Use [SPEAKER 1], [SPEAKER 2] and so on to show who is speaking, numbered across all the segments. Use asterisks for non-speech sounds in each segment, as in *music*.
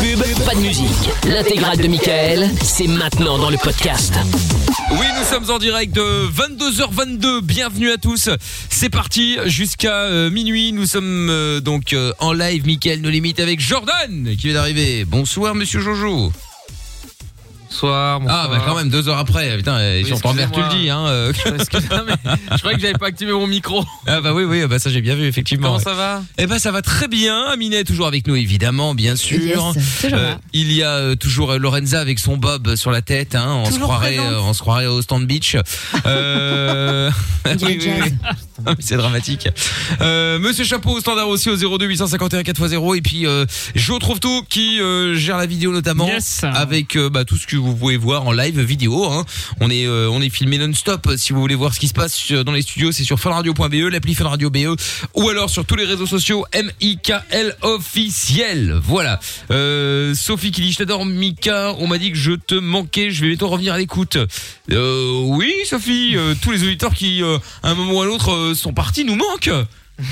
[SPEAKER 1] pub, pas de musique. L'intégrale de Michael, c'est maintenant dans le podcast.
[SPEAKER 2] Oui, nous sommes en direct de 22h22. Bienvenue à tous. C'est parti jusqu'à euh, minuit. Nous sommes euh, donc euh, en live. Michael nous limite avec Jordan qui vient d'arriver. Bonsoir, monsieur Jojo. Bonsoir, Ah, bah quand même, deux heures après. Putain, euh,
[SPEAKER 3] Oui,
[SPEAKER 2] si on t'emmerde, tu le dis. Hein, euh.
[SPEAKER 3] *laughs*
[SPEAKER 2] *laughs* je croyais que j'avais pas activé mon micro. Ah, bah oui, oui, bah ça j'ai bien vu, effectivement.
[SPEAKER 3] Comment
[SPEAKER 2] ouais.
[SPEAKER 3] ça va
[SPEAKER 2] Eh ben ça va très bien, Aminet est toujours avec nous évidemment, bien sûr.
[SPEAKER 3] Yes, toujours là.
[SPEAKER 2] il y a euh, toujours euh, Lorenza avec son bob sur la tête, hein, on, se
[SPEAKER 3] Toujours
[SPEAKER 2] croirait,
[SPEAKER 3] présente.
[SPEAKER 2] euh, on se croirait au stand beach.
[SPEAKER 3] *laughs*
[SPEAKER 2] Euh, oui, *laughs* oui, oui. *laughs* Non, mais C'est dramatique. Euh, Monsieur Chapeau au standard aussi au 02 851 4x0 et puis euh, Jo trouve tout qui euh, gère la vidéo notamment avec euh, bah, tout ce que vous pouvez voir en live vidéo. hein. On est euh, on est filmé non-stop. Si vous voulez voir ce qui se passe sur- dans les studios, c'est sur funradio.be, l'appli funradio.be ou alors sur tous les réseaux sociaux MIKL officiel. Voilà. Euh, Sophie qui dit je t'adore Mika. On m'a dit que je te manquais. Je vais bientôt revenir à l'écoute. Euh, oui Sophie, euh, tous les auditeurs qui euh, à un moment ou à l'autre euh, sont partis nous manquent.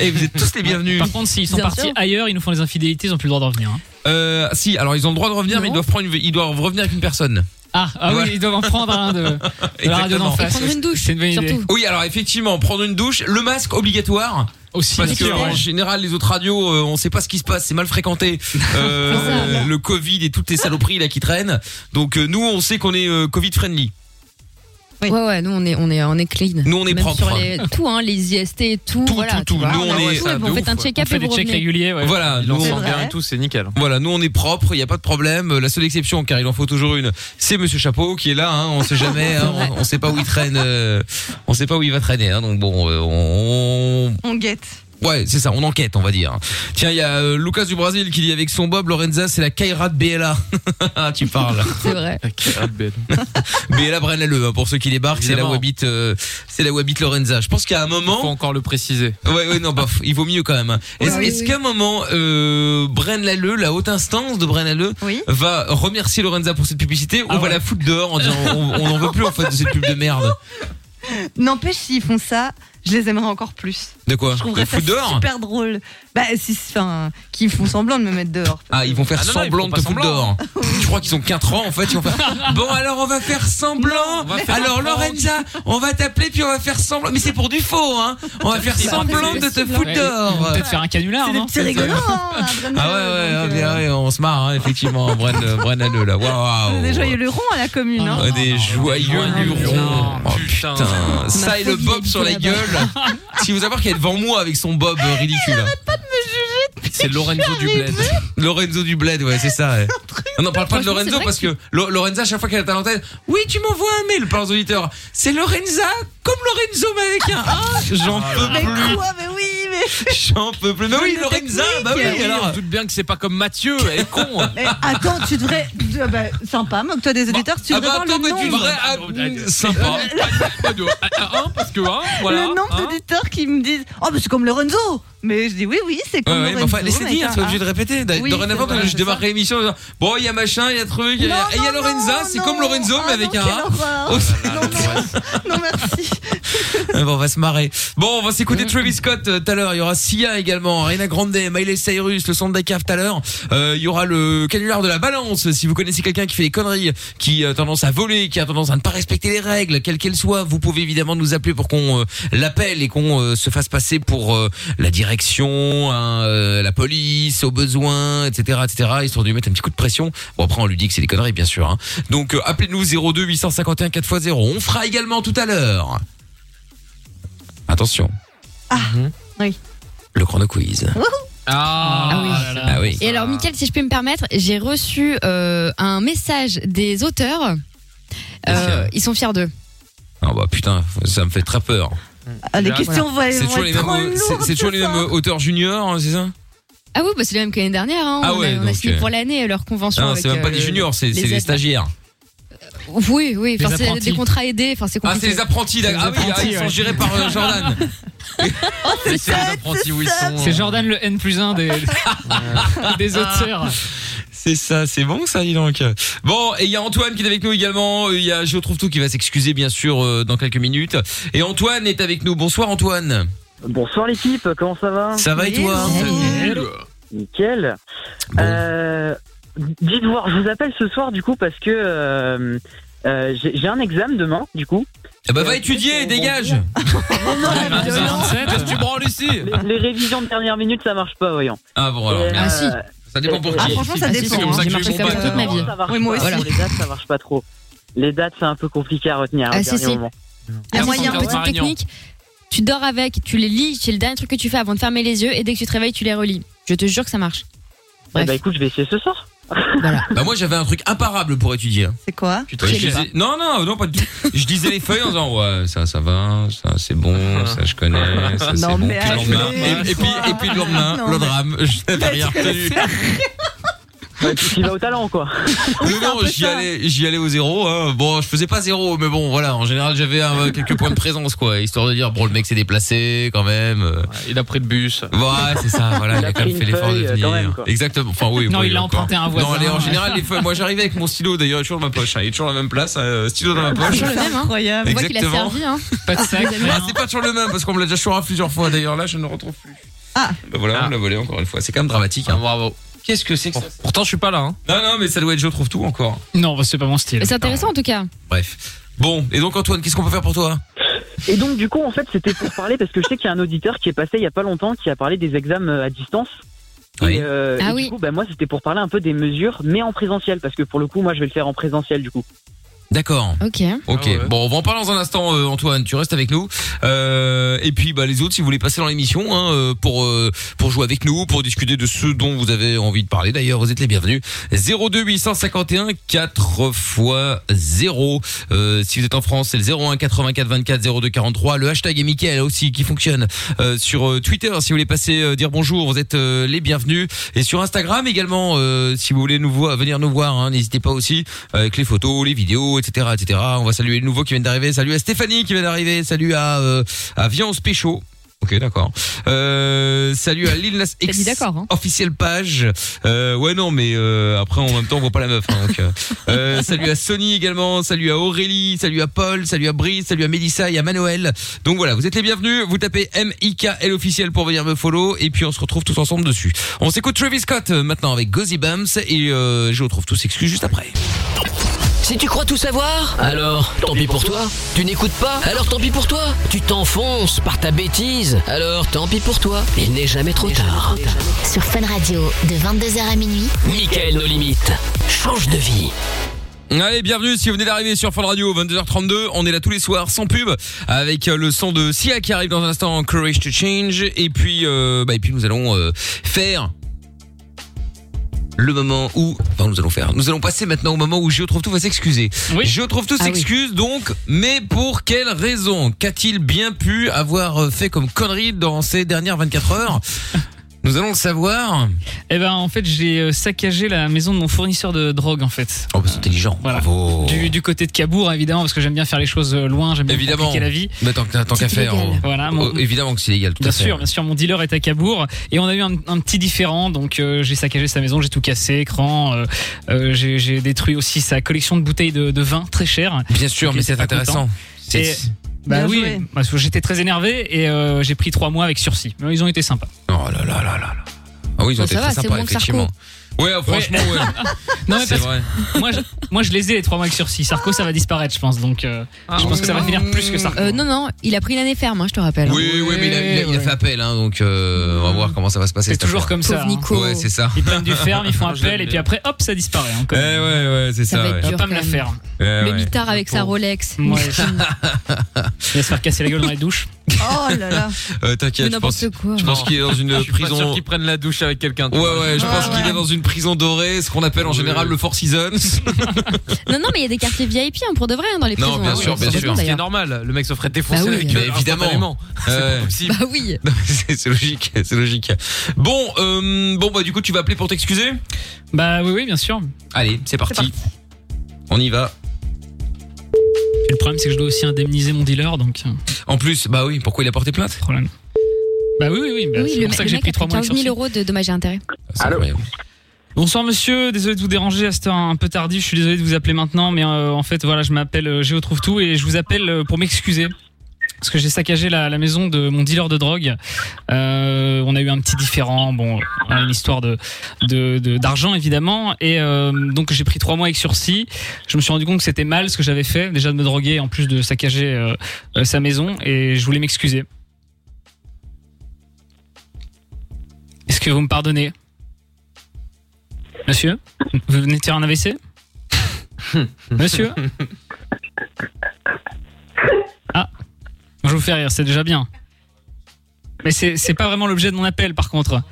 [SPEAKER 2] Et vous êtes tous les bienvenus.
[SPEAKER 4] Par contre, s'ils sont
[SPEAKER 2] Bien
[SPEAKER 4] partis
[SPEAKER 2] sûr.
[SPEAKER 4] ailleurs, ils nous font des infidélités, ils n'ont plus le droit d'en venir. hein.
[SPEAKER 2] Euh, si, alors ils ont le droit de revenir, mais ils doivent prendre, une- ils doivent revenir avec une personne.
[SPEAKER 4] Ah, ah
[SPEAKER 2] Voilà.
[SPEAKER 4] oui, ils doivent en prendre un de, de la radio
[SPEAKER 2] Exactement.
[SPEAKER 4] d'en
[SPEAKER 5] Ah,
[SPEAKER 4] face. C'est une bonne idée.
[SPEAKER 2] Oui, alors effectivement, prendre une douche, le masque obligatoire.
[SPEAKER 4] Aussi,
[SPEAKER 2] parce que
[SPEAKER 4] bien sûr,
[SPEAKER 2] en
[SPEAKER 4] ouais.
[SPEAKER 2] général, les autres radios, euh, on sait pas ce qui se passe, c'est mal fréquenté. Euh,
[SPEAKER 4] C'est ça.
[SPEAKER 2] le Covid et toutes les saloperies là qui traînent. Donc euh, nous, on sait qu'on est euh, Covid friendly.
[SPEAKER 5] Ouais, ouais, nous on est, on est, on est clean.
[SPEAKER 2] Nous, on est
[SPEAKER 5] Même
[SPEAKER 2] propre.
[SPEAKER 5] Sur les, tout, hein, les IST et tout. Tout, voilà,
[SPEAKER 2] Tout,
[SPEAKER 5] tu vois,
[SPEAKER 2] nous,
[SPEAKER 5] on,
[SPEAKER 2] on,
[SPEAKER 5] a
[SPEAKER 2] est. Ah,
[SPEAKER 5] tout, et puis on fait un check-up et vous revenez.
[SPEAKER 2] Voilà, nous,
[SPEAKER 5] on
[SPEAKER 2] on
[SPEAKER 5] s'en bien
[SPEAKER 2] bien
[SPEAKER 5] et
[SPEAKER 2] tout, c'est nickel. Voilà, nous on est propre, il n'y a pas de problème. La seule exception, car il en faut toujours une, c'est Monsieur Chapeau qui est là. Hein, on
[SPEAKER 3] *laughs*
[SPEAKER 2] sait jamais, hein, on, on sait pas où il traîne, euh, on sait pas où il va traîner. hein, donc bon, euh, on,
[SPEAKER 6] On guette.
[SPEAKER 2] Ouais, c'est ça, on enquête, on va dire. Tiens, il y a euh, Lucas du Brésil qui dit avec son Bob, Lorenza, c'est la Kaira de BLA. *laughs* tu parles.
[SPEAKER 5] *laughs* C'est vrai.
[SPEAKER 3] Ah,
[SPEAKER 2] BLA Brennaleu, hein, pour ceux qui débarquent, c'est là
[SPEAKER 3] Évidemment.
[SPEAKER 2] où habite, euh, c'est là où habite Lorenza. Je pense qu'à un moment. Il faut encore le préciser. Ouais, ouais, non, bah, f- il vaut mieux quand même. hein. Est-ce
[SPEAKER 3] oui,
[SPEAKER 2] est-ce qu'à un moment, euh, Brennaleu, la haute instance de Brennaleu, va remercier Lorenza pour cette publicité
[SPEAKER 6] Ah
[SPEAKER 2] ou va la foutre dehors en disant on on n'en veut plus en fait de cette pub de merde
[SPEAKER 6] N'empêche, s'ils font ça, je les aimerais encore plus.
[SPEAKER 2] De quoi
[SPEAKER 6] Je
[SPEAKER 2] La
[SPEAKER 6] trouverais ça
[SPEAKER 2] foutre dehors
[SPEAKER 6] super drôle. Bah, si, enfin, qu'ils font semblant de me mettre dehors.
[SPEAKER 2] Ah, ils vont faire
[SPEAKER 6] Ah non, non, ils
[SPEAKER 2] semblant
[SPEAKER 6] font
[SPEAKER 2] de
[SPEAKER 6] pas
[SPEAKER 2] te foutre
[SPEAKER 6] semblant.
[SPEAKER 2] dehors. Tu crois qu'ils ont 4 ans en fait ils vont
[SPEAKER 6] *laughs*
[SPEAKER 2] faire- Bon, alors on va faire semblant.
[SPEAKER 3] va faire
[SPEAKER 2] alors
[SPEAKER 3] un prank.
[SPEAKER 2] Lorenza, on va t'appeler puis on va faire semblant. Mais c'est pour du faux, hein. On va faire
[SPEAKER 4] C'est pas
[SPEAKER 2] semblant de
[SPEAKER 4] possible.
[SPEAKER 2] te foutre
[SPEAKER 4] Ouais, ils
[SPEAKER 2] dehors.
[SPEAKER 4] vont Peut-être faire un canular, non
[SPEAKER 2] C'est ça.
[SPEAKER 6] hein,
[SPEAKER 2] Ah ouais, ouais, ouais,
[SPEAKER 6] euh,
[SPEAKER 2] ouais, ouais, on se marre, hein, effectivement. Bren, euh, Bren à deux, là. Waouh.
[SPEAKER 6] Des joyeux lerons à la commune, hein.
[SPEAKER 2] Ah Ouais, Des joyeux lurons. Oh putain.
[SPEAKER 3] Ah
[SPEAKER 6] On a
[SPEAKER 2] Ça et le
[SPEAKER 6] fait
[SPEAKER 2] bob sur la gueule. Si vous avoir qu'elle vend moi avec son bob euh, ridicule. C'est Lorenzo du Bled. Lorenzo du Bled, ouais, c'est ça. ouais. On n'en parle pas de
[SPEAKER 3] Franchement, c'est
[SPEAKER 2] Lorenzo
[SPEAKER 3] vrai
[SPEAKER 2] parce que Lo- Lorenza, à chaque fois qu'elle est à l'antenne, oui, tu m'envoies un mail par les auditeurs. C'est Lorenza, comme Lorenzo, mais avec un A. J'en peux
[SPEAKER 3] Mais
[SPEAKER 2] plus.
[SPEAKER 3] quoi,
[SPEAKER 6] mais oui, mais.
[SPEAKER 2] *laughs* J'en peux plus. Mais oui, Lorenza, bah oui, alors.
[SPEAKER 3] doute bien que c'est pas comme Mathieu, elle est con.
[SPEAKER 6] Mais Eh, attends, tu devrais. Ah bah, sympa, moque-toi des auditeurs, tu
[SPEAKER 3] ah
[SPEAKER 6] devrais
[SPEAKER 3] bah
[SPEAKER 6] voir
[SPEAKER 3] attends,
[SPEAKER 6] le
[SPEAKER 3] mais tu
[SPEAKER 6] nombre.
[SPEAKER 3] devrais- ah, sympa. parce que hein, voilà.
[SPEAKER 6] le nombre d'auditeurs qui me disent Oh, mais c'est comme Lorenzo Mais je dis Oui, oui, c'est
[SPEAKER 2] Ouais,
[SPEAKER 6] comme
[SPEAKER 2] ouais, mais
[SPEAKER 6] Lorenzo.
[SPEAKER 2] enfin, laissez
[SPEAKER 6] mais
[SPEAKER 2] dire,
[SPEAKER 6] ça-
[SPEAKER 2] c'est obligé de répéter. D'a-
[SPEAKER 6] Oui,
[SPEAKER 2] Dorénavant,
[SPEAKER 6] c'est
[SPEAKER 2] quand
[SPEAKER 6] vrai,
[SPEAKER 2] je
[SPEAKER 6] c'est
[SPEAKER 2] démarrerai l'émission, en disant, bon, il y a machin, il y a truc, il y a,
[SPEAKER 6] Non, Ah,
[SPEAKER 2] et il y a Lorenza, c'est comme Lorenzo, mais avec un A. Oh, c'est-
[SPEAKER 6] Non, merci.
[SPEAKER 2] Ah *laughs* bon, on va se marrer. Bon, on va s'écouter Travis Scott euh, tout à l'heure. Il y aura Sia également, Ariana Grande, Miley Cyrus, le son de la cave tout à l'heure. Euh, Il y aura le canular de la balance. Si vous connaissez quelqu'un qui fait des conneries, qui a tendance à voler, qui a tendance à ne pas respecter les règles, quelles qu'elles soient, vous pouvez évidemment nous appeler pour qu'on euh, l'appelle et qu'on euh, se fasse passer pour euh, la direction, hein, euh, la police, au besoin, etc., etc. Histoire de lui mettre un petit coup de pression. Bon, après, on lui dit que c'est des conneries, bien sûr. hein. Donc, euh, appelez-nous 02 851 4x0. On fera également tout à l'heure. Attention,
[SPEAKER 5] Ah, Oui.
[SPEAKER 2] le chrono quiz.
[SPEAKER 3] Ah, oui.
[SPEAKER 2] Ah oui.
[SPEAKER 5] Et alors, Mickaël, si je peux me permettre, j'ai reçu euh, un message des auteurs. Euh, ils sont fiers d'eux.
[SPEAKER 2] Ah bah putain, ça me fait très peur.
[SPEAKER 5] Ah, les questions vont-
[SPEAKER 2] C'est
[SPEAKER 5] vont
[SPEAKER 2] toujours
[SPEAKER 5] être
[SPEAKER 2] les mêmes,
[SPEAKER 5] trop
[SPEAKER 2] euh, c'est-
[SPEAKER 5] lourdes,
[SPEAKER 2] c'est toujours
[SPEAKER 5] c'est
[SPEAKER 2] les mêmes
[SPEAKER 5] ça
[SPEAKER 2] euh, auteurs juniors, hein, c'est ça
[SPEAKER 5] Ah oui, bah, c'est le même que l'année dernière. hein.
[SPEAKER 2] Ah
[SPEAKER 5] on,
[SPEAKER 2] ouais,
[SPEAKER 5] a, on a
[SPEAKER 2] donc,
[SPEAKER 5] signé
[SPEAKER 2] euh,
[SPEAKER 5] pour l'année leur convention.
[SPEAKER 2] Ah,
[SPEAKER 5] avec,
[SPEAKER 2] C'est même pas
[SPEAKER 5] euh,
[SPEAKER 2] des juniors, c'est
[SPEAKER 5] les
[SPEAKER 2] c'est des
[SPEAKER 5] aides.
[SPEAKER 2] stagiaires.
[SPEAKER 5] Oui, oui.
[SPEAKER 2] Les
[SPEAKER 5] Enfin, c'est
[SPEAKER 2] apprentis.
[SPEAKER 5] des contrats aidés. Enfin, c'est
[SPEAKER 2] Ah,
[SPEAKER 5] compliqué.
[SPEAKER 2] c'est les apprentis, d'accord. Ah oui,
[SPEAKER 4] apprentis,
[SPEAKER 2] ah, ils sont
[SPEAKER 4] ouais.
[SPEAKER 2] gérés par euh, Jordan.
[SPEAKER 5] Oh,
[SPEAKER 4] C'est
[SPEAKER 3] Ah.
[SPEAKER 4] C'est Jordan le N plus 1 des, des auteurs.
[SPEAKER 3] Ah.
[SPEAKER 2] C'est ça, c'est bon ça, dis donc. Bon, et il y a Antoine qui est avec nous également. Euh, Il y a Je trouve tout qui va s'excuser bien sûr euh, dans quelques minutes. Et Antoine est avec nous. Bonsoir Antoine.
[SPEAKER 7] Bonsoir l'équipe, comment ça va
[SPEAKER 2] Ça va et toi
[SPEAKER 7] Nickel. Euh, Dites voir, je vous appelle ce soir du coup parce que euh, euh, j'ai j'ai un examen demain du coup.
[SPEAKER 2] Ah bah va étudier, dégage
[SPEAKER 3] Ah.
[SPEAKER 2] Qu'est-ce que tu branles ici
[SPEAKER 5] Ah.
[SPEAKER 7] les, les révisions de dernière minute ça marche pas, voyons.
[SPEAKER 2] Ah
[SPEAKER 5] Oh,
[SPEAKER 2] bon alors.
[SPEAKER 7] Et,
[SPEAKER 2] merde.
[SPEAKER 7] euh,
[SPEAKER 2] Ça dépend pour qui. C'est comme Ah, ça que j'ai eu mon bac.
[SPEAKER 5] toute ma vie.
[SPEAKER 7] Ça marche
[SPEAKER 5] Oui, moi
[SPEAKER 7] pas.
[SPEAKER 5] aussi.
[SPEAKER 7] Pour Les dates ça marche pas trop. Les dates c'est un peu compliqué à retenir.
[SPEAKER 5] Ah,
[SPEAKER 7] au
[SPEAKER 5] si,
[SPEAKER 7] dernier
[SPEAKER 5] si.
[SPEAKER 7] moment.
[SPEAKER 5] Ah, moi, il y a
[SPEAKER 7] Merci,
[SPEAKER 5] une petite
[SPEAKER 7] Marignan.
[SPEAKER 5] technique. Tu dors avec, tu les lis, c'est le dernier truc que tu fais avant de fermer les yeux, et dès que tu te réveilles, tu les relis. Je te jure que ça marche.
[SPEAKER 7] Eh bah écoute, je vais essayer ce soir.
[SPEAKER 2] Bah moi j'avais un truc imparable pour étudier. hein.
[SPEAKER 6] C'est quoi
[SPEAKER 2] Ouais, je disais- Non non non pas du tout. Je disais les feuilles en disant ouais ça ça va ça c'est bon ça je *laughs* connais ça Ah, c'est
[SPEAKER 6] Non,
[SPEAKER 2] bon.
[SPEAKER 6] mais
[SPEAKER 2] Puis le
[SPEAKER 6] arrêtez,
[SPEAKER 2] lendemain, et, et puis et puis le lendemain
[SPEAKER 6] Non,
[SPEAKER 2] le
[SPEAKER 6] mais-
[SPEAKER 2] drame je n'avais rien retenu.
[SPEAKER 7] Ouais, tu tu vas au talent quoi.
[SPEAKER 2] Non, non, j'y allais, j'y allais au zéro. hein. Bon, je faisais pas zéro, mais bon, voilà. En général, j'avais euh, quelques points de présence, quoi, histoire de dire, bon, le mec s'est déplacé, quand même. euh.
[SPEAKER 3] Il a pris le bus.
[SPEAKER 2] Ouais, c'est ça. Voilà, il a quand même fait l'effort de
[SPEAKER 3] feuille, euh,
[SPEAKER 2] venir.
[SPEAKER 3] quand même, quoi.
[SPEAKER 2] Exactement. Enfin, oui.
[SPEAKER 3] Non,
[SPEAKER 2] oui,
[SPEAKER 3] il a
[SPEAKER 2] encore.
[SPEAKER 3] emprunté un voisin.
[SPEAKER 2] Non, allez, en général, les feuilles. Moi, j'arrivais avec mon stylo. D'ailleurs, il est toujours dans ma poche. hein. Il est toujours dans la même place. euh, stylo
[SPEAKER 3] Ah,
[SPEAKER 2] dans ma poche.
[SPEAKER 5] Toujours le même, hein.
[SPEAKER 2] Incroyable.
[SPEAKER 5] On voit qu'il a
[SPEAKER 2] Exactement.
[SPEAKER 5] servi, hein.
[SPEAKER 4] Pas de sac.
[SPEAKER 2] Ah, c'est pas toujours le même parce qu'on me l'a déjà chouré plusieurs fois. D'ailleurs, là, je ne le retrouve plus.
[SPEAKER 6] Ah.
[SPEAKER 2] Bah voilà, on l'a volé encore une fois. C'est quand même dramatique. hein.
[SPEAKER 3] Bravo.
[SPEAKER 2] Qu'est-ce que c'est que ça
[SPEAKER 3] Pourtant, je suis pas là. Hein.
[SPEAKER 2] Non, non, mais ça doit être je trouve tout encore.
[SPEAKER 4] Non, bah, c'est pas mon style.
[SPEAKER 5] Mais C'est intéressant en tout cas.
[SPEAKER 2] Bref. Bon, et donc Antoine, qu'est-ce qu'on peut faire pour toi
[SPEAKER 7] Et donc du coup en fait c'était pour parler parce que je sais qu'il y a un auditeur qui est passé il y a pas longtemps qui a parlé des examens euh, à distance.
[SPEAKER 2] Oui.
[SPEAKER 7] Et, euh,
[SPEAKER 5] Ah
[SPEAKER 7] et
[SPEAKER 5] oui.
[SPEAKER 7] du coup bah, moi c'était pour parler un peu des mesures mais en présentiel parce que pour le coup moi je vais le faire en présentiel du coup.
[SPEAKER 2] D'accord.
[SPEAKER 5] Ok.
[SPEAKER 2] Ok,
[SPEAKER 3] Ah ouais.
[SPEAKER 2] bon, on va en parler dans un instant, euh, Antoine. Tu restes avec nous. Euh, et puis, bah, les autres, si vous voulez passer dans l'émission hein, euh, pour euh, pour jouer avec nous, pour discuter de ce dont vous avez envie de parler. D'ailleurs, vous êtes les bienvenus. 02 851 4 fois 0. Euh, si vous êtes en France, c'est le 01 84 24 02 43. Le hashtag est Mickaël aussi qui fonctionne euh, sur euh, Twitter. Si vous voulez passer euh, dire bonjour, vous êtes euh, les bienvenus. Et sur Instagram également, euh, si vous voulez nous voir, venir nous voir, hein, n'hésitez pas aussi avec les photos, les vidéos, etc., etc. On va saluer les nouveaux qui viennent d'arriver. Salut à Stéphanie qui vient d'arriver. Salut à euh, à Viance Péchaud. Ok, d'accord. Euh, salut à Lil Nas
[SPEAKER 5] *laughs* T'as
[SPEAKER 2] X,
[SPEAKER 5] dit d'accord, hein.
[SPEAKER 2] officielle page. Euh, ouais, non, mais euh, après, en même temps, on voit pas la meuf. hein, donc, euh.
[SPEAKER 5] *laughs*
[SPEAKER 2] Euh, salut à Sony également, salut à Aurélie, salut à Paul, salut à Brice, salut à Mélissa et à Manoël. Donc voilà, vous êtes les bienvenus. Vous tapez M-I-K-L officiel pour venir me follow et puis on se retrouve tous ensemble dessus. On s'écoute Travis Scott euh, maintenant avec Gozy Bams et euh, je retrouve tous s'excuse juste après.
[SPEAKER 1] Si tu crois tout savoir, alors tant pis pour toi. Tu n'écoutes pas, alors tant pis pour toi. Tu t'enfonces par ta bêtise, alors tant pis pour toi. Il n'est jamais trop tard.
[SPEAKER 8] Sur Fun Radio, de 22h à minuit.
[SPEAKER 1] Michael nos limites. Change de vie.
[SPEAKER 2] Allez, bienvenue si vous venez d'arriver sur Fun Radio 22h32. On est là tous les soirs sans pub avec euh, le son de Sia qui arrive dans un instant Courage to Change et puis euh, bah, et puis nous allons euh, faire le moment où enfin nous allons faire. Nous allons passer maintenant au moment où Géo trouve tout va s'excuser.
[SPEAKER 4] Oui.
[SPEAKER 2] Géo trouve tout
[SPEAKER 5] Ah oui.
[SPEAKER 2] s'excuse donc mais pour quelle raison qu'a-t-il bien pu avoir euh, fait comme connerie dans ces dernières 24
[SPEAKER 5] *laughs*
[SPEAKER 2] heures Nous allons le savoir.
[SPEAKER 4] Eh ben, en fait, j'ai euh, saccagé la maison de mon fournisseur de drogue, en fait.
[SPEAKER 2] Oh, bah, c'est intelligent.
[SPEAKER 4] Voilà.
[SPEAKER 2] Bravo.
[SPEAKER 4] Du, du côté de Cabourg, évidemment, parce que j'aime bien faire les choses euh, loin, j'aime bien
[SPEAKER 2] Évidemment.
[SPEAKER 4] compliquer la vie.
[SPEAKER 2] Mais Bah, tant, que- tant qu'à
[SPEAKER 5] C'est
[SPEAKER 2] faire.
[SPEAKER 5] illégal.
[SPEAKER 2] on-
[SPEAKER 4] Voilà, Ah, mon-
[SPEAKER 2] Oh, évidemment que c'est légal, tout
[SPEAKER 4] Bien
[SPEAKER 2] à fait.
[SPEAKER 4] sûr, bien sûr, mon dealer est à Cabourg et on a eu un, un petit différent, donc euh, j'ai saccagé sa maison, j'ai tout cassé, écran, euh, euh, j'ai j'ai détruit aussi sa collection de bouteilles de, de vin très chères.
[SPEAKER 2] Bien sûr,
[SPEAKER 4] Ok,
[SPEAKER 2] mais c'est
[SPEAKER 4] pas
[SPEAKER 2] intéressant. C'est-
[SPEAKER 4] Et- Bah
[SPEAKER 6] Bien
[SPEAKER 4] oui,
[SPEAKER 6] joué.
[SPEAKER 4] parce que j'étais très énervé et euh, j'ai pris trois mois avec sursis. Mais ils ont été sympas.
[SPEAKER 2] Oh là là là là là. Ah oui, ils ont
[SPEAKER 5] Bah,
[SPEAKER 2] été très
[SPEAKER 5] ça va, c'est
[SPEAKER 2] sympas,
[SPEAKER 5] moins que Sarko.
[SPEAKER 2] effectivement. Ouais, euh, franchement, ouais.
[SPEAKER 4] *laughs* Non mais
[SPEAKER 2] c'est
[SPEAKER 4] parce
[SPEAKER 2] vrai.
[SPEAKER 4] que moi, je, moi je les ai les trois mois avec sursis. Sarko ça va disparaître, je pense. Donc euh, je pense que ça va finir plus que Sarko.
[SPEAKER 5] Ah. Euh, non, non, il a pris une année ferme, hein, je te rappelle.
[SPEAKER 2] Oui, oui, mais il a, il a- il a fait appel, hein, donc euh, on va voir comment ça va se passer.
[SPEAKER 4] C'est
[SPEAKER 2] cette
[SPEAKER 4] toujours
[SPEAKER 2] affaire.
[SPEAKER 4] comme ça.
[SPEAKER 5] Pauvre
[SPEAKER 4] hein.
[SPEAKER 5] Nico.
[SPEAKER 2] Ouais, c'est ça.
[SPEAKER 4] Ils prennent du ferme, ils font
[SPEAKER 3] Ah, je l'aime
[SPEAKER 4] appel et puis
[SPEAKER 3] bien.
[SPEAKER 4] après hop ça disparaît. hein,
[SPEAKER 2] Eh
[SPEAKER 4] comme-
[SPEAKER 2] ouais, ouais, c'est
[SPEAKER 5] Ça
[SPEAKER 2] ça.
[SPEAKER 5] va être
[SPEAKER 2] ouais. Eh
[SPEAKER 5] dur.
[SPEAKER 4] Je vais pas
[SPEAKER 5] quand
[SPEAKER 4] me la
[SPEAKER 5] même.
[SPEAKER 4] faire.
[SPEAKER 2] Ah Ouais,
[SPEAKER 5] Le
[SPEAKER 2] ouais.
[SPEAKER 5] mitard avec sa
[SPEAKER 4] pauvre.
[SPEAKER 5] Rolex.
[SPEAKER 4] Moi, je-
[SPEAKER 5] *laughs*
[SPEAKER 4] Il va se faire casser la gueule dans la douche.
[SPEAKER 6] Oh là là.
[SPEAKER 2] Euh,
[SPEAKER 5] Mais
[SPEAKER 2] T'inquiète, je pense,
[SPEAKER 5] n'importe quoi.
[SPEAKER 2] je pense qu'il est dans
[SPEAKER 4] *laughs*
[SPEAKER 9] Ah,
[SPEAKER 2] une
[SPEAKER 3] Je suis pas sûr
[SPEAKER 2] prison.
[SPEAKER 3] qu'ils prennent la douche avec quelqu'un. tu
[SPEAKER 2] Ouais,
[SPEAKER 3] vois.
[SPEAKER 2] ouais, je
[SPEAKER 4] Ah.
[SPEAKER 6] Ouais,
[SPEAKER 2] pense qu'il
[SPEAKER 6] ouais.
[SPEAKER 2] est dans une prison dorée, ce qu'on appelle en
[SPEAKER 3] Oui.
[SPEAKER 2] général le Four
[SPEAKER 4] *laughs*
[SPEAKER 2] Seasons.
[SPEAKER 5] Non, non, mais il y a des quartiers VIP hein, pour de vrai hein, dans les
[SPEAKER 2] Non,
[SPEAKER 5] prisons.
[SPEAKER 2] bien
[SPEAKER 5] hein,
[SPEAKER 2] sûr,
[SPEAKER 5] c'est
[SPEAKER 2] bien
[SPEAKER 5] bon,
[SPEAKER 2] sûr.
[SPEAKER 3] C'est
[SPEAKER 5] d'ailleurs.
[SPEAKER 3] normal, le mec se ferait défoncer
[SPEAKER 5] Bah oui.
[SPEAKER 3] avec
[SPEAKER 2] Mais
[SPEAKER 3] euh,
[SPEAKER 2] évidemment.
[SPEAKER 3] instantanément. C'est
[SPEAKER 2] Ouais.
[SPEAKER 3] pas possible.
[SPEAKER 5] Bah oui.
[SPEAKER 2] Non, c'est c'est logique, c'est logique. Bon, euh, bon bah du coup tu vas appeler pour t'excuser.
[SPEAKER 4] Bah oui, oui, bien sûr.
[SPEAKER 2] Allez, c'est parti. On y va.
[SPEAKER 4] Et le problème, c'est que je dois aussi indemniser mon dealer, donc euh,
[SPEAKER 2] En plus, bah oui, pourquoi il a porté plainte
[SPEAKER 4] problème. Bah oui, oui, oui. bah,
[SPEAKER 5] oui,
[SPEAKER 4] c'est
[SPEAKER 5] le,
[SPEAKER 4] pour ça
[SPEAKER 5] le
[SPEAKER 4] que j'ai
[SPEAKER 5] mec
[SPEAKER 4] pris
[SPEAKER 5] a
[SPEAKER 4] trois
[SPEAKER 5] pris
[SPEAKER 4] mois de
[SPEAKER 5] 15 000
[SPEAKER 4] sursis.
[SPEAKER 5] euros de dommages et intérêts.
[SPEAKER 2] C'est incroyable.
[SPEAKER 4] Bonsoir monsieur, désolé de vous déranger à cette heure un peu tardive, je suis désolé de vous appeler maintenant, mais euh, en fait voilà, je m'appelle euh, Géo Trouve Tout et je vous appelle euh, pour m'excuser. parce que j'ai saccagé la, la maison de mon dealer de drogue. Euh, on a eu un petit différent, bon, on a une histoire de de- de- d'argent évidemment, et euh, donc j'ai pris trois mois avec sursis. Je me suis rendu compte que c'était mal ce que j'avais fait, déjà de me droguer, en plus de saccager euh, euh, sa maison, et je voulais m'excuser. Est-ce que vous me pardonnez, monsieur Vous venez de faire un AVC Monsieur Ah, je vous fais rire, c'est déjà bien. Mais c'est c'est pas vraiment l'objet de mon appel, par contre.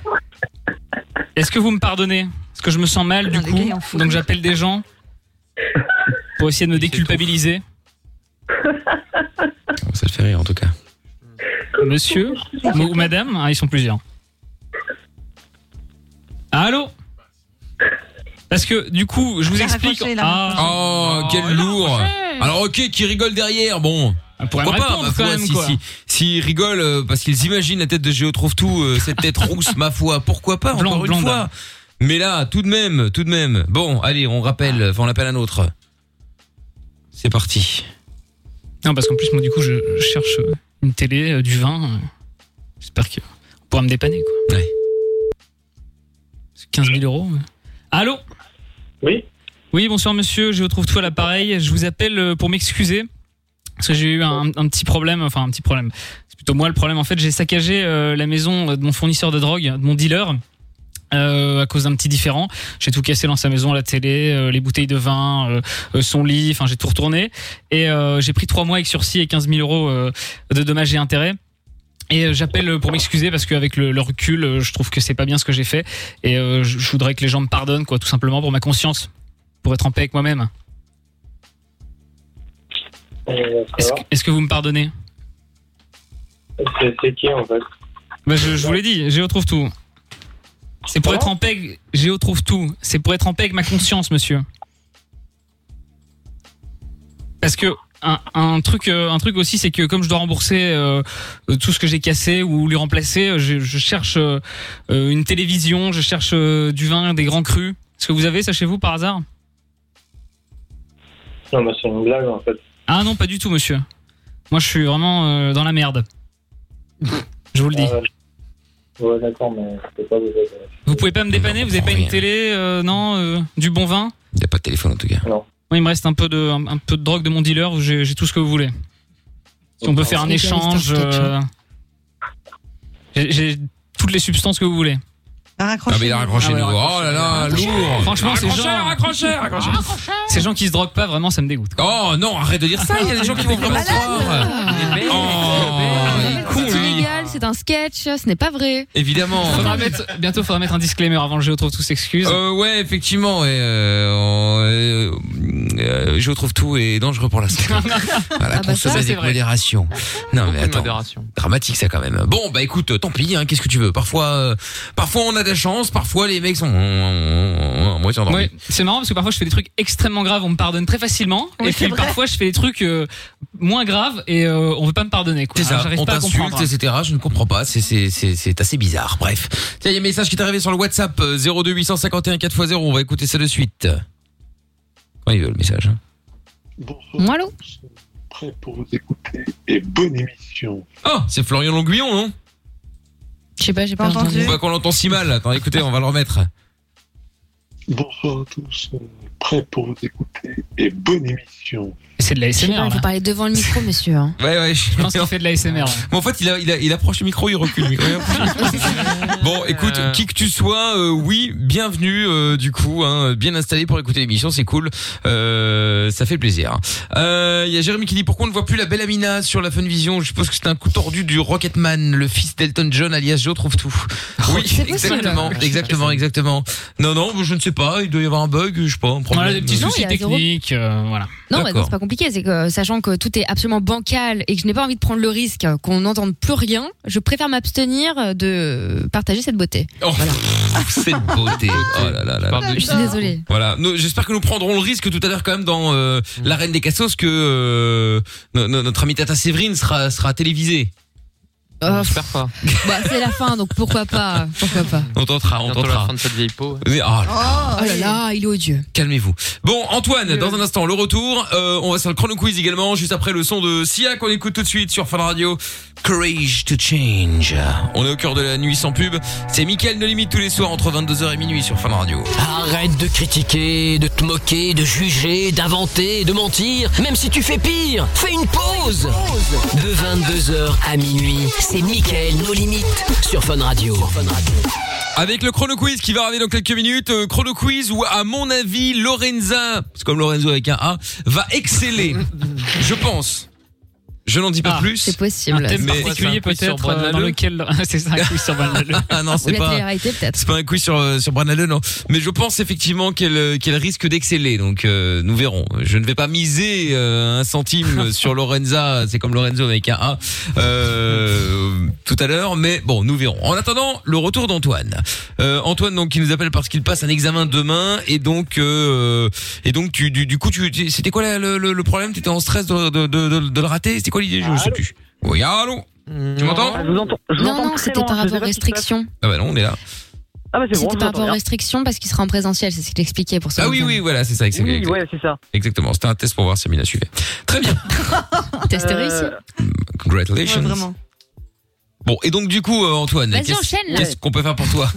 [SPEAKER 4] Est-ce que vous me pardonnez Parce que je me sens mal, du
[SPEAKER 6] Putain, le
[SPEAKER 4] coup,
[SPEAKER 6] gars est en fou.
[SPEAKER 4] donc j'appelle des gens pour essayer de me déculpabiliser.
[SPEAKER 2] Ça le fait rire en tout cas.
[SPEAKER 4] Monsieur ou madame Ah, Ils sont plusieurs. Allô Parce que, du coup, je vous
[SPEAKER 6] Il a
[SPEAKER 4] explique...
[SPEAKER 6] raccroché, il a
[SPEAKER 4] Ah,
[SPEAKER 2] Oh, quel lourd Alors ok, qui rigole derrière, bon.
[SPEAKER 4] on pourrait me
[SPEAKER 2] Pourquoi
[SPEAKER 4] répondre,
[SPEAKER 2] pas, ma
[SPEAKER 4] quand
[SPEAKER 2] foi,
[SPEAKER 4] même,
[SPEAKER 2] si,
[SPEAKER 4] quoi.
[SPEAKER 2] si, s'ils rigolent euh, parce qu'ils imaginent la tête de Géo trouve tout, euh, cette tête rousse, ma foi, pourquoi pas, encore
[SPEAKER 4] Blonde,
[SPEAKER 2] une
[SPEAKER 4] blonde.
[SPEAKER 2] fois. Mais là, tout de même, tout de même. Bon, allez, on rappelle, enfin, on appelle un autre. C'est parti.
[SPEAKER 4] Non, parce qu'en plus, moi, du coup, je je cherche euh, une télé, euh, du vin. euh, J'espère qu'on pourra me dépanner, quoi.
[SPEAKER 2] Ouais.
[SPEAKER 4] C'est 15 000 euros. ouais. Allô
[SPEAKER 10] Oui.
[SPEAKER 4] Oui, bonsoir, monsieur. Je retrouve tout à l'appareil. Je vous appelle euh, pour m'excuser. Parce que j'ai eu un, un petit problème, enfin un petit problème. C'est plutôt moi le problème. En fait, j'ai saccagé euh, la maison de mon fournisseur de drogue, de mon dealer, euh, à cause d'un petit différent. J'ai tout cassé dans sa maison, la télé, euh, les bouteilles de vin, euh, euh, son lit, enfin j'ai tout retourné. Et euh, j'ai pris trois mois avec sursis et 15 000 euros euh, de dommages et intérêts. Et euh, j'appelle pour m'excuser parce qu'avec le, le recul, euh, je trouve que c'est pas bien ce que j'ai fait. Et euh, je je voudrais que les gens me pardonnent, quoi, tout simplement pour ma conscience, pour être en paix avec moi-même.
[SPEAKER 10] Euh,
[SPEAKER 4] Est-ce que, est-ce que vous me pardonnez
[SPEAKER 10] C'est c'est qui en fait
[SPEAKER 4] Bah, je, je vous l'ai dit, Géo trouve tout. C'est pour
[SPEAKER 10] Comment
[SPEAKER 4] être en paix, avec- Géo trouve tout. C'est pour être en paix avec ma conscience, monsieur. Parce que un, un truc, euh, un truc aussi, c'est que comme je dois rembourser euh, euh, tout ce que j'ai cassé ou lui remplacer, euh, je, je cherche euh, euh, une télévision, je cherche euh, du vin, des grands crus. Est-ce que vous avez ça chez vous par hasard
[SPEAKER 10] Non, mais c'est une blague en fait.
[SPEAKER 4] Ah non, pas du tout, monsieur. Moi, je suis vraiment euh, dans la merde. Je vous le dis.
[SPEAKER 11] Euh,
[SPEAKER 10] Ah, ouais. ouais, d'accord, mais je peux pas vous aider.
[SPEAKER 4] Vous pouvez pas me dépanner Vous avez pas
[SPEAKER 2] Rien.
[SPEAKER 4] une télé euh, Non euh, Du bon vin
[SPEAKER 2] Il n'y a pas de téléphone en tout cas.
[SPEAKER 4] Moi, il me reste un peu de, un, un peu de drogue de mon dealer. où J'ai j'ai tout ce que vous voulez. Si on peut faire un
[SPEAKER 5] C'est égaliste,
[SPEAKER 4] échange,
[SPEAKER 5] hein, c'est quelque
[SPEAKER 4] euh, j'ai j'ai toutes les substances que vous voulez.
[SPEAKER 6] Il
[SPEAKER 2] Ah,
[SPEAKER 6] a raccroché.
[SPEAKER 2] mais il a raccroché
[SPEAKER 4] Ah ouais,
[SPEAKER 2] de nouveau. Oh là là, lourd.
[SPEAKER 4] Franchement, ces
[SPEAKER 3] Raccrochez,
[SPEAKER 4] gens,
[SPEAKER 3] raccrochez, raccrochez.
[SPEAKER 4] ces gens qui se droguent pas, vraiment, ça me dégoûte.
[SPEAKER 2] Oh non, arrête de dire ça, il y a des gens qui vont vraiment croire. Oh, il est con,
[SPEAKER 5] Ah, C'est
[SPEAKER 2] lui.
[SPEAKER 5] illégal, c'est un sketch, ce n'est pas vrai.
[SPEAKER 2] Évidemment.
[SPEAKER 5] Ah
[SPEAKER 4] Faudra mettre, bientôt, faudra mettre un disclaimer avant le jeu. Trouve tout s'excuse.
[SPEAKER 2] Euh, ouais, effectivement. Et euh, on- euh, euh, je retrouve tout et dangereux pour la
[SPEAKER 4] *laughs*
[SPEAKER 2] santé. Voilà,
[SPEAKER 5] Ah bah ça,
[SPEAKER 2] consommez
[SPEAKER 4] c'est
[SPEAKER 2] avec
[SPEAKER 4] vrai. Bah,
[SPEAKER 2] modération. Non mais
[SPEAKER 3] Beaucoup de
[SPEAKER 2] attends,
[SPEAKER 3] modération.
[SPEAKER 2] dramatique ça quand même. Bon bah écoute, euh, tant pis. Hein, Qu'est-ce que tu veux Parfois, euh, parfois on a de la chance. Parfois les mecs sont à moitié endormis.
[SPEAKER 4] Ouais, c'est marrant parce que parfois je fais des trucs extrêmement graves, on me pardonne très facilement,
[SPEAKER 6] Oui,
[SPEAKER 4] et
[SPEAKER 6] c'est
[SPEAKER 4] puis
[SPEAKER 6] vrai.
[SPEAKER 4] parfois je fais des trucs euh, moins graves et euh, on veut pas me pardonner. quoi.
[SPEAKER 2] C'est ça,
[SPEAKER 4] Alors, j'arrive
[SPEAKER 2] on
[SPEAKER 4] pas à
[SPEAKER 2] t'insulte,
[SPEAKER 4] comprendre. hein.
[SPEAKER 2] etc. Je ne comprends pas, c'est- c'est c'est- c'est assez bizarre. Bref. Tiens, il y a un message qui est arrivé sur le WhatsApp euh, 02 851 4x0, on va écouter ça de suite. Quand il veut le message. hein.
[SPEAKER 5] Moi, allô
[SPEAKER 10] Prêt pour vous écouter et bonne émission.
[SPEAKER 2] Ah, c'est Florian Longuillon, non
[SPEAKER 5] Je sais pas, j'ai
[SPEAKER 6] Pas
[SPEAKER 5] pas
[SPEAKER 6] entendu.
[SPEAKER 5] entendu.
[SPEAKER 2] Pas qu'on l'entend si mal. Attends, écoutez, on va le remettre.
[SPEAKER 10] Bonsoir à tous. Prêt pour vous écouter et bonne émission.
[SPEAKER 4] C'est de la
[SPEAKER 5] Je sais
[SPEAKER 4] SMR.
[SPEAKER 5] pas, il faut parler devant le micro, monsieur. hein.
[SPEAKER 2] Ouais, ouais. je-
[SPEAKER 4] Je pense qu'il fait de la SMR.
[SPEAKER 2] Mais en fait, il, a- il, a- il approche le micro, il recule le micro. il approche le micro. bon, écoute, qui que tu sois, euh, oui, bienvenue euh, du coup, hein, bien installé pour écouter l'émission, c'est cool, euh, ça fait plaisir. Euh, Il y a Jérémy qui dit pourquoi on ne voit plus la belle Amina sur la Funvision. Je suppose que c'est un coup tordu du Rocketman, le fils d'Elton John, alias Joe trouve tout. Oui,
[SPEAKER 5] c'est possible.
[SPEAKER 2] exactement, exactement, exactement. Non, non, je ne sais pas, il doit y avoir un bug, je sais pas, un
[SPEAKER 4] On
[SPEAKER 2] problème.
[SPEAKER 4] a des petits
[SPEAKER 5] Non, il y
[SPEAKER 4] soucis
[SPEAKER 5] a zéro.
[SPEAKER 4] techniques, euh, voilà.
[SPEAKER 5] Non, bah,
[SPEAKER 2] D'accord.
[SPEAKER 5] non, c'est pas compliqué. C'est que, sachant que tout est absolument bancal et que je n'ai pas envie de prendre le risque qu'on n'entende plus rien, je préfère m'abstenir de partager cette beauté.
[SPEAKER 2] Oh, *laughs* cette beauté. Oh là là là là.
[SPEAKER 3] Parle de-
[SPEAKER 5] Je suis désolée.
[SPEAKER 2] Voilà, Nous- j'espère que nous prendrons le risque tout à l'heure quand même dans euh, l'arène des cassos que euh, no- no- notre amie Tata Séverine sera sera télévisée.
[SPEAKER 5] Oh,
[SPEAKER 9] J'espère pas.
[SPEAKER 5] bah, c'est la fin, donc pourquoi pas Pourquoi pas
[SPEAKER 2] On tentera, on
[SPEAKER 9] Bientôt la
[SPEAKER 2] tentera.
[SPEAKER 9] fin de cette vieille peau.
[SPEAKER 2] Mais- oh,
[SPEAKER 5] Oh là là, il est odieux.
[SPEAKER 2] Calmez-vous. Bon, Antoine, dans un instant, le retour. Euh, on va faire le chrono quiz également, juste après le son de Sia qu'on écoute tout de suite sur Fan Radio. Courage to Change. On est au cœur de la nuit sans pub. C'est Mickaël de Limite tous les soirs entre 22h et minuit sur Fan Radio.
[SPEAKER 1] Arrête de critiquer, de te moquer, de juger, d'inventer, de mentir. Même si tu fais pire, fais une pause. De 22h à minuit, c'est Mickaël nos limites sur Fun Radio.
[SPEAKER 2] Avec le chrono quiz qui va arriver dans quelques minutes, euh, chrono quiz où à mon avis Lorenza, c'est comme Lorenzo avec un A, va exceller. je pense. Je n'en dis pas
[SPEAKER 4] Ah,
[SPEAKER 2] plus.
[SPEAKER 5] C'est possible.
[SPEAKER 4] Un thème
[SPEAKER 2] Mais-
[SPEAKER 4] particulier
[SPEAKER 9] c'est un quiz sur
[SPEAKER 4] peut-être
[SPEAKER 9] Brad
[SPEAKER 4] euh, dans
[SPEAKER 9] Maleux.
[SPEAKER 4] *laughs* lequel c'est ça, un quiz sur Brad Maleux.
[SPEAKER 2] Ah non,
[SPEAKER 5] Ou
[SPEAKER 2] c'est
[SPEAKER 5] la
[SPEAKER 2] pas.
[SPEAKER 5] télé-réalité peut-être.
[SPEAKER 2] C'est pas un quiz sur euh, sur Brad Allen, non. Mais je pense effectivement qu'elle euh, qu'elle risque d'exceller. Donc euh, nous verrons. Je ne vais pas miser euh, un centime sur Lorenza. C'est comme Lorenzo avec un A euh, tout à l'heure. Mais bon, nous verrons. En attendant, le retour d'Antoine. Euh, Antoine donc qui nous appelle parce qu'il passe un examen demain et donc euh, et donc tu du, du coup tu tu- c'était quoi la- le, le, le problème T'étais en stress de de, de, de- de le rater C'était quoi l'idée Je sais plus. Oui, allô. Tu m'entends
[SPEAKER 7] Ah, je vous entends. je vous
[SPEAKER 5] Non,
[SPEAKER 7] entends
[SPEAKER 5] non,
[SPEAKER 7] très
[SPEAKER 5] c'était
[SPEAKER 7] loin,
[SPEAKER 5] par rapport aux
[SPEAKER 7] je sais pas ce qui se passe.
[SPEAKER 5] restrictions.
[SPEAKER 2] Ah bah non, on est là.
[SPEAKER 7] Ah bah c'est
[SPEAKER 5] C'était
[SPEAKER 7] bon, je
[SPEAKER 5] par
[SPEAKER 7] vous entends
[SPEAKER 5] rapport aux
[SPEAKER 7] bien.
[SPEAKER 5] restrictions parce qu'il sera en présentiel, c'est ce qu'il expliquait pour ça.
[SPEAKER 2] Ah oui oui, voilà, c'est ça.
[SPEAKER 7] Oui,
[SPEAKER 2] exactement.
[SPEAKER 7] ouais, c'est ça.
[SPEAKER 2] Exactement, c'était un test pour voir si Amina suivait. Très bien.
[SPEAKER 5] Test réussi.
[SPEAKER 7] Euh,
[SPEAKER 6] Ouais,
[SPEAKER 2] Congratulations.
[SPEAKER 6] vraiment.
[SPEAKER 2] bon, et donc du coup, euh, Antoine,
[SPEAKER 5] Vas-y,
[SPEAKER 2] qu'est-ce
[SPEAKER 5] enchaîne là.
[SPEAKER 2] qu'est-ce qu'on peut faire pour toi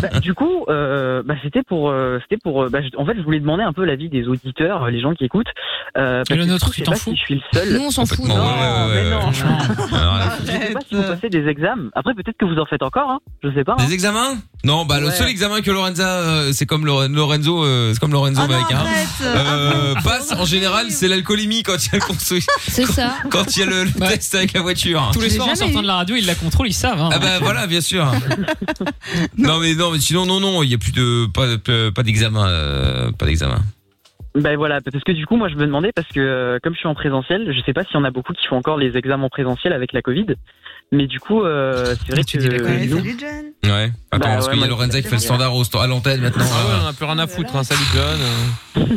[SPEAKER 7] bah, du coup, euh, bah, c'était pour, euh, c'était pour, euh, bah, je- en fait, je voulais demander un peu l'avis des auditeurs, euh, les gens qui écoutent. Euh,
[SPEAKER 4] Et le
[SPEAKER 7] que du
[SPEAKER 4] nôtre,
[SPEAKER 7] coup, je
[SPEAKER 4] tu
[SPEAKER 7] sais
[SPEAKER 4] t'en
[SPEAKER 7] pas
[SPEAKER 4] fous
[SPEAKER 7] si je suis le
[SPEAKER 5] *laughs*
[SPEAKER 7] seul.
[SPEAKER 5] Nous, on s'en fout.
[SPEAKER 2] Complètement,
[SPEAKER 5] non
[SPEAKER 2] ouais, ouais, ouais,
[SPEAKER 7] mais non.
[SPEAKER 2] ouais. Alors, là,
[SPEAKER 7] Je sais pas si vous passez des examens. Après, peut-être que vous en faites encore. Hein. Je sais pas. hein.
[SPEAKER 2] Des examens Non, bah le
[SPEAKER 7] Ouais.
[SPEAKER 2] seul examen que Lorenza, euh, c'est comme Loren- Lorenzo, euh, c'est comme Lorenzo
[SPEAKER 6] Ah non,
[SPEAKER 2] avec un.
[SPEAKER 6] arrête
[SPEAKER 2] Euh, passe en général, c'est l'alcoolémie quand il y a le conso-
[SPEAKER 5] C'est ça.
[SPEAKER 2] quand il y a le, le
[SPEAKER 4] Ouais.
[SPEAKER 2] test avec la voiture.
[SPEAKER 4] Tous les
[SPEAKER 5] J'ai
[SPEAKER 4] soirs en
[SPEAKER 5] jamais
[SPEAKER 4] sortant
[SPEAKER 5] eu.
[SPEAKER 4] de la radio, ils la contrôlent, ils savent. hein.
[SPEAKER 2] Ah bah voilà, bien sûr. non mais non, mais sinon non non, il y a plus de pas pas- pas d'examen, euh, pas d'examen.
[SPEAKER 7] Ben voilà, parce que du coup, moi, je me demandais parce que euh, comme je suis en présentiel, je sais pas s'il y en a beaucoup qui font encore les examens en présentiel avec la Covid. Mais du coup, euh, c'est vrai
[SPEAKER 4] Ah, Tu
[SPEAKER 7] que
[SPEAKER 4] dis la
[SPEAKER 7] euh,
[SPEAKER 6] Ouais,
[SPEAKER 7] nous-
[SPEAKER 6] salut John.
[SPEAKER 2] Ouais. Attends,
[SPEAKER 7] Bah
[SPEAKER 2] parce
[SPEAKER 7] ouais,
[SPEAKER 2] qu'il y a
[SPEAKER 7] moi,
[SPEAKER 2] Lorenza qui
[SPEAKER 7] c'est
[SPEAKER 2] fait le
[SPEAKER 7] bien.
[SPEAKER 2] standard au sta- à l'antenne maintenant. euh,
[SPEAKER 9] Ah ouais,
[SPEAKER 2] là.
[SPEAKER 9] on a plus rien à foutre, hein. Salut John. euh.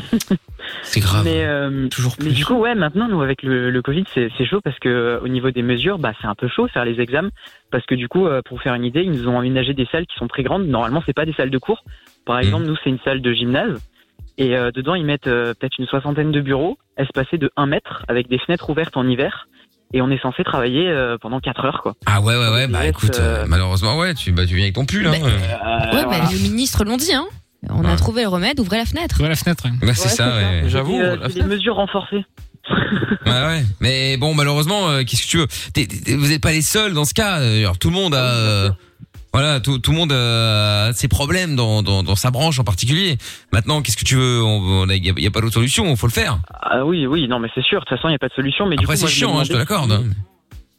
[SPEAKER 2] C'est grave.
[SPEAKER 7] mais euh,
[SPEAKER 2] Toujours
[SPEAKER 7] Mais du coup, ouais, maintenant, nous, avec le, le Covid, c'est c'est chaud parce que euh, au niveau des mesures, bah, c'est un peu chaud faire les examens. Parce que du coup, euh, pour faire une idée, ils nous ont aménagé des salles qui sont très grandes. Normalement, c'est pas des salles de cours. Par exemple, nous, c'est une salle de gymnase. Et euh, dedans, ils mettent euh, peut-être une soixantaine de bureaux, espacés de 1 mètre, avec des fenêtres ouvertes en hiver. Et on est censé travailler euh, pendant 4 heures, quoi.
[SPEAKER 2] Ah ouais, ouais, ouais. Bah
[SPEAKER 7] Yes,
[SPEAKER 2] écoute,
[SPEAKER 7] euh,
[SPEAKER 2] euh, malheureusement, ouais, tu, bah, tu viens avec ton pull. Hein. euh.
[SPEAKER 7] Euh,
[SPEAKER 5] Ouais,
[SPEAKER 7] voilà.
[SPEAKER 5] bah, les ministres l'ont dit, hein. On
[SPEAKER 2] Ouais.
[SPEAKER 5] a trouvé le remède, ouvrez la fenêtre.
[SPEAKER 4] Tu vois Ah, la fenêtre.
[SPEAKER 2] Bah, c'est
[SPEAKER 7] Ouais,
[SPEAKER 2] ça, ouais.
[SPEAKER 7] C'est
[SPEAKER 9] J'avoue,
[SPEAKER 7] des, euh,
[SPEAKER 9] la
[SPEAKER 7] c'est des mesures renforcées.
[SPEAKER 2] ouais, ouais. Mais bon, malheureusement, euh, qu'est-ce que tu veux T'es- t'es- Vous n'êtes pas les seuls dans ce cas. Alors, tout le monde a. euh, Voilà, tout, tout le monde euh, a ses problèmes dans, dans, dans sa branche en particulier. Maintenant, qu'est-ce que tu veux On n'y a, y a pas d'autre solution, faut le faire.
[SPEAKER 7] Ah oui, oui, non, mais c'est sûr. De toute façon, il n'y a pas de solution. Mais du
[SPEAKER 2] Après,
[SPEAKER 7] coup,
[SPEAKER 2] c'est
[SPEAKER 7] moi, me
[SPEAKER 2] chiant, hein, je te
[SPEAKER 7] demandais
[SPEAKER 2] l'accorde.
[SPEAKER 7] si-
[SPEAKER 2] hein.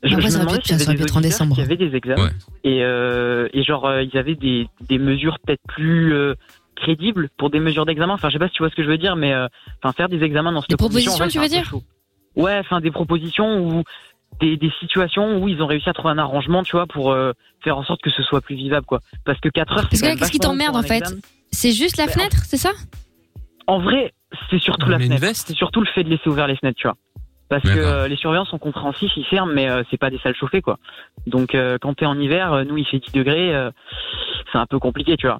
[SPEAKER 7] Je,
[SPEAKER 5] Après,
[SPEAKER 7] je
[SPEAKER 5] ça
[SPEAKER 7] me
[SPEAKER 5] aurait pu
[SPEAKER 7] demandais
[SPEAKER 5] être
[SPEAKER 7] s'il y
[SPEAKER 5] bien, ça aurait
[SPEAKER 7] avait
[SPEAKER 5] pu
[SPEAKER 7] des
[SPEAKER 5] être en
[SPEAKER 7] auditeurs
[SPEAKER 5] décembre.
[SPEAKER 7] qui avaient des examens
[SPEAKER 2] Ouais.
[SPEAKER 7] et, euh, et genre euh, ils avaient des, des mesures peut-être plus euh, crédibles pour des mesures d'examen. Enfin, je sais pas si tu vois ce que je veux dire, mais euh, enfin faire des examens dans cette
[SPEAKER 5] Des
[SPEAKER 7] condition, en
[SPEAKER 5] propositions,
[SPEAKER 7] vrai,
[SPEAKER 5] tu veux
[SPEAKER 7] c'est un
[SPEAKER 5] dire
[SPEAKER 7] peu chaud. Ouais, enfin des propositions ou des, des situations où ils ont réussi à trouver un arrangement, tu vois, pour euh, faire en sorte que ce soit plus vivable, quoi. Parce que 4 heures. c'est
[SPEAKER 5] Parce que
[SPEAKER 7] quand
[SPEAKER 5] là,
[SPEAKER 7] même
[SPEAKER 5] qu'est-ce qui
[SPEAKER 7] vachement
[SPEAKER 5] t'emmerde,
[SPEAKER 7] long
[SPEAKER 5] en
[SPEAKER 7] pour un
[SPEAKER 5] fait
[SPEAKER 7] examen.
[SPEAKER 5] C'est juste la
[SPEAKER 7] Bah,
[SPEAKER 5] fenêtre, c'est ça
[SPEAKER 7] En vrai, c'est surtout la
[SPEAKER 9] Mais une
[SPEAKER 7] fenêtre.
[SPEAKER 9] veste
[SPEAKER 7] C'est surtout le fait de laisser ouvert les fenêtres, tu vois. Parce que
[SPEAKER 2] D'accord.
[SPEAKER 7] euh, les surveillants sont compréhensifs, ils ferment, mais euh, c'est pas des salles chauffées, quoi. Donc euh, quand t'es en hiver, euh, nous il fait 10 degrés, euh, c'est un peu compliqué, tu vois.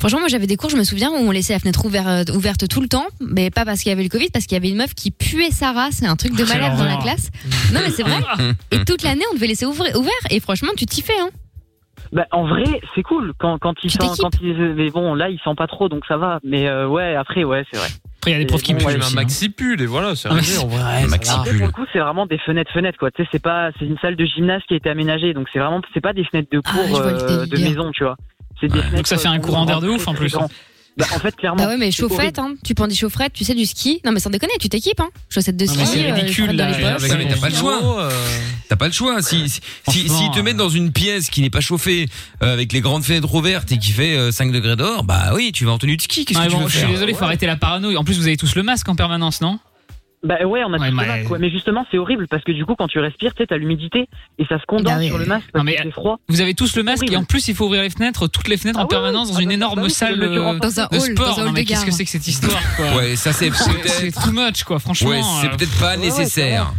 [SPEAKER 5] Franchement, moi j'avais des cours, je me souviens, où on laissait la fenêtre ouvert- euh, ouverte tout le temps, mais pas parce qu'il y avait le Covid, parce qu'il y avait une meuf qui puait sa race, un truc de
[SPEAKER 2] Ah,
[SPEAKER 4] Quelle
[SPEAKER 5] malade dans la
[SPEAKER 4] horreur.
[SPEAKER 5] classe. Non, mais
[SPEAKER 2] *laughs*
[SPEAKER 5] c'est vrai. Et toute l'année, on devait laisser ouvrir, ouvert, et franchement, tu t'y fais, hein.
[SPEAKER 7] Bah, en vrai, c'est cool quand quand ils
[SPEAKER 5] Tu
[SPEAKER 7] sentent,
[SPEAKER 5] t'équipes.
[SPEAKER 7] quand ils, mais bon là ils sentent pas trop, donc ça va. Mais euh, ouais, après ouais, c'est vrai.
[SPEAKER 4] Après, il y a des profs qui
[SPEAKER 7] Ouais,
[SPEAKER 4] puent.
[SPEAKER 9] Ouais, mais un
[SPEAKER 4] aussi, hein.
[SPEAKER 9] maxi pull et voilà, c'est
[SPEAKER 4] Ah,
[SPEAKER 9] réglé
[SPEAKER 4] mais-
[SPEAKER 9] en vrai.
[SPEAKER 2] Maxi
[SPEAKER 9] ça va.
[SPEAKER 7] Après, pour le coup, c'est vraiment des fenêtres fenêtres, quoi. Tu sais, c'est pas, c'est une salle de gymnase qui a été aménagée, donc c'est vraiment, c'est pas des fenêtres de
[SPEAKER 5] Ah,
[SPEAKER 7] cours
[SPEAKER 5] je vois le
[SPEAKER 7] euh, de
[SPEAKER 5] délire.
[SPEAKER 7] maison, tu vois. C'est des
[SPEAKER 2] Ouais.
[SPEAKER 7] fenêtres,
[SPEAKER 4] Donc ça fait un
[SPEAKER 7] euh,
[SPEAKER 4] courant d'air de ouf, en
[SPEAKER 7] très,
[SPEAKER 4] plus.
[SPEAKER 7] très grandes. Bah, en fait, clairement.
[SPEAKER 5] Bah ouais, mais
[SPEAKER 7] c'est horrible.
[SPEAKER 5] chaufferette, hein. Tu prends des chaufferettes, tu sais, du ski. Non, mais sans déconner, tu t'équipes, hein. Chaussettes de
[SPEAKER 4] Non,
[SPEAKER 5] ski,
[SPEAKER 4] mais c'est
[SPEAKER 5] euh,
[SPEAKER 4] ridicule,
[SPEAKER 5] chaussettes
[SPEAKER 4] là,
[SPEAKER 5] dans les
[SPEAKER 4] avec
[SPEAKER 5] poches.
[SPEAKER 4] la-
[SPEAKER 2] mais t'as pas le choix.
[SPEAKER 9] Oh, euh,
[SPEAKER 2] T'as pas le choix. Si si, si,
[SPEAKER 4] Franchement,
[SPEAKER 2] s'ils te
[SPEAKER 4] euh,
[SPEAKER 2] mettent dans une pièce qui n'est pas chauffée, euh, avec les grandes fenêtres ouvertes et qui fait euh, 5 degrés dehors, bah oui, tu vas en tenue de ski. Qu'est-ce
[SPEAKER 4] Ah,
[SPEAKER 2] que tu
[SPEAKER 4] bon,
[SPEAKER 2] veux
[SPEAKER 4] je suis
[SPEAKER 2] faire
[SPEAKER 4] désolé, faut arrêter la parano. En plus, vous avez tous le masque en permanence, non
[SPEAKER 7] Bah ouais, on a
[SPEAKER 4] Ouais,
[SPEAKER 7] tous le
[SPEAKER 4] mais-
[SPEAKER 7] masque, ouais. mais justement c'est horrible parce que du coup quand tu respires, tu sais, t'as l'humidité et ça se condense
[SPEAKER 5] Bah oui.
[SPEAKER 7] sur le masque parce
[SPEAKER 4] Non, mais-
[SPEAKER 7] que c'est froid.
[SPEAKER 4] Vous avez tous le masque
[SPEAKER 7] Horrible.
[SPEAKER 4] et en plus, il faut ouvrir les fenêtres, toutes les fenêtres
[SPEAKER 7] Ah
[SPEAKER 4] en
[SPEAKER 7] oui,
[SPEAKER 4] permanence dans
[SPEAKER 7] ah
[SPEAKER 4] une
[SPEAKER 7] bah,
[SPEAKER 4] énorme
[SPEAKER 7] bah oui,
[SPEAKER 4] salle
[SPEAKER 7] le
[SPEAKER 4] euh,
[SPEAKER 7] durant-
[SPEAKER 5] Dans un
[SPEAKER 4] de
[SPEAKER 5] hall,
[SPEAKER 4] sport.
[SPEAKER 5] dans un
[SPEAKER 4] Non,
[SPEAKER 5] hall de
[SPEAKER 4] mais qu'est-ce
[SPEAKER 5] gare.
[SPEAKER 4] que c'est que cette histoire quoi
[SPEAKER 2] Ouais, ça c'est
[SPEAKER 4] *laughs* C'est- C'est
[SPEAKER 2] peut-être.
[SPEAKER 4] too much, quoi. Franchement,
[SPEAKER 2] Ouais, c'est
[SPEAKER 4] euh,
[SPEAKER 2] peut-être pas
[SPEAKER 7] ouais,
[SPEAKER 2] nécessaire.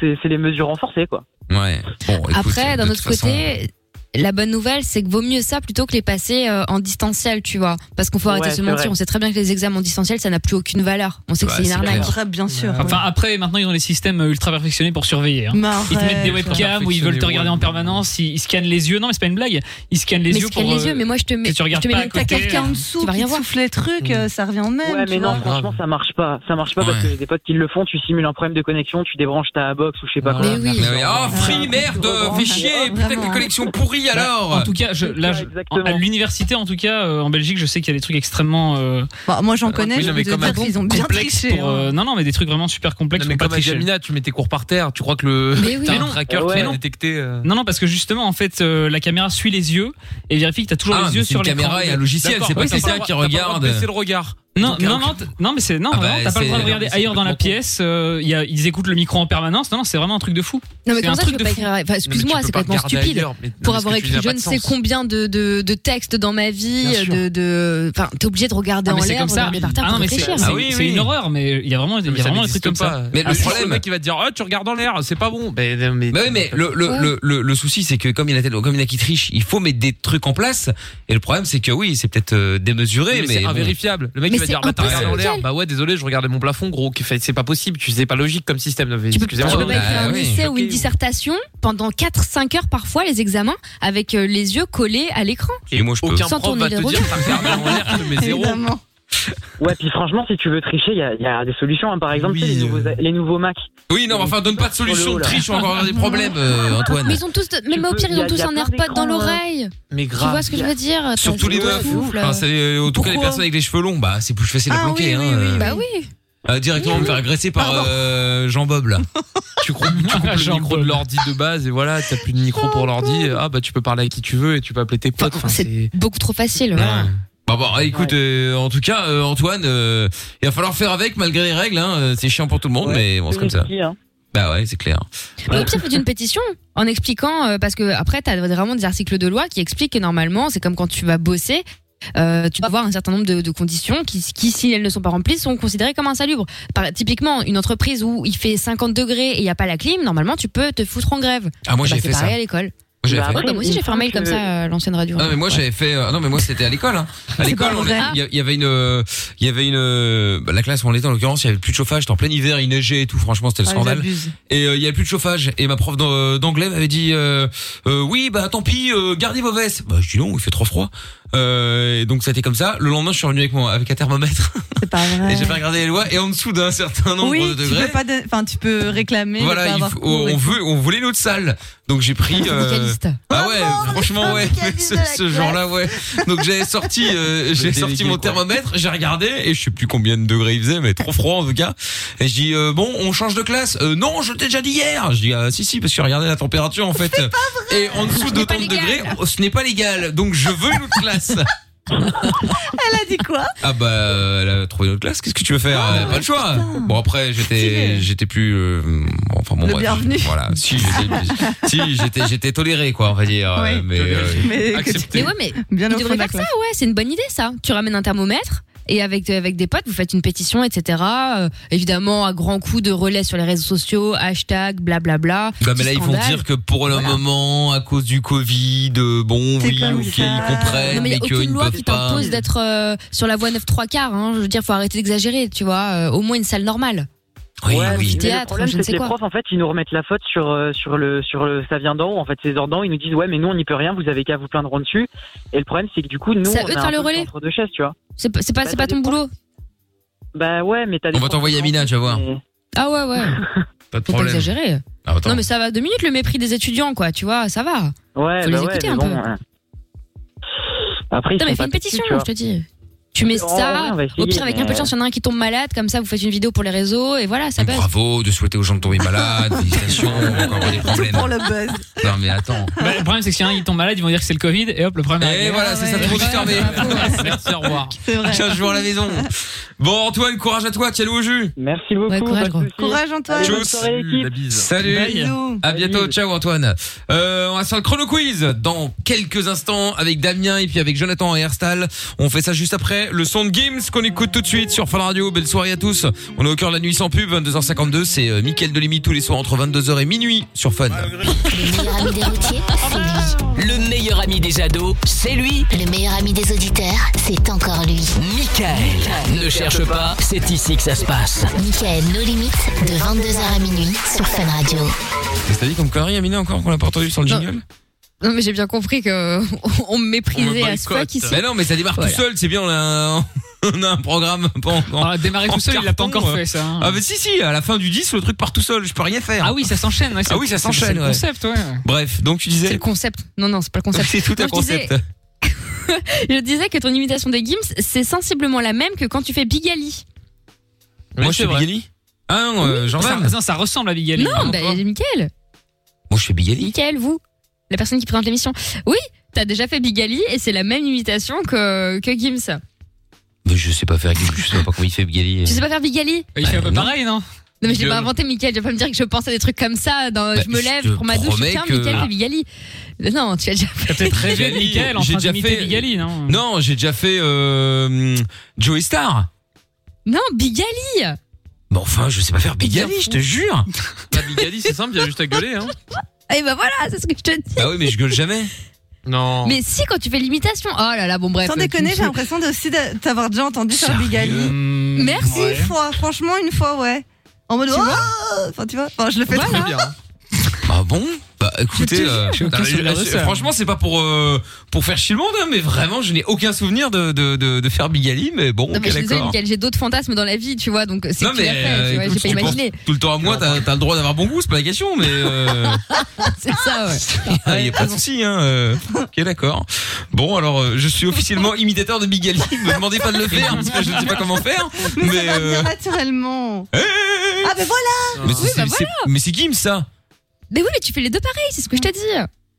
[SPEAKER 7] C'est c'est les mesures renforcées quoi.
[SPEAKER 2] Ouais. Bon, écoute,
[SPEAKER 5] Après,
[SPEAKER 2] de
[SPEAKER 5] d'un
[SPEAKER 2] toute
[SPEAKER 5] autre côté, la bonne nouvelle, c'est que vaut mieux ça plutôt que les passer euh, en distanciel, tu vois. Parce qu'on faut arrêter
[SPEAKER 4] Ouais,
[SPEAKER 5] de se
[SPEAKER 4] c'est
[SPEAKER 5] mentir.
[SPEAKER 4] vrai.
[SPEAKER 5] On sait très bien que les examens en distanciel, ça n'a plus aucune valeur. On sait que
[SPEAKER 4] Bah,
[SPEAKER 5] c'est une
[SPEAKER 4] c'est
[SPEAKER 5] arnaque.
[SPEAKER 4] clair.
[SPEAKER 6] bien sûr.
[SPEAKER 4] Enfin, après, maintenant, ils ont des systèmes euh, ultra perfectionnés pour surveiller. hein.
[SPEAKER 5] Mais
[SPEAKER 4] Ils te mettent
[SPEAKER 5] arrête.
[SPEAKER 4] des webcams où ils veulent te regarder en permanence, ils, ils scannent les yeux. Non, mais c'est pas une blague. Ils scannent les
[SPEAKER 5] mais
[SPEAKER 4] yeux
[SPEAKER 5] scanne
[SPEAKER 4] pour.
[SPEAKER 5] les
[SPEAKER 4] euh,
[SPEAKER 5] yeux, mais moi je te mets,
[SPEAKER 4] que tu
[SPEAKER 5] je
[SPEAKER 4] regardes
[SPEAKER 5] te mets
[SPEAKER 4] pas
[SPEAKER 5] même
[SPEAKER 4] à
[SPEAKER 5] pas
[SPEAKER 4] côté,
[SPEAKER 5] quelqu'un
[SPEAKER 4] euh,
[SPEAKER 5] en dessous
[SPEAKER 6] Tu vas
[SPEAKER 5] qui
[SPEAKER 6] rien
[SPEAKER 5] te
[SPEAKER 6] voir.
[SPEAKER 5] souffle.
[SPEAKER 6] Les trucs, euh, ça revient au même.
[SPEAKER 7] Ouais,
[SPEAKER 6] tu
[SPEAKER 7] mais
[SPEAKER 6] vois.
[SPEAKER 7] non, franchement, ça marche pas. Ça marche pas parce que j'ai des potes qui le font. Tu simules un problème de connexion, tu débranches ta box ou je sais pas quoi.
[SPEAKER 2] Mais oui, Oh, free, merde, fais chier, peut-être la connexion pourrie
[SPEAKER 4] Bah,
[SPEAKER 2] alors.
[SPEAKER 4] En tout cas, je, là, je- en- à l'université, en tout cas, euh, en Belgique, je sais qu'il y a des trucs extrêmement. euh,
[SPEAKER 6] Bah, moi, j'en connais,
[SPEAKER 4] oui,
[SPEAKER 6] je
[SPEAKER 4] non,
[SPEAKER 6] peux
[SPEAKER 4] mais
[SPEAKER 6] te
[SPEAKER 4] comme
[SPEAKER 6] dire
[SPEAKER 4] à Gand,
[SPEAKER 6] qu'ils ont bien
[SPEAKER 4] complexes
[SPEAKER 6] triché,
[SPEAKER 4] pour,
[SPEAKER 5] hein.
[SPEAKER 4] euh, non, non, mais des trucs vraiment super complexes.
[SPEAKER 9] Non, mais
[SPEAKER 4] qui ont pas
[SPEAKER 9] comme à
[SPEAKER 4] triché.
[SPEAKER 9] Jamina, tu mets tes cours par terre, tu crois que le
[SPEAKER 4] Mais oui.
[SPEAKER 9] t'as
[SPEAKER 4] Mais
[SPEAKER 9] un
[SPEAKER 4] non.
[SPEAKER 9] tracker
[SPEAKER 4] Ouais.
[SPEAKER 9] qui
[SPEAKER 4] Non.
[SPEAKER 9] va détecter. euh,
[SPEAKER 4] Non, non, parce que justement, en fait, euh, la caméra suit les yeux et vérifie que t'as toujours
[SPEAKER 9] Ah,
[SPEAKER 4] les
[SPEAKER 9] mais
[SPEAKER 4] yeux
[SPEAKER 9] c'est
[SPEAKER 4] sur
[SPEAKER 9] une
[SPEAKER 4] l'écran.
[SPEAKER 9] caméra et un logiciel,
[SPEAKER 4] D'accord,
[SPEAKER 9] c'est pas
[SPEAKER 4] oui,
[SPEAKER 9] quelqu'un
[SPEAKER 4] ça.
[SPEAKER 9] qui T'as pas le droit de regarde. baisser le regard.
[SPEAKER 4] Non,
[SPEAKER 9] Donc,
[SPEAKER 4] non,
[SPEAKER 9] alors
[SPEAKER 4] non, t- non, mais c'est non,
[SPEAKER 9] Ah
[SPEAKER 4] vraiment,
[SPEAKER 9] bah,
[SPEAKER 4] t'as pas le
[SPEAKER 9] c'est-
[SPEAKER 4] droit de regarder
[SPEAKER 9] c'est
[SPEAKER 4] ailleurs dans la pièce. euh, il y a- ils écoutent le micro en permanence. Non, non, c'est vraiment un truc de fou.
[SPEAKER 5] Non, mais
[SPEAKER 4] C'est
[SPEAKER 5] comment
[SPEAKER 4] un
[SPEAKER 5] ça, tu peux
[SPEAKER 4] truc de
[SPEAKER 5] pas
[SPEAKER 4] fou.
[SPEAKER 5] écrire Enfin, excuse-moi, c'est complètement stupide. pour avoir écrit je ne sais combien de, de, de textes dans ma vie,
[SPEAKER 4] Bien sûr.
[SPEAKER 5] de, de, enfin, t'es obligé de regarder
[SPEAKER 4] Ah, mais
[SPEAKER 5] en
[SPEAKER 4] c'est
[SPEAKER 5] l'air,
[SPEAKER 4] comme ça.
[SPEAKER 5] regarder par terre
[SPEAKER 4] Ah,
[SPEAKER 5] pour
[SPEAKER 4] non, mais c'est
[SPEAKER 5] réfléchir.
[SPEAKER 4] c'est- c'est une horreur, mais il y a vraiment, il y a
[SPEAKER 9] ça
[SPEAKER 4] vraiment des trucs
[SPEAKER 9] n'existe
[SPEAKER 4] comme
[SPEAKER 9] pas.
[SPEAKER 4] ça.
[SPEAKER 9] Mais
[SPEAKER 4] Ah,
[SPEAKER 9] le
[SPEAKER 4] si,
[SPEAKER 9] problème, le mec, il va te dire, Ah, tu regardes en l'air, c'est pas bon. Mais, mais,
[SPEAKER 2] Bah oui, mais le, le, le, le, le souci, c'est que comme il y en a tel- comme il y en a qui trichent, il faut mettre des trucs en place. Et le problème, c'est que oui, c'est peut-être euh, démesuré, mais,
[SPEAKER 9] mais c'est
[SPEAKER 2] bon.
[SPEAKER 9] invérifiable. Le mec, il va dire, bah, t'as regardé en l'air. Bah ouais, désolé, je regardais mon plafond, gros. qui fait- C'est pas possible. Tu sais pas logique comme système. de-
[SPEAKER 5] Tu
[SPEAKER 9] Excusez-moi.
[SPEAKER 2] Ah,
[SPEAKER 5] peux
[SPEAKER 2] bah,
[SPEAKER 5] pas écrire un essai ou une dissertation pendant 4-5 heures parfois les examens avec euh, les yeux collés à l'écran.
[SPEAKER 2] Et
[SPEAKER 9] Euh,
[SPEAKER 2] moi, je
[SPEAKER 5] peux.
[SPEAKER 7] peux.
[SPEAKER 5] Sans tourner les regards.
[SPEAKER 6] hein.
[SPEAKER 7] Ouais, puis franchement, si tu veux tricher, il y a- il y, a des solutions. hein. Par exemple, tu sais, les, nouveaux, les nouveaux Mac.
[SPEAKER 2] Oui, non, mais enfin, donne pas de solution de triche, on va encore avoir des problèmes, euh, Antoine.
[SPEAKER 5] Ah, Mais ils ont tous, même au pire, ils ont tous un AirPod dans l'oreille.
[SPEAKER 2] Mais
[SPEAKER 5] Tu vois ce que je veux dire T'as-
[SPEAKER 2] Surtout les
[SPEAKER 5] ça
[SPEAKER 2] meufs.
[SPEAKER 5] souffle.
[SPEAKER 2] Enfin, c'est- euh, en tout cas, les
[SPEAKER 5] Pourquoi
[SPEAKER 2] personnes avec les cheveux longs, bah, c'est plus facile à bloquer, hein. euh.
[SPEAKER 5] Bah oui.
[SPEAKER 2] Euh, directement me faire agresser par euh, Jean-Bob là.
[SPEAKER 9] tu coupes, tu coupes le micro de l'ordi de base et voilà, t'as plus de micro pour l'ordi. Ah bah tu peux parler à qui tu veux et tu peux appeler tes potes. Enfin, c'est
[SPEAKER 5] Beaucoup trop facile. voilà.
[SPEAKER 2] Bah bon, écoute, euh, en tout cas, euh, Antoine, euh, il va falloir faire avec malgré les règles. Hein, euh, c'est chiant pour tout le monde, mais bon, c'est comme ça.
[SPEAKER 7] hein.
[SPEAKER 2] Bah ouais, c'est clair.
[SPEAKER 5] Mais au pire, faites une pétition en expliquant, euh, parce que après, t'as vraiment des articles de loi qui expliquent que normalement, c'est comme quand tu vas bosser. euh, tu vas avoir un certain nombre de, de conditions qui, qui, si elles ne sont pas remplies, sont considérées comme insalubres. Par, typiquement, une entreprise où il fait 50 degrés et il n'y a pas la clim, normalement, tu peux te foutre en grève. Bah,
[SPEAKER 2] Ah, moi, j'ai
[SPEAKER 5] C'est
[SPEAKER 2] fait ça. Ah
[SPEAKER 5] pareil à l'école.
[SPEAKER 2] Moi, j'avais fait.
[SPEAKER 5] Ouais, bah, moi aussi, j'ai fait un mail comme ça à l'ancienne radio.
[SPEAKER 2] Non mais moi j'avais fait euh, non mais moi c'était à l'école hein. À l'école on-
[SPEAKER 5] vrai.
[SPEAKER 2] il y a- il y, avait une euh, il y avait une euh, bah, la classe où on était en l'occurrence il y avait plus de chauffage c'était en plein hiver il neigeait et tout franchement c'était le
[SPEAKER 1] Ah, ils
[SPEAKER 2] scandale
[SPEAKER 1] abusent.
[SPEAKER 2] et euh, il y avait plus de chauffage et ma prof d'an- d'anglais m'avait dit euh, euh, oui bah tant pis euh, gardez vos vestes bah je dis non il fait trop froid euh, et donc ça a été comme ça le lendemain je suis revenu avec mon avec un thermomètre
[SPEAKER 6] C'est pas vrai.
[SPEAKER 2] et j'avais regardé les lois et en dessous d'un certain nombre
[SPEAKER 6] Oui,
[SPEAKER 2] de
[SPEAKER 6] tu peux
[SPEAKER 2] degrés
[SPEAKER 6] pas, don- enfin, tu peux réclamer. de
[SPEAKER 2] voilà,
[SPEAKER 6] pas
[SPEAKER 2] il
[SPEAKER 6] avoir
[SPEAKER 2] faut-
[SPEAKER 6] cours et
[SPEAKER 2] on
[SPEAKER 6] tout.
[SPEAKER 2] veut, on voulait notre salle. Donc j'ai pris. euh,
[SPEAKER 6] syndicaliste.
[SPEAKER 2] Ah ouais, franchement ouais, mais *laughs* ce, ce genre-là ouais. Donc j'avais sorti, euh, j'ai
[SPEAKER 9] délégué,
[SPEAKER 2] sorti mon
[SPEAKER 9] quoi.
[SPEAKER 2] thermomètre, j'ai regardé et je sais plus combien de degrés il faisait, mais trop froid en tout cas. Et je dis euh, bon, on change de classe. Euh, non, je t'ai déjà dit hier. Je dis ah, si si parce que regardez la température en fait. Et en dessous d'autant de degrés, oh, ce n'est pas légal. Donc je veux une autre
[SPEAKER 6] *laughs*
[SPEAKER 2] classe.
[SPEAKER 6] Elle a dit quoi
[SPEAKER 2] Ah bah euh, elle a trouvé une autre classe. Qu'est-ce que tu veux faire
[SPEAKER 6] Ah,
[SPEAKER 2] Elle a Pas le choix. Bon après j'étais j'étais plus euh, bon, enfin bon
[SPEAKER 6] Le
[SPEAKER 2] bref,
[SPEAKER 6] bienvenu.
[SPEAKER 2] Voilà si j'étais si j'étais j'étais toléré quoi on va dire euh, mais euh,
[SPEAKER 4] Ah,
[SPEAKER 6] Mais
[SPEAKER 5] Mais ouais, mais ils devraient faire ça, ouais, c'est une bonne idée ça. Tu ramènes un thermomètre et avec, avec des potes, vous faites une pétition, etc. Euh, évidemment, à grands coups de relais sur les réseaux sociaux, hashtag, blablabla.
[SPEAKER 2] Bah, mais là,
[SPEAKER 5] petit
[SPEAKER 2] ils vont
[SPEAKER 5] scandale.
[SPEAKER 2] dire que pour le moment, à cause du Covid, euh, bon,
[SPEAKER 5] C'est
[SPEAKER 2] oui,
[SPEAKER 5] comme
[SPEAKER 2] ok,
[SPEAKER 5] ça.
[SPEAKER 2] ils comprennent,
[SPEAKER 5] Non,
[SPEAKER 2] mais,
[SPEAKER 5] mais il n'y a
[SPEAKER 2] qu'ils
[SPEAKER 5] aucune
[SPEAKER 2] ne
[SPEAKER 5] loi
[SPEAKER 2] peuvent
[SPEAKER 5] qui
[SPEAKER 2] pas.
[SPEAKER 5] t'impose d'être euh, sur la voie 9 3 quarts. Hein. Je veux dire, faut arrêter d'exagérer, tu vois. Euh, au moins une salle normale.
[SPEAKER 2] Oui,
[SPEAKER 5] Du
[SPEAKER 7] Mais
[SPEAKER 5] théâtre,
[SPEAKER 7] le problème,
[SPEAKER 5] je ne
[SPEAKER 7] c'est que
[SPEAKER 5] sais
[SPEAKER 7] les
[SPEAKER 5] quoi.
[SPEAKER 7] profs, en fait, ils nous remettent la faute sur, euh, sur, le, sur le ça vient d'en haut. En fait, c'est ordres, ils nous disent ouais, mais nous, on n'y peut rien, vous avez qu'à vous plaindre en dessus. Et le problème, c'est que du coup, nous,
[SPEAKER 5] C'est à
[SPEAKER 7] on
[SPEAKER 5] eux de
[SPEAKER 7] a un
[SPEAKER 5] faire le
[SPEAKER 7] peu
[SPEAKER 5] relais.
[SPEAKER 7] entre deux chaises, tu vois.
[SPEAKER 5] C'est pas, c'est pas,
[SPEAKER 7] Bah,
[SPEAKER 5] c'est pas ton boulot.
[SPEAKER 7] Bah ouais, mais t'as des.
[SPEAKER 2] On va t'envoyer Amina, tu vas voir.
[SPEAKER 5] Ah ouais, ouais.
[SPEAKER 2] Pas de
[SPEAKER 5] Faut pas
[SPEAKER 2] problème.
[SPEAKER 5] exagérer.
[SPEAKER 2] Ah, attends.
[SPEAKER 5] non, mais ça va deux minutes le mépris des étudiants, quoi. Tu vois, ça va.
[SPEAKER 7] Ouais,
[SPEAKER 5] Faut
[SPEAKER 7] bah
[SPEAKER 5] les
[SPEAKER 7] ouais,
[SPEAKER 5] écouter
[SPEAKER 7] mais
[SPEAKER 5] un
[SPEAKER 7] bon,
[SPEAKER 5] peu.
[SPEAKER 7] hein. Après, ils
[SPEAKER 5] Putain, mais
[SPEAKER 7] sont
[SPEAKER 5] fais
[SPEAKER 7] pas
[SPEAKER 5] une
[SPEAKER 7] petits,
[SPEAKER 5] pétition,
[SPEAKER 7] tu vois.
[SPEAKER 5] je te dis. Tu mets
[SPEAKER 7] Oh, ouais,
[SPEAKER 5] ça,
[SPEAKER 7] on va
[SPEAKER 5] au
[SPEAKER 7] essayer,
[SPEAKER 5] pire avec un peu
[SPEAKER 7] mais-
[SPEAKER 5] de chance, il y en a un qui tombe malade, comme ça vous faites une vidéo pour les réseaux et voilà, ça baisse.
[SPEAKER 2] Bravo de souhaiter aux gens de tomber
[SPEAKER 5] *laughs*
[SPEAKER 2] malades, félicitations, on va encore avoir des problèmes.
[SPEAKER 6] le buzz.
[SPEAKER 2] Non, mais attends.
[SPEAKER 4] Bah, le problème, c'est que si un il tombe malade, ils vont dire que c'est le Covid et hop, le problème.
[SPEAKER 5] Bah,
[SPEAKER 2] Et Eh, voilà, c'est ça, tout le monde est fermé.
[SPEAKER 4] *laughs* Merci, au revoir.
[SPEAKER 2] *laughs* Tiens, je joue à la maison. Bon, Antoine, courage à toi, tiens-le au jus.
[SPEAKER 7] Merci beaucoup.
[SPEAKER 6] courage, gros. Courage, Antoine. Allez, bonne
[SPEAKER 2] Tchuss.
[SPEAKER 6] soirée, équipe. La bise.
[SPEAKER 2] Salut.
[SPEAKER 6] Bisous.
[SPEAKER 2] À bientôt. Ciao, Antoine. Euh, on va se faire le chrono quiz dans quelques instants avec Damien et puis avec Jonathan et Herstal. On fait ça juste après. C'était le son de Gims qu'on écoute tout de suite sur Fun Radio. Belle soirée à tous. On est au cœur de la nuit sans pub, 22h52. C'est euh, Mickaël Delimi tous les soirs entre 22h et minuit sur Fun.
[SPEAKER 8] Le meilleur ami des routiers, c'est lui.
[SPEAKER 1] Le meilleur ami des ados, c'est lui.
[SPEAKER 8] Le meilleur ami des auditeurs, c'est encore lui.
[SPEAKER 1] Michael, ne cherche pas, c'est ici que ça se passe.
[SPEAKER 8] Michael, nos limites, de 22h à minuit sur Fun Radio.
[SPEAKER 2] Qu'est-ce que t'as dit comme connerie, Amina, encore qu'on l'a pas entendu sur le jingle
[SPEAKER 5] Non, mais j'ai bien compris que *laughs* on me méprisait à ce pas qui
[SPEAKER 2] Mais non, mais ça démarre
[SPEAKER 5] Voilà.
[SPEAKER 2] tout seul, c'est bien, on a, on a un *laughs* programme. *laughs* Bon,
[SPEAKER 4] Ah, démarrer tout seul, il l'a pas encore fait, ça, hein.
[SPEAKER 2] Ah, mais si, si, à la fin du 10, le truc part tout seul, je peux rien faire.
[SPEAKER 4] Ah oui, ça s'enchaîne. ouais, c'est-
[SPEAKER 2] Ah oui, ça
[SPEAKER 4] c'est-
[SPEAKER 2] s'enchaîne,
[SPEAKER 4] C'est le
[SPEAKER 2] ouais.
[SPEAKER 4] concept, ouais.
[SPEAKER 2] Bref, donc tu
[SPEAKER 5] C'est
[SPEAKER 2] disais.
[SPEAKER 5] le concept. Non, non, c'est pas le concept.
[SPEAKER 2] *laughs* C'est tout
[SPEAKER 5] Non,
[SPEAKER 2] un
[SPEAKER 5] je disais-
[SPEAKER 2] concept.
[SPEAKER 5] Je disais que ton imitation des Gims, c'est sensiblement la même que quand tu fais Bigali.
[SPEAKER 2] Moi, je fais
[SPEAKER 4] vrai.
[SPEAKER 2] Bigali. Ah non, euh, jean
[SPEAKER 4] ça,
[SPEAKER 2] Van.
[SPEAKER 4] non, ça ressemble à hein, Bigali.
[SPEAKER 5] non, bah, Mickaël.
[SPEAKER 2] Moi, je fais Bigali.
[SPEAKER 5] Mickaël, vous, la personne qui présente l'émission. Oui, t'as déjà fait Bigali et c'est la même imitation que, que Gims.
[SPEAKER 2] Mais je sais pas faire Bigali, je sais pas comment il fait Bigali.
[SPEAKER 5] Tu sais pas faire Bigali
[SPEAKER 4] Il fait un peu
[SPEAKER 2] non.
[SPEAKER 4] pareil, non
[SPEAKER 5] Non, mais j'ai pas
[SPEAKER 4] Guillaume.
[SPEAKER 5] inventé Mickaël, tu vas pas me dire que je pense à des trucs comme ça. dans-
[SPEAKER 2] Bah,
[SPEAKER 5] je me
[SPEAKER 2] je
[SPEAKER 5] lève,
[SPEAKER 2] te
[SPEAKER 5] je prends ma douche,
[SPEAKER 2] promets
[SPEAKER 5] tiens,
[SPEAKER 2] que-
[SPEAKER 5] Mickaël
[SPEAKER 2] Ah.
[SPEAKER 5] fait Bigali. Non, tu as déjà fait.
[SPEAKER 4] T'as peut-être rêvé de hein.
[SPEAKER 2] Bigali,
[SPEAKER 4] Michael en
[SPEAKER 2] j'ai
[SPEAKER 4] train
[SPEAKER 2] déjà
[SPEAKER 4] d'imiter
[SPEAKER 2] fait-
[SPEAKER 4] Bigali, non
[SPEAKER 2] Non, j'ai déjà fait euh, Joey Star.
[SPEAKER 5] Non, Bigali
[SPEAKER 2] Mais enfin, je sais pas faire Bigali, je te jure.
[SPEAKER 9] La Bigali, c'est simple, il y a juste à gueuler. Hein.
[SPEAKER 5] Et ben voilà, c'est ce que je te dis.
[SPEAKER 2] Bah oui, mais je gueule jamais.
[SPEAKER 9] Non.
[SPEAKER 5] Mais si, quand tu fais l'imitation. Oh là là, bon, bref.
[SPEAKER 6] Sans
[SPEAKER 5] tu me
[SPEAKER 6] déconner, j'ai
[SPEAKER 5] saoules.
[SPEAKER 6] l'impression de- aussi de- t'avoir déjà entendu sur Bigali.
[SPEAKER 4] Hmm,
[SPEAKER 5] Merci.
[SPEAKER 6] Une fois, franchement, une fois, ouais. En mode, oh enfin, tu vois, enfin, je le fais
[SPEAKER 9] Très
[SPEAKER 6] très
[SPEAKER 9] bien.
[SPEAKER 2] Ah bon Bah écoutez, euh,
[SPEAKER 4] j'ai aucun
[SPEAKER 2] non, mais
[SPEAKER 4] souvenir
[SPEAKER 2] je-
[SPEAKER 4] de ça.
[SPEAKER 2] franchement, c'est pas pour euh, pour faire chier le monde, hein, mais vraiment, je n'ai aucun souvenir de de, de, de faire Bigali, mais bon,
[SPEAKER 5] Non, mais
[SPEAKER 2] ok,
[SPEAKER 5] je suis désolée,
[SPEAKER 2] d'accord.
[SPEAKER 5] Mickaël, j'ai d'autres fantasmes dans la vie, tu vois, donc c'est
[SPEAKER 2] Non
[SPEAKER 5] que tu
[SPEAKER 2] mais
[SPEAKER 5] l'as fait,
[SPEAKER 2] euh,
[SPEAKER 5] tu vois,
[SPEAKER 2] écoute,
[SPEAKER 5] j'ai pas
[SPEAKER 2] tu penses *laughs*
[SPEAKER 5] imaginé.
[SPEAKER 2] tout le temps à moi, t'as t'as le droit d'avoir bon goût, c'est pas la question, mais euh,
[SPEAKER 5] c'est ça, ouais. ah
[SPEAKER 2] il y a pas de souci. Hein, euh, ok, d'accord. Bon, alors euh, je suis
[SPEAKER 5] *laughs*
[SPEAKER 2] officiellement imitateur de Bigali. Me demandez pas de le faire parce que je ne sais pas comment faire,
[SPEAKER 6] Mais, ça
[SPEAKER 2] mais
[SPEAKER 6] va
[SPEAKER 2] euh,
[SPEAKER 6] venir naturellement.
[SPEAKER 2] hey
[SPEAKER 6] Ah, mais voilà
[SPEAKER 2] mais c'est
[SPEAKER 5] Oui, bah
[SPEAKER 2] c'est- mais c'est Kim ça.
[SPEAKER 5] Mais oui, mais tu fais les deux pareils, c'est ce que je t'ai dit.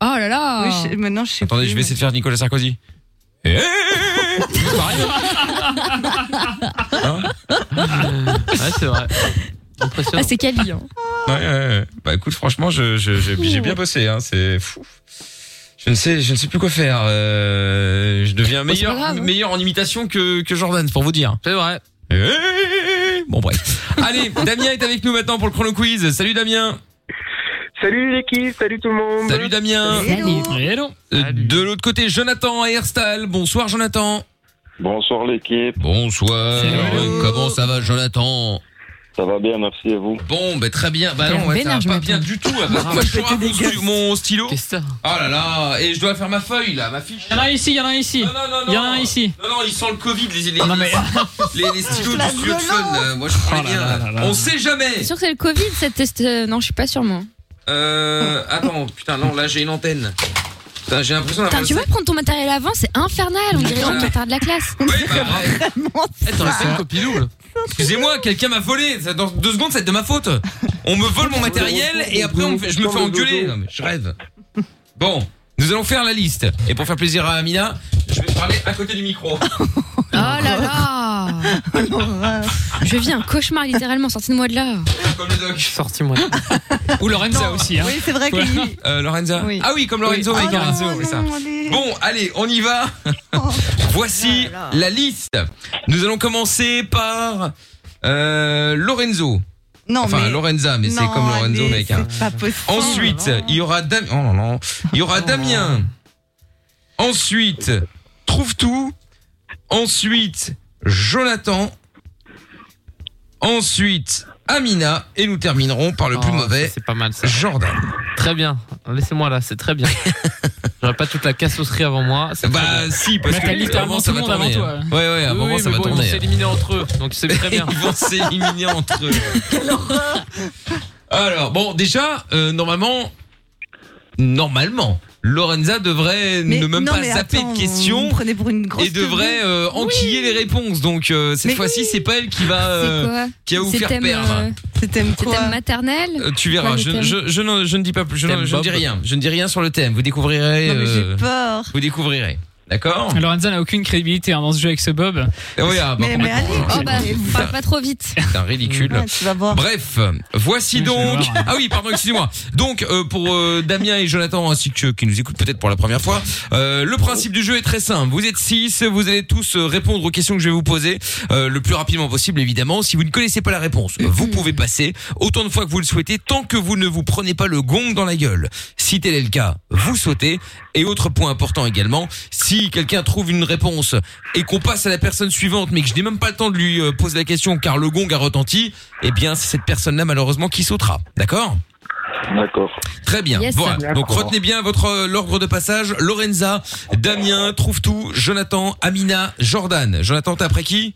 [SPEAKER 5] Oh là là.
[SPEAKER 6] Oui, je- Maintenant, je sais
[SPEAKER 2] Attendez,
[SPEAKER 6] plus,
[SPEAKER 2] je vais essayer de faire Nicolas Sarkozy. Eh C'est pareil. Hein
[SPEAKER 9] Ouais, c'est vrai.
[SPEAKER 5] Ah,
[SPEAKER 9] Impressionnant.
[SPEAKER 5] c'est Cali. Hein.
[SPEAKER 2] Ouais, ouais, ouais. Bah écoute, franchement, je, je- je- j'ai bien bossé. Hein, c'est fou. Je ne sais, je ne sais plus quoi faire. euh, je deviens
[SPEAKER 5] c'est
[SPEAKER 2] meilleur,
[SPEAKER 5] pas grave, hein.
[SPEAKER 2] meilleur en imitation que, que Jordan, pour vous dire.
[SPEAKER 9] C'est vrai.
[SPEAKER 2] Eh Bon
[SPEAKER 5] *laughs*
[SPEAKER 2] bref. Allez, Damien est avec nous maintenant pour le chrono quiz. Salut Damien.
[SPEAKER 7] Salut l'équipe, salut tout le monde.
[SPEAKER 2] Salut Damien.
[SPEAKER 6] Salut.
[SPEAKER 4] Et non.
[SPEAKER 2] Euh, De l'autre côté, Jonathan à Herstal. Bonsoir Jonathan.
[SPEAKER 10] Bonsoir l'équipe,
[SPEAKER 2] Bonsoir.
[SPEAKER 4] Salut.
[SPEAKER 2] Comment ça va Jonathan
[SPEAKER 10] ça va bien, merci et vous.
[SPEAKER 2] Bon, bah très bien. Bah
[SPEAKER 5] Il a
[SPEAKER 2] non,
[SPEAKER 5] un
[SPEAKER 2] ouais, ça
[SPEAKER 5] vénère,
[SPEAKER 2] va pas
[SPEAKER 5] Jonathan.
[SPEAKER 2] bien du tout. là, parce que Moi, je dois mon, stu- mon stylo.
[SPEAKER 9] Qu'est-ce que ça
[SPEAKER 2] Ah là là, et je dois faire ma feuille là, ma fiche.
[SPEAKER 4] Il y en a un ici, il y en a un ici.
[SPEAKER 2] Non, non, non, non.
[SPEAKER 4] Il y en a un ici. Ah
[SPEAKER 2] Non, non, ils sentent le Covid, les, les,
[SPEAKER 4] Non, mais.
[SPEAKER 2] *laughs* les, les
[SPEAKER 5] *laughs*
[SPEAKER 2] stylos
[SPEAKER 6] La
[SPEAKER 2] du studio de fun. euh, moi, je prends
[SPEAKER 4] Oh
[SPEAKER 2] les
[SPEAKER 4] là
[SPEAKER 2] miens.
[SPEAKER 4] là
[SPEAKER 2] là.
[SPEAKER 4] là là.
[SPEAKER 2] On sait jamais.
[SPEAKER 5] C'est sûr que c'est le Covid, cette test. euh, Non, je suis pas sûre, moi.
[SPEAKER 2] Euh, attends, putain, non, là, j'ai une antenne. Putain, j'ai l'impression d'avoir.
[SPEAKER 5] Putain, tu
[SPEAKER 2] le-
[SPEAKER 5] vois, prendre ton matériel avant, c'est infernal. On dirait
[SPEAKER 2] Voilà.
[SPEAKER 5] vraiment qu'on perd de
[SPEAKER 2] *laughs*
[SPEAKER 5] la classe. Oh
[SPEAKER 2] Ouais,
[SPEAKER 5] *laughs*
[SPEAKER 2] bah, ouais.
[SPEAKER 6] vraiment.
[SPEAKER 9] Eh, T'en as fait une copie double.
[SPEAKER 2] Excusez-moi, quelqu'un m'a volé. Ça, Dans deux secondes, ça va être de ma faute. On me vole mon matériel et après, on me fait- je me fais engueuler. Non, mais je rêve. Bon, nous allons faire la liste. Et pour faire plaisir à Amina, je vais parler à côté du micro. *laughs*
[SPEAKER 5] Oh là là. Je vis un cauchemar, littéralement. Sorti de moi de là.
[SPEAKER 2] Comme le doc.
[SPEAKER 9] Sortis-moi.
[SPEAKER 4] Ou Lorenza aussi, hein.
[SPEAKER 6] Oui, c'est vrai que
[SPEAKER 4] Ouais.
[SPEAKER 6] lui-
[SPEAKER 2] Euh, Lorenza
[SPEAKER 6] Oui.
[SPEAKER 2] Ah oui, comme Lorenzo.
[SPEAKER 6] Oh
[SPEAKER 2] oui,
[SPEAKER 6] non,
[SPEAKER 2] Lorenzo,
[SPEAKER 6] non,
[SPEAKER 2] oui, ça.
[SPEAKER 6] allez.
[SPEAKER 2] Bon, allez, on y
[SPEAKER 6] *laughs*
[SPEAKER 2] va.
[SPEAKER 6] Oh.
[SPEAKER 2] Voici
[SPEAKER 6] Voilà.
[SPEAKER 2] la liste. Nous allons commencer par euh, Lorenzo.
[SPEAKER 6] Non,
[SPEAKER 2] Enfin,
[SPEAKER 6] mais...
[SPEAKER 2] Lorenza, mais c'est
[SPEAKER 6] Non,
[SPEAKER 2] comme Lorenzo,
[SPEAKER 6] allez,
[SPEAKER 2] mec. hein.
[SPEAKER 6] c'est pas possible.
[SPEAKER 2] Ensuite, il y aura Damien. Oh, non, non. Il y aura Damien. Ensuite, Trouve tout. Ensuite, Jonathan. Ensuite, Amina. Et nous terminerons par le plus
[SPEAKER 9] Oh,
[SPEAKER 2] mauvais,
[SPEAKER 9] C'est pas mal ça.
[SPEAKER 2] Jordan.
[SPEAKER 9] Très bien. Laissez-moi là, c'est très bien. J'aurais pas toute la cassosserie avant moi. c'est très bien.
[SPEAKER 2] Bah si, parce
[SPEAKER 4] Mais
[SPEAKER 2] que
[SPEAKER 4] t'as
[SPEAKER 2] à un
[SPEAKER 4] littéralement
[SPEAKER 2] moment ça
[SPEAKER 4] tout
[SPEAKER 2] va
[SPEAKER 4] le monde
[SPEAKER 2] tourner.
[SPEAKER 4] avant
[SPEAKER 2] hein. Ouais ouais, à un
[SPEAKER 9] Oui,
[SPEAKER 2] moment
[SPEAKER 9] oui,
[SPEAKER 2] ça
[SPEAKER 9] mais
[SPEAKER 2] va
[SPEAKER 9] bon, ils vont
[SPEAKER 2] tourner.
[SPEAKER 9] s'éliminer entre eux, donc c'est très bien.
[SPEAKER 2] *laughs* Ils vont s'éliminer entre eux. Alors bon, déjà euh, normalement, normalement, Lorenza devrait
[SPEAKER 6] Mais
[SPEAKER 2] ne même
[SPEAKER 6] non,
[SPEAKER 2] pas
[SPEAKER 6] mais
[SPEAKER 2] zapper
[SPEAKER 6] attends,
[SPEAKER 2] de
[SPEAKER 6] vous
[SPEAKER 2] questions
[SPEAKER 6] me prenez pour une grosse
[SPEAKER 2] et devrait euh, enquiller les réponses. Donc euh, cette
[SPEAKER 6] Mais
[SPEAKER 2] fois-ci, c'est pas elle qui va euh, qui
[SPEAKER 5] C'est
[SPEAKER 2] a
[SPEAKER 5] quoi
[SPEAKER 2] vous
[SPEAKER 5] C'est
[SPEAKER 2] faire
[SPEAKER 5] thème,
[SPEAKER 2] perdre.
[SPEAKER 5] euh,
[SPEAKER 6] teubée. C'est thème
[SPEAKER 5] C'est
[SPEAKER 6] quoi
[SPEAKER 5] thème maternel
[SPEAKER 2] Euh, tu verras,
[SPEAKER 5] Ouais,
[SPEAKER 2] je,
[SPEAKER 5] le thème.
[SPEAKER 2] je, je ne, je ne dis pas plus, je, ne-
[SPEAKER 9] Thème
[SPEAKER 2] je ne dis
[SPEAKER 9] Bob.
[SPEAKER 2] rien, je ne dis rien sur le thème, vous découvrirez,
[SPEAKER 6] Non, mais
[SPEAKER 2] euh,
[SPEAKER 6] j'ai peur.
[SPEAKER 2] vous découvrirez.
[SPEAKER 4] *laughs*
[SPEAKER 2] D'accord
[SPEAKER 4] Lorenza n'a aucune crédibilité hein, dans ce jeu avec ce Bob.
[SPEAKER 2] oui, ah, bah, Mais- mais allez,
[SPEAKER 5] Oh bah, parle pas trop vite.
[SPEAKER 2] C'est un ridicule.
[SPEAKER 5] Ouais, tu vas voir.
[SPEAKER 2] Bref, voici donc. Ah oui, pardon, excusez-moi. Donc euh, pour euh, Damien et Jonathan ainsi que qui nous écoutent peut-être pour la première fois, euh, le principe du jeu est très simple. Vous êtes six, vous allez tous euh, répondre aux questions que je vais vous poser euh, le plus rapidement possible évidemment. Si vous ne connaissez pas la réponse, euh, vous pouvez passer autant de fois que vous le souhaitez tant que vous ne vous prenez pas le gong dans la gueule. Si tel est le cas, vous sautez. Et autre point important également, si quelqu'un trouve une réponse et qu'on passe à la personne suivante, mais que je n'ai même pas le temps de lui euh, poser la question car le gong a retenti, eh bien c'est cette personne-là malheureusement qui sautera. D'accord
[SPEAKER 10] D'accord.
[SPEAKER 2] Très bien.
[SPEAKER 10] Yes.
[SPEAKER 2] Voilà. Donc
[SPEAKER 10] D'accord.
[SPEAKER 2] retenez bien votre euh, l'ordre de passage. Lorenza, Damien, trouve tout, Jonathan, Amina, Jordan. Jonathan, t'es après qui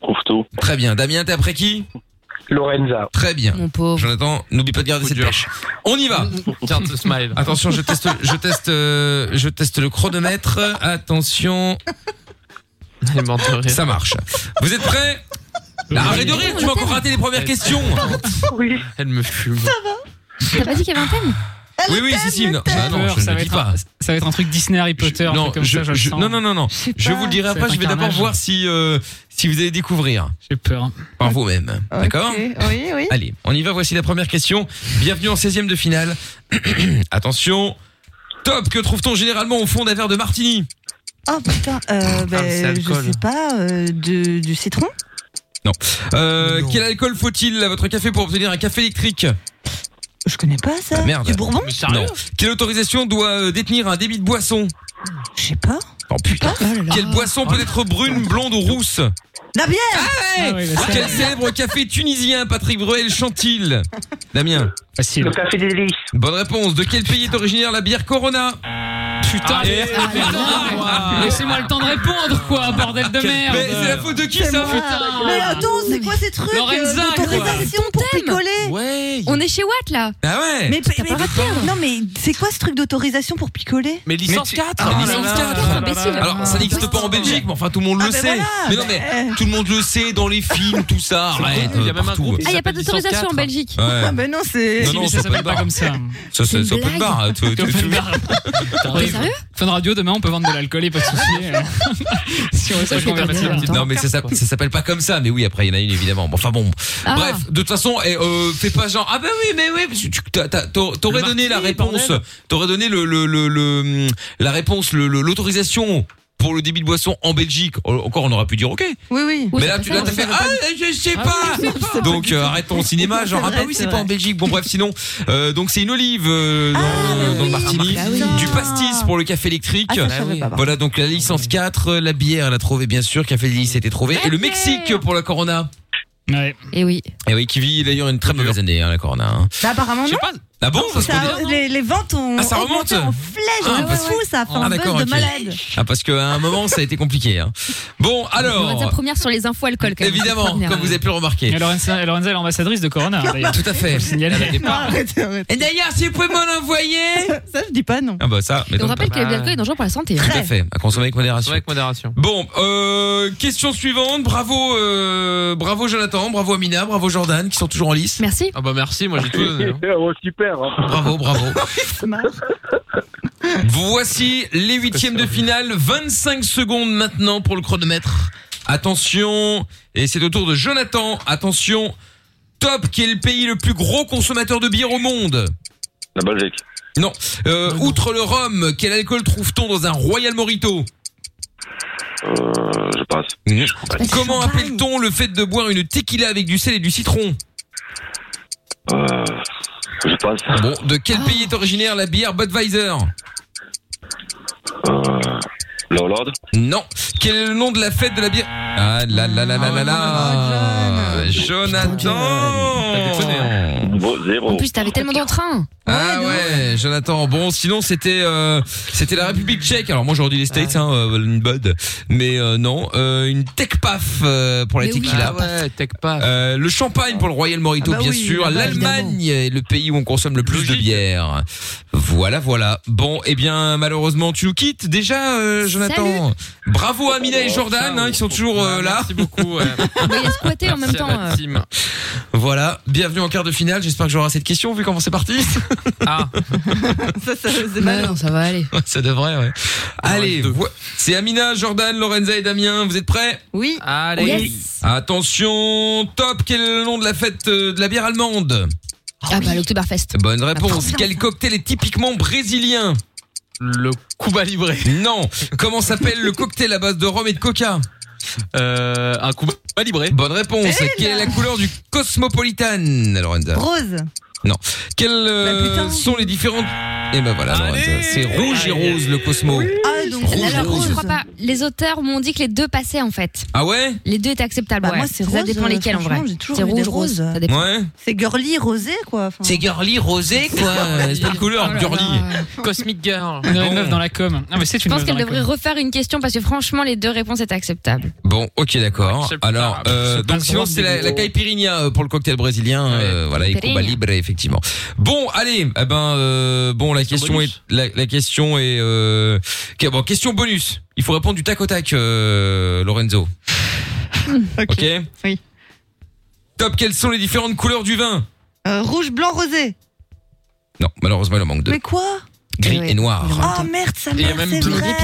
[SPEAKER 10] Trouve tout.
[SPEAKER 2] Très bien. Damien, t'es après qui
[SPEAKER 10] Lorenza.
[SPEAKER 2] Très bien.
[SPEAKER 5] Mon pauvre.
[SPEAKER 2] Jonathan, n'oublie pas de garder cette pêche. On y va.
[SPEAKER 9] Garde ce smile.
[SPEAKER 2] Attention, je teste, je teste, euh, je teste le chronomètre. Attention. Ça marche. Vous êtes prêts Là, Arrête de rire, tu m'as encore raté les premières questions.
[SPEAKER 6] Oui.
[SPEAKER 9] Elle me fume.
[SPEAKER 5] T'as pas dit qu'il y avait un thème
[SPEAKER 2] Oui, oui, si, si. Non, bah non,
[SPEAKER 4] Peur,
[SPEAKER 2] je
[SPEAKER 4] ça
[SPEAKER 2] ne
[SPEAKER 4] va
[SPEAKER 2] dis
[SPEAKER 4] être un-
[SPEAKER 2] pas.
[SPEAKER 4] Ça va être un truc Disney Harry Potter, un
[SPEAKER 2] Non,
[SPEAKER 4] truc comme
[SPEAKER 2] je-
[SPEAKER 4] ça, je le
[SPEAKER 2] je-
[SPEAKER 4] sens.
[SPEAKER 2] non, non, non, non. Je vous le dirai
[SPEAKER 4] Ça va
[SPEAKER 2] après.
[SPEAKER 4] être
[SPEAKER 2] Je vais
[SPEAKER 4] un
[SPEAKER 2] d'abord
[SPEAKER 4] carnage.
[SPEAKER 2] voir si euh, si vous allez découvrir.
[SPEAKER 4] J'ai peur. hein.
[SPEAKER 2] Par vous-même. D'accord.
[SPEAKER 6] Oui, oui.
[SPEAKER 2] Allez, on y va. Voici la première question. Bienvenue en 16 e de finale. *clears throat* Attention. Top. Que trouve-t-on généralement au fond d'un verre de martini
[SPEAKER 6] Oh putain, euh, ben,
[SPEAKER 2] Ah, c'est
[SPEAKER 6] je
[SPEAKER 2] alcool.
[SPEAKER 6] sais pas, euh, de- du citron
[SPEAKER 2] Non. Euh, Quel alcool faut-il à votre café pour obtenir un café électrique
[SPEAKER 6] Je connais pas ça.
[SPEAKER 2] Ah, Merde.
[SPEAKER 6] Du bourbon
[SPEAKER 2] Non. Quelle autorisation doit euh, détenir un débit de boisson
[SPEAKER 6] Je sais pas.
[SPEAKER 2] Oh putain. Quelle boisson peut être brune, blonde ou rousse
[SPEAKER 6] La bière
[SPEAKER 2] Ah ouais Quel célèbre café tunisien Patrick Bruel chante-t-il Damien.
[SPEAKER 4] Facile.
[SPEAKER 2] Le café des délices. Bonne réponse. De quel pays est originaire la bière Corona Putain.
[SPEAKER 4] Allez, allez, allez. Ah. Laissez-moi le temps de répondre, quoi, bordel de
[SPEAKER 2] Ah, Quel-
[SPEAKER 4] merde.
[SPEAKER 2] Mais c'est la faute de qui
[SPEAKER 6] C'est
[SPEAKER 2] ça
[SPEAKER 6] moi. Ah, Mais attends, c'est quoi ces trucs
[SPEAKER 4] Lorenza,
[SPEAKER 6] euh, d'autorisation pour picoler
[SPEAKER 2] Ouais.
[SPEAKER 5] On est chez Watt là.
[SPEAKER 2] Ah ouais
[SPEAKER 6] Mais, mais- non mais c'est quoi ce truc d'autorisation pour picoler
[SPEAKER 2] hein Ah, Mais licence 4
[SPEAKER 5] Ah,
[SPEAKER 9] hein,
[SPEAKER 2] licence 4 Alors ça n'existe pas en Belgique, mais enfin tout le monde
[SPEAKER 6] Ah,
[SPEAKER 2] le
[SPEAKER 6] ben
[SPEAKER 2] sait.
[SPEAKER 6] voilà,
[SPEAKER 2] Mais non mais tout le monde le sait dans les films, tout ça. Arrête.
[SPEAKER 9] Il y a même un
[SPEAKER 2] euh, partout.
[SPEAKER 9] groupe
[SPEAKER 5] Ah, y a pas d'autorisation en Belgique.
[SPEAKER 2] Ouais. Ah,
[SPEAKER 6] mais bah non, c'est.
[SPEAKER 2] Non, non, c'est open bar. *laughs* Ça,
[SPEAKER 4] C'est
[SPEAKER 2] c'est
[SPEAKER 4] une
[SPEAKER 2] c'est open
[SPEAKER 4] blague.
[SPEAKER 2] bar. hein,
[SPEAKER 9] *laughs*
[SPEAKER 2] Tu- tu- tu- *laughs*
[SPEAKER 4] T'arrives. Fun Radio, demain on peut vendre de l'alcool et pas de soucis. *laughs* si on veut savoir qu'on va passer la petite-
[SPEAKER 2] Non mais ça, s'appelle- ça s'appelle pas comme ça mais oui après il y en a une évidemment Bon, enfin bon
[SPEAKER 4] Ah.
[SPEAKER 2] bref de toute façon eh, euh, fais pas genre ah ben oui mais oui parce que tu- t'as- t'as- t'aurais t'aurais
[SPEAKER 9] Le
[SPEAKER 2] donné la
[SPEAKER 9] martyr,
[SPEAKER 2] réponse
[SPEAKER 9] bordel.
[SPEAKER 2] t'aurais donné le, le, le, le- la réponse le- le- l'autorisation pour le débit de boisson en Belgique encore on aurait pu dire ok
[SPEAKER 6] Oui, oui.
[SPEAKER 2] mais là tu là, t'as fait ah je sais pas donc euh, arrête ton cinéma genre ah bah oui c'est pas en Belgique bon bref sinon euh, donc c'est une olive euh, dans, dans le martini du pastis pour le café
[SPEAKER 6] Ah,
[SPEAKER 2] électrique voilà donc la licence 4 euh, la bière elle a trouvé bien sûr café délice était trouvé et le Mexique pour la Corona
[SPEAKER 4] Ouais.
[SPEAKER 2] Ah
[SPEAKER 5] Et Eh oui.
[SPEAKER 2] et oui qui vit d'ailleurs une très mauvaise année hein, la Corona hein.
[SPEAKER 6] Bah, apparemment non.
[SPEAKER 2] ah bon ça se
[SPEAKER 6] Ça-
[SPEAKER 2] trouve bien
[SPEAKER 6] les, les ventes ont
[SPEAKER 2] Ah, ça
[SPEAKER 6] augmenté
[SPEAKER 2] remonte
[SPEAKER 6] en flèche,
[SPEAKER 2] Ah,
[SPEAKER 6] de
[SPEAKER 2] parce-
[SPEAKER 6] fou ça, fait
[SPEAKER 2] Ah,
[SPEAKER 6] un buzz
[SPEAKER 2] d'accord,
[SPEAKER 6] de
[SPEAKER 2] ok.
[SPEAKER 6] malade.
[SPEAKER 2] ah parce qu'à un moment ça a été compliqué hein. bon
[SPEAKER 5] On va
[SPEAKER 2] alors
[SPEAKER 5] dire première sur les infos alcool quand même. hein.
[SPEAKER 2] évidemment comme vous avez pu le remarquer
[SPEAKER 4] Et Lorenza, et Lorenza est l'ambassadrice
[SPEAKER 2] *laughs*
[SPEAKER 4] de Corona. d'ailleurs.
[SPEAKER 2] Tout à fait.
[SPEAKER 4] Faut le signaler.
[SPEAKER 2] Elle a des parts.
[SPEAKER 6] Et
[SPEAKER 2] d'ailleurs, si vous pouvez m'en envoyer.
[SPEAKER 6] Eh, ça, je dis pas
[SPEAKER 2] *laughs*
[SPEAKER 6] non.
[SPEAKER 2] ah bah ça
[SPEAKER 5] Et on
[SPEAKER 2] m'étonne
[SPEAKER 5] rappelle
[SPEAKER 2] pas.
[SPEAKER 5] que l'alcool est dangereux pour la santé. hein.
[SPEAKER 2] Tout à fait, à consommer avec modération.
[SPEAKER 9] Avec modération.
[SPEAKER 2] Bon, euh, question suivante. Bravo, euh, bravo Jonathan, bravo Amina, bravo Jordan, qui sont toujours en lice.
[SPEAKER 5] Merci.
[SPEAKER 9] Ah bah merci, moi j'ai tout donné.
[SPEAKER 11] hein.
[SPEAKER 10] super. hein.
[SPEAKER 2] Bravo, *laughs* bravo. Voici les huitièmes de finale. 25 secondes maintenant pour le chronomètre. Attention, et c'est au tour de Jonathan. Attention, top, qui est le pays le plus gros consommateur de bière au monde
[SPEAKER 10] La Belgique.
[SPEAKER 2] Non. Euh, outre le rhum, quel alcool trouve-t-on dans un Royal Morito
[SPEAKER 10] Euh, je passe.
[SPEAKER 6] Bah,
[SPEAKER 2] Comment appelle-t-on le fait de boire une tequila avec du sel et du citron
[SPEAKER 10] Euh, je passe.
[SPEAKER 2] Bon, de quel pays est originaire la bière Budweiser
[SPEAKER 10] Euh, la Hollande.
[SPEAKER 2] Non. Quel est le nom de la fête de la bière Ah là là là là là là Jonathan
[SPEAKER 11] hein.
[SPEAKER 10] Bon, zéro.
[SPEAKER 11] Oh.
[SPEAKER 5] En plus, t'avais tellement d'entrain.
[SPEAKER 2] Ah ouais, Jonathan. Bon, sinon c'était euh, c'était la République Tchèque. Alors moi j'aurais dit les States,
[SPEAKER 9] Ah.
[SPEAKER 2] hein, euh, une bud, mais euh, non, euh, une tech paf euh, pour la
[SPEAKER 9] Mais oui,
[SPEAKER 2] tequila.
[SPEAKER 9] Ah *laughs* ouais, tech paf.
[SPEAKER 2] Euh, le champagne pour le Royal Morito,
[SPEAKER 9] Ah bah
[SPEAKER 2] bien
[SPEAKER 9] oui,
[SPEAKER 2] sûr.
[SPEAKER 9] ah bah
[SPEAKER 2] L'Allemagne est le pays où on consomme le plus de bière. Voilà, voilà. Bon, eh bien malheureusement tu nous quittes déjà, euh, Jonathan. Bravo à Amina et Jordan, hein, ils sont toujours euh, là. Merci
[SPEAKER 9] beaucoup.
[SPEAKER 5] Il a squatté en même temps. euh.
[SPEAKER 2] Voilà, bienvenue en quart de finale. J'espère que j'aurai assez de questions vu comment c'est parti. Ah,
[SPEAKER 6] ça, ça, c'est
[SPEAKER 5] Bah non, ça va aller.
[SPEAKER 2] Ouais, ça devrait, ouais. Allez, vo- c'est Amina, Jordan, Lorenza et Damien. Vous êtes prêts
[SPEAKER 6] Oui.
[SPEAKER 2] Allez. Attention, top. Quel est le nom de la fête euh, de la bière allemande
[SPEAKER 5] Ah bah l'Octoberfest.
[SPEAKER 2] Bonne
[SPEAKER 5] trop
[SPEAKER 2] réponse.
[SPEAKER 5] bien,
[SPEAKER 2] Quel cocktail est typiquement brésilien Le Cuba Libre. Non. Comment s'appelle le cocktail à base de rhum et de coca Euh, un Cuba Libre. Bonne réponse.
[SPEAKER 6] Eh
[SPEAKER 2] Quelle est
[SPEAKER 6] là.
[SPEAKER 2] la couleur du Cosmopolitan, Lorenza
[SPEAKER 6] Rose.
[SPEAKER 2] Non. Quelles euh, sont les différentes Et ben voilà, Lorenza. C'est rouge et rose le Cosmo.
[SPEAKER 6] Ah, donc
[SPEAKER 2] Rouge,
[SPEAKER 5] Alors,
[SPEAKER 2] rose.
[SPEAKER 5] je crois pas. Les auteurs m'ont dit que les deux passaient en fait.
[SPEAKER 2] Ah ouais
[SPEAKER 5] Les deux étaient acceptables.
[SPEAKER 6] Bah,
[SPEAKER 5] ouais.
[SPEAKER 6] moi, c'est
[SPEAKER 5] Ça
[SPEAKER 6] rose,
[SPEAKER 5] dépend lesquels en vrai.
[SPEAKER 6] franchement, j'ai toujours
[SPEAKER 5] C'est
[SPEAKER 6] eu des
[SPEAKER 5] rouge, rose.
[SPEAKER 6] roses.
[SPEAKER 5] Ça dépend.
[SPEAKER 2] Ouais.
[SPEAKER 6] C'est girly, rosé, quoi. Enfin,
[SPEAKER 2] C'est girly rosé quoi. *laughs* Oh C'est pas de
[SPEAKER 5] Oh
[SPEAKER 2] couleur girly.
[SPEAKER 4] Cosmic Girl. On dirait une meuf dans la com. Ah, mais c'est
[SPEAKER 5] Je
[SPEAKER 4] une
[SPEAKER 5] pense
[SPEAKER 4] meuf dans
[SPEAKER 5] qu'elle
[SPEAKER 4] la
[SPEAKER 5] devrait
[SPEAKER 4] com.
[SPEAKER 5] refaire une question parce que franchement, les deux réponses étaient acceptables.
[SPEAKER 2] Bon, ok, d'accord.
[SPEAKER 4] c'est pas
[SPEAKER 2] Alors,
[SPEAKER 4] grave,
[SPEAKER 2] euh,
[SPEAKER 4] c'est pas
[SPEAKER 2] donc
[SPEAKER 4] le
[SPEAKER 2] sinon
[SPEAKER 4] droit
[SPEAKER 2] c'est la,
[SPEAKER 4] du
[SPEAKER 2] la
[SPEAKER 4] gros.
[SPEAKER 2] caipirinha euh, pour le cocktail brésilien, euh, voilà, et
[SPEAKER 5] Caipirinha.
[SPEAKER 2] Cuba Libre effectivement. Bon, allez, eh ben, euh, bon, la question est,
[SPEAKER 9] bonus.
[SPEAKER 2] la, la question est, euh, ok, bon, question bonus. Il faut répondre du tac au tac, euh, Lorenzo. Ok.
[SPEAKER 6] Oui.
[SPEAKER 2] Top. Quelles sont les différentes couleurs du vin
[SPEAKER 6] euh, rouge, blanc, rosé.
[SPEAKER 2] Non, malheureusement, il en manque deux.
[SPEAKER 6] Mais quoi
[SPEAKER 2] Gris et noir.
[SPEAKER 6] Oh merde, ça
[SPEAKER 2] Et il y a
[SPEAKER 6] merde.
[SPEAKER 2] même
[SPEAKER 6] c'est
[SPEAKER 2] bleu.
[SPEAKER 6] vrai.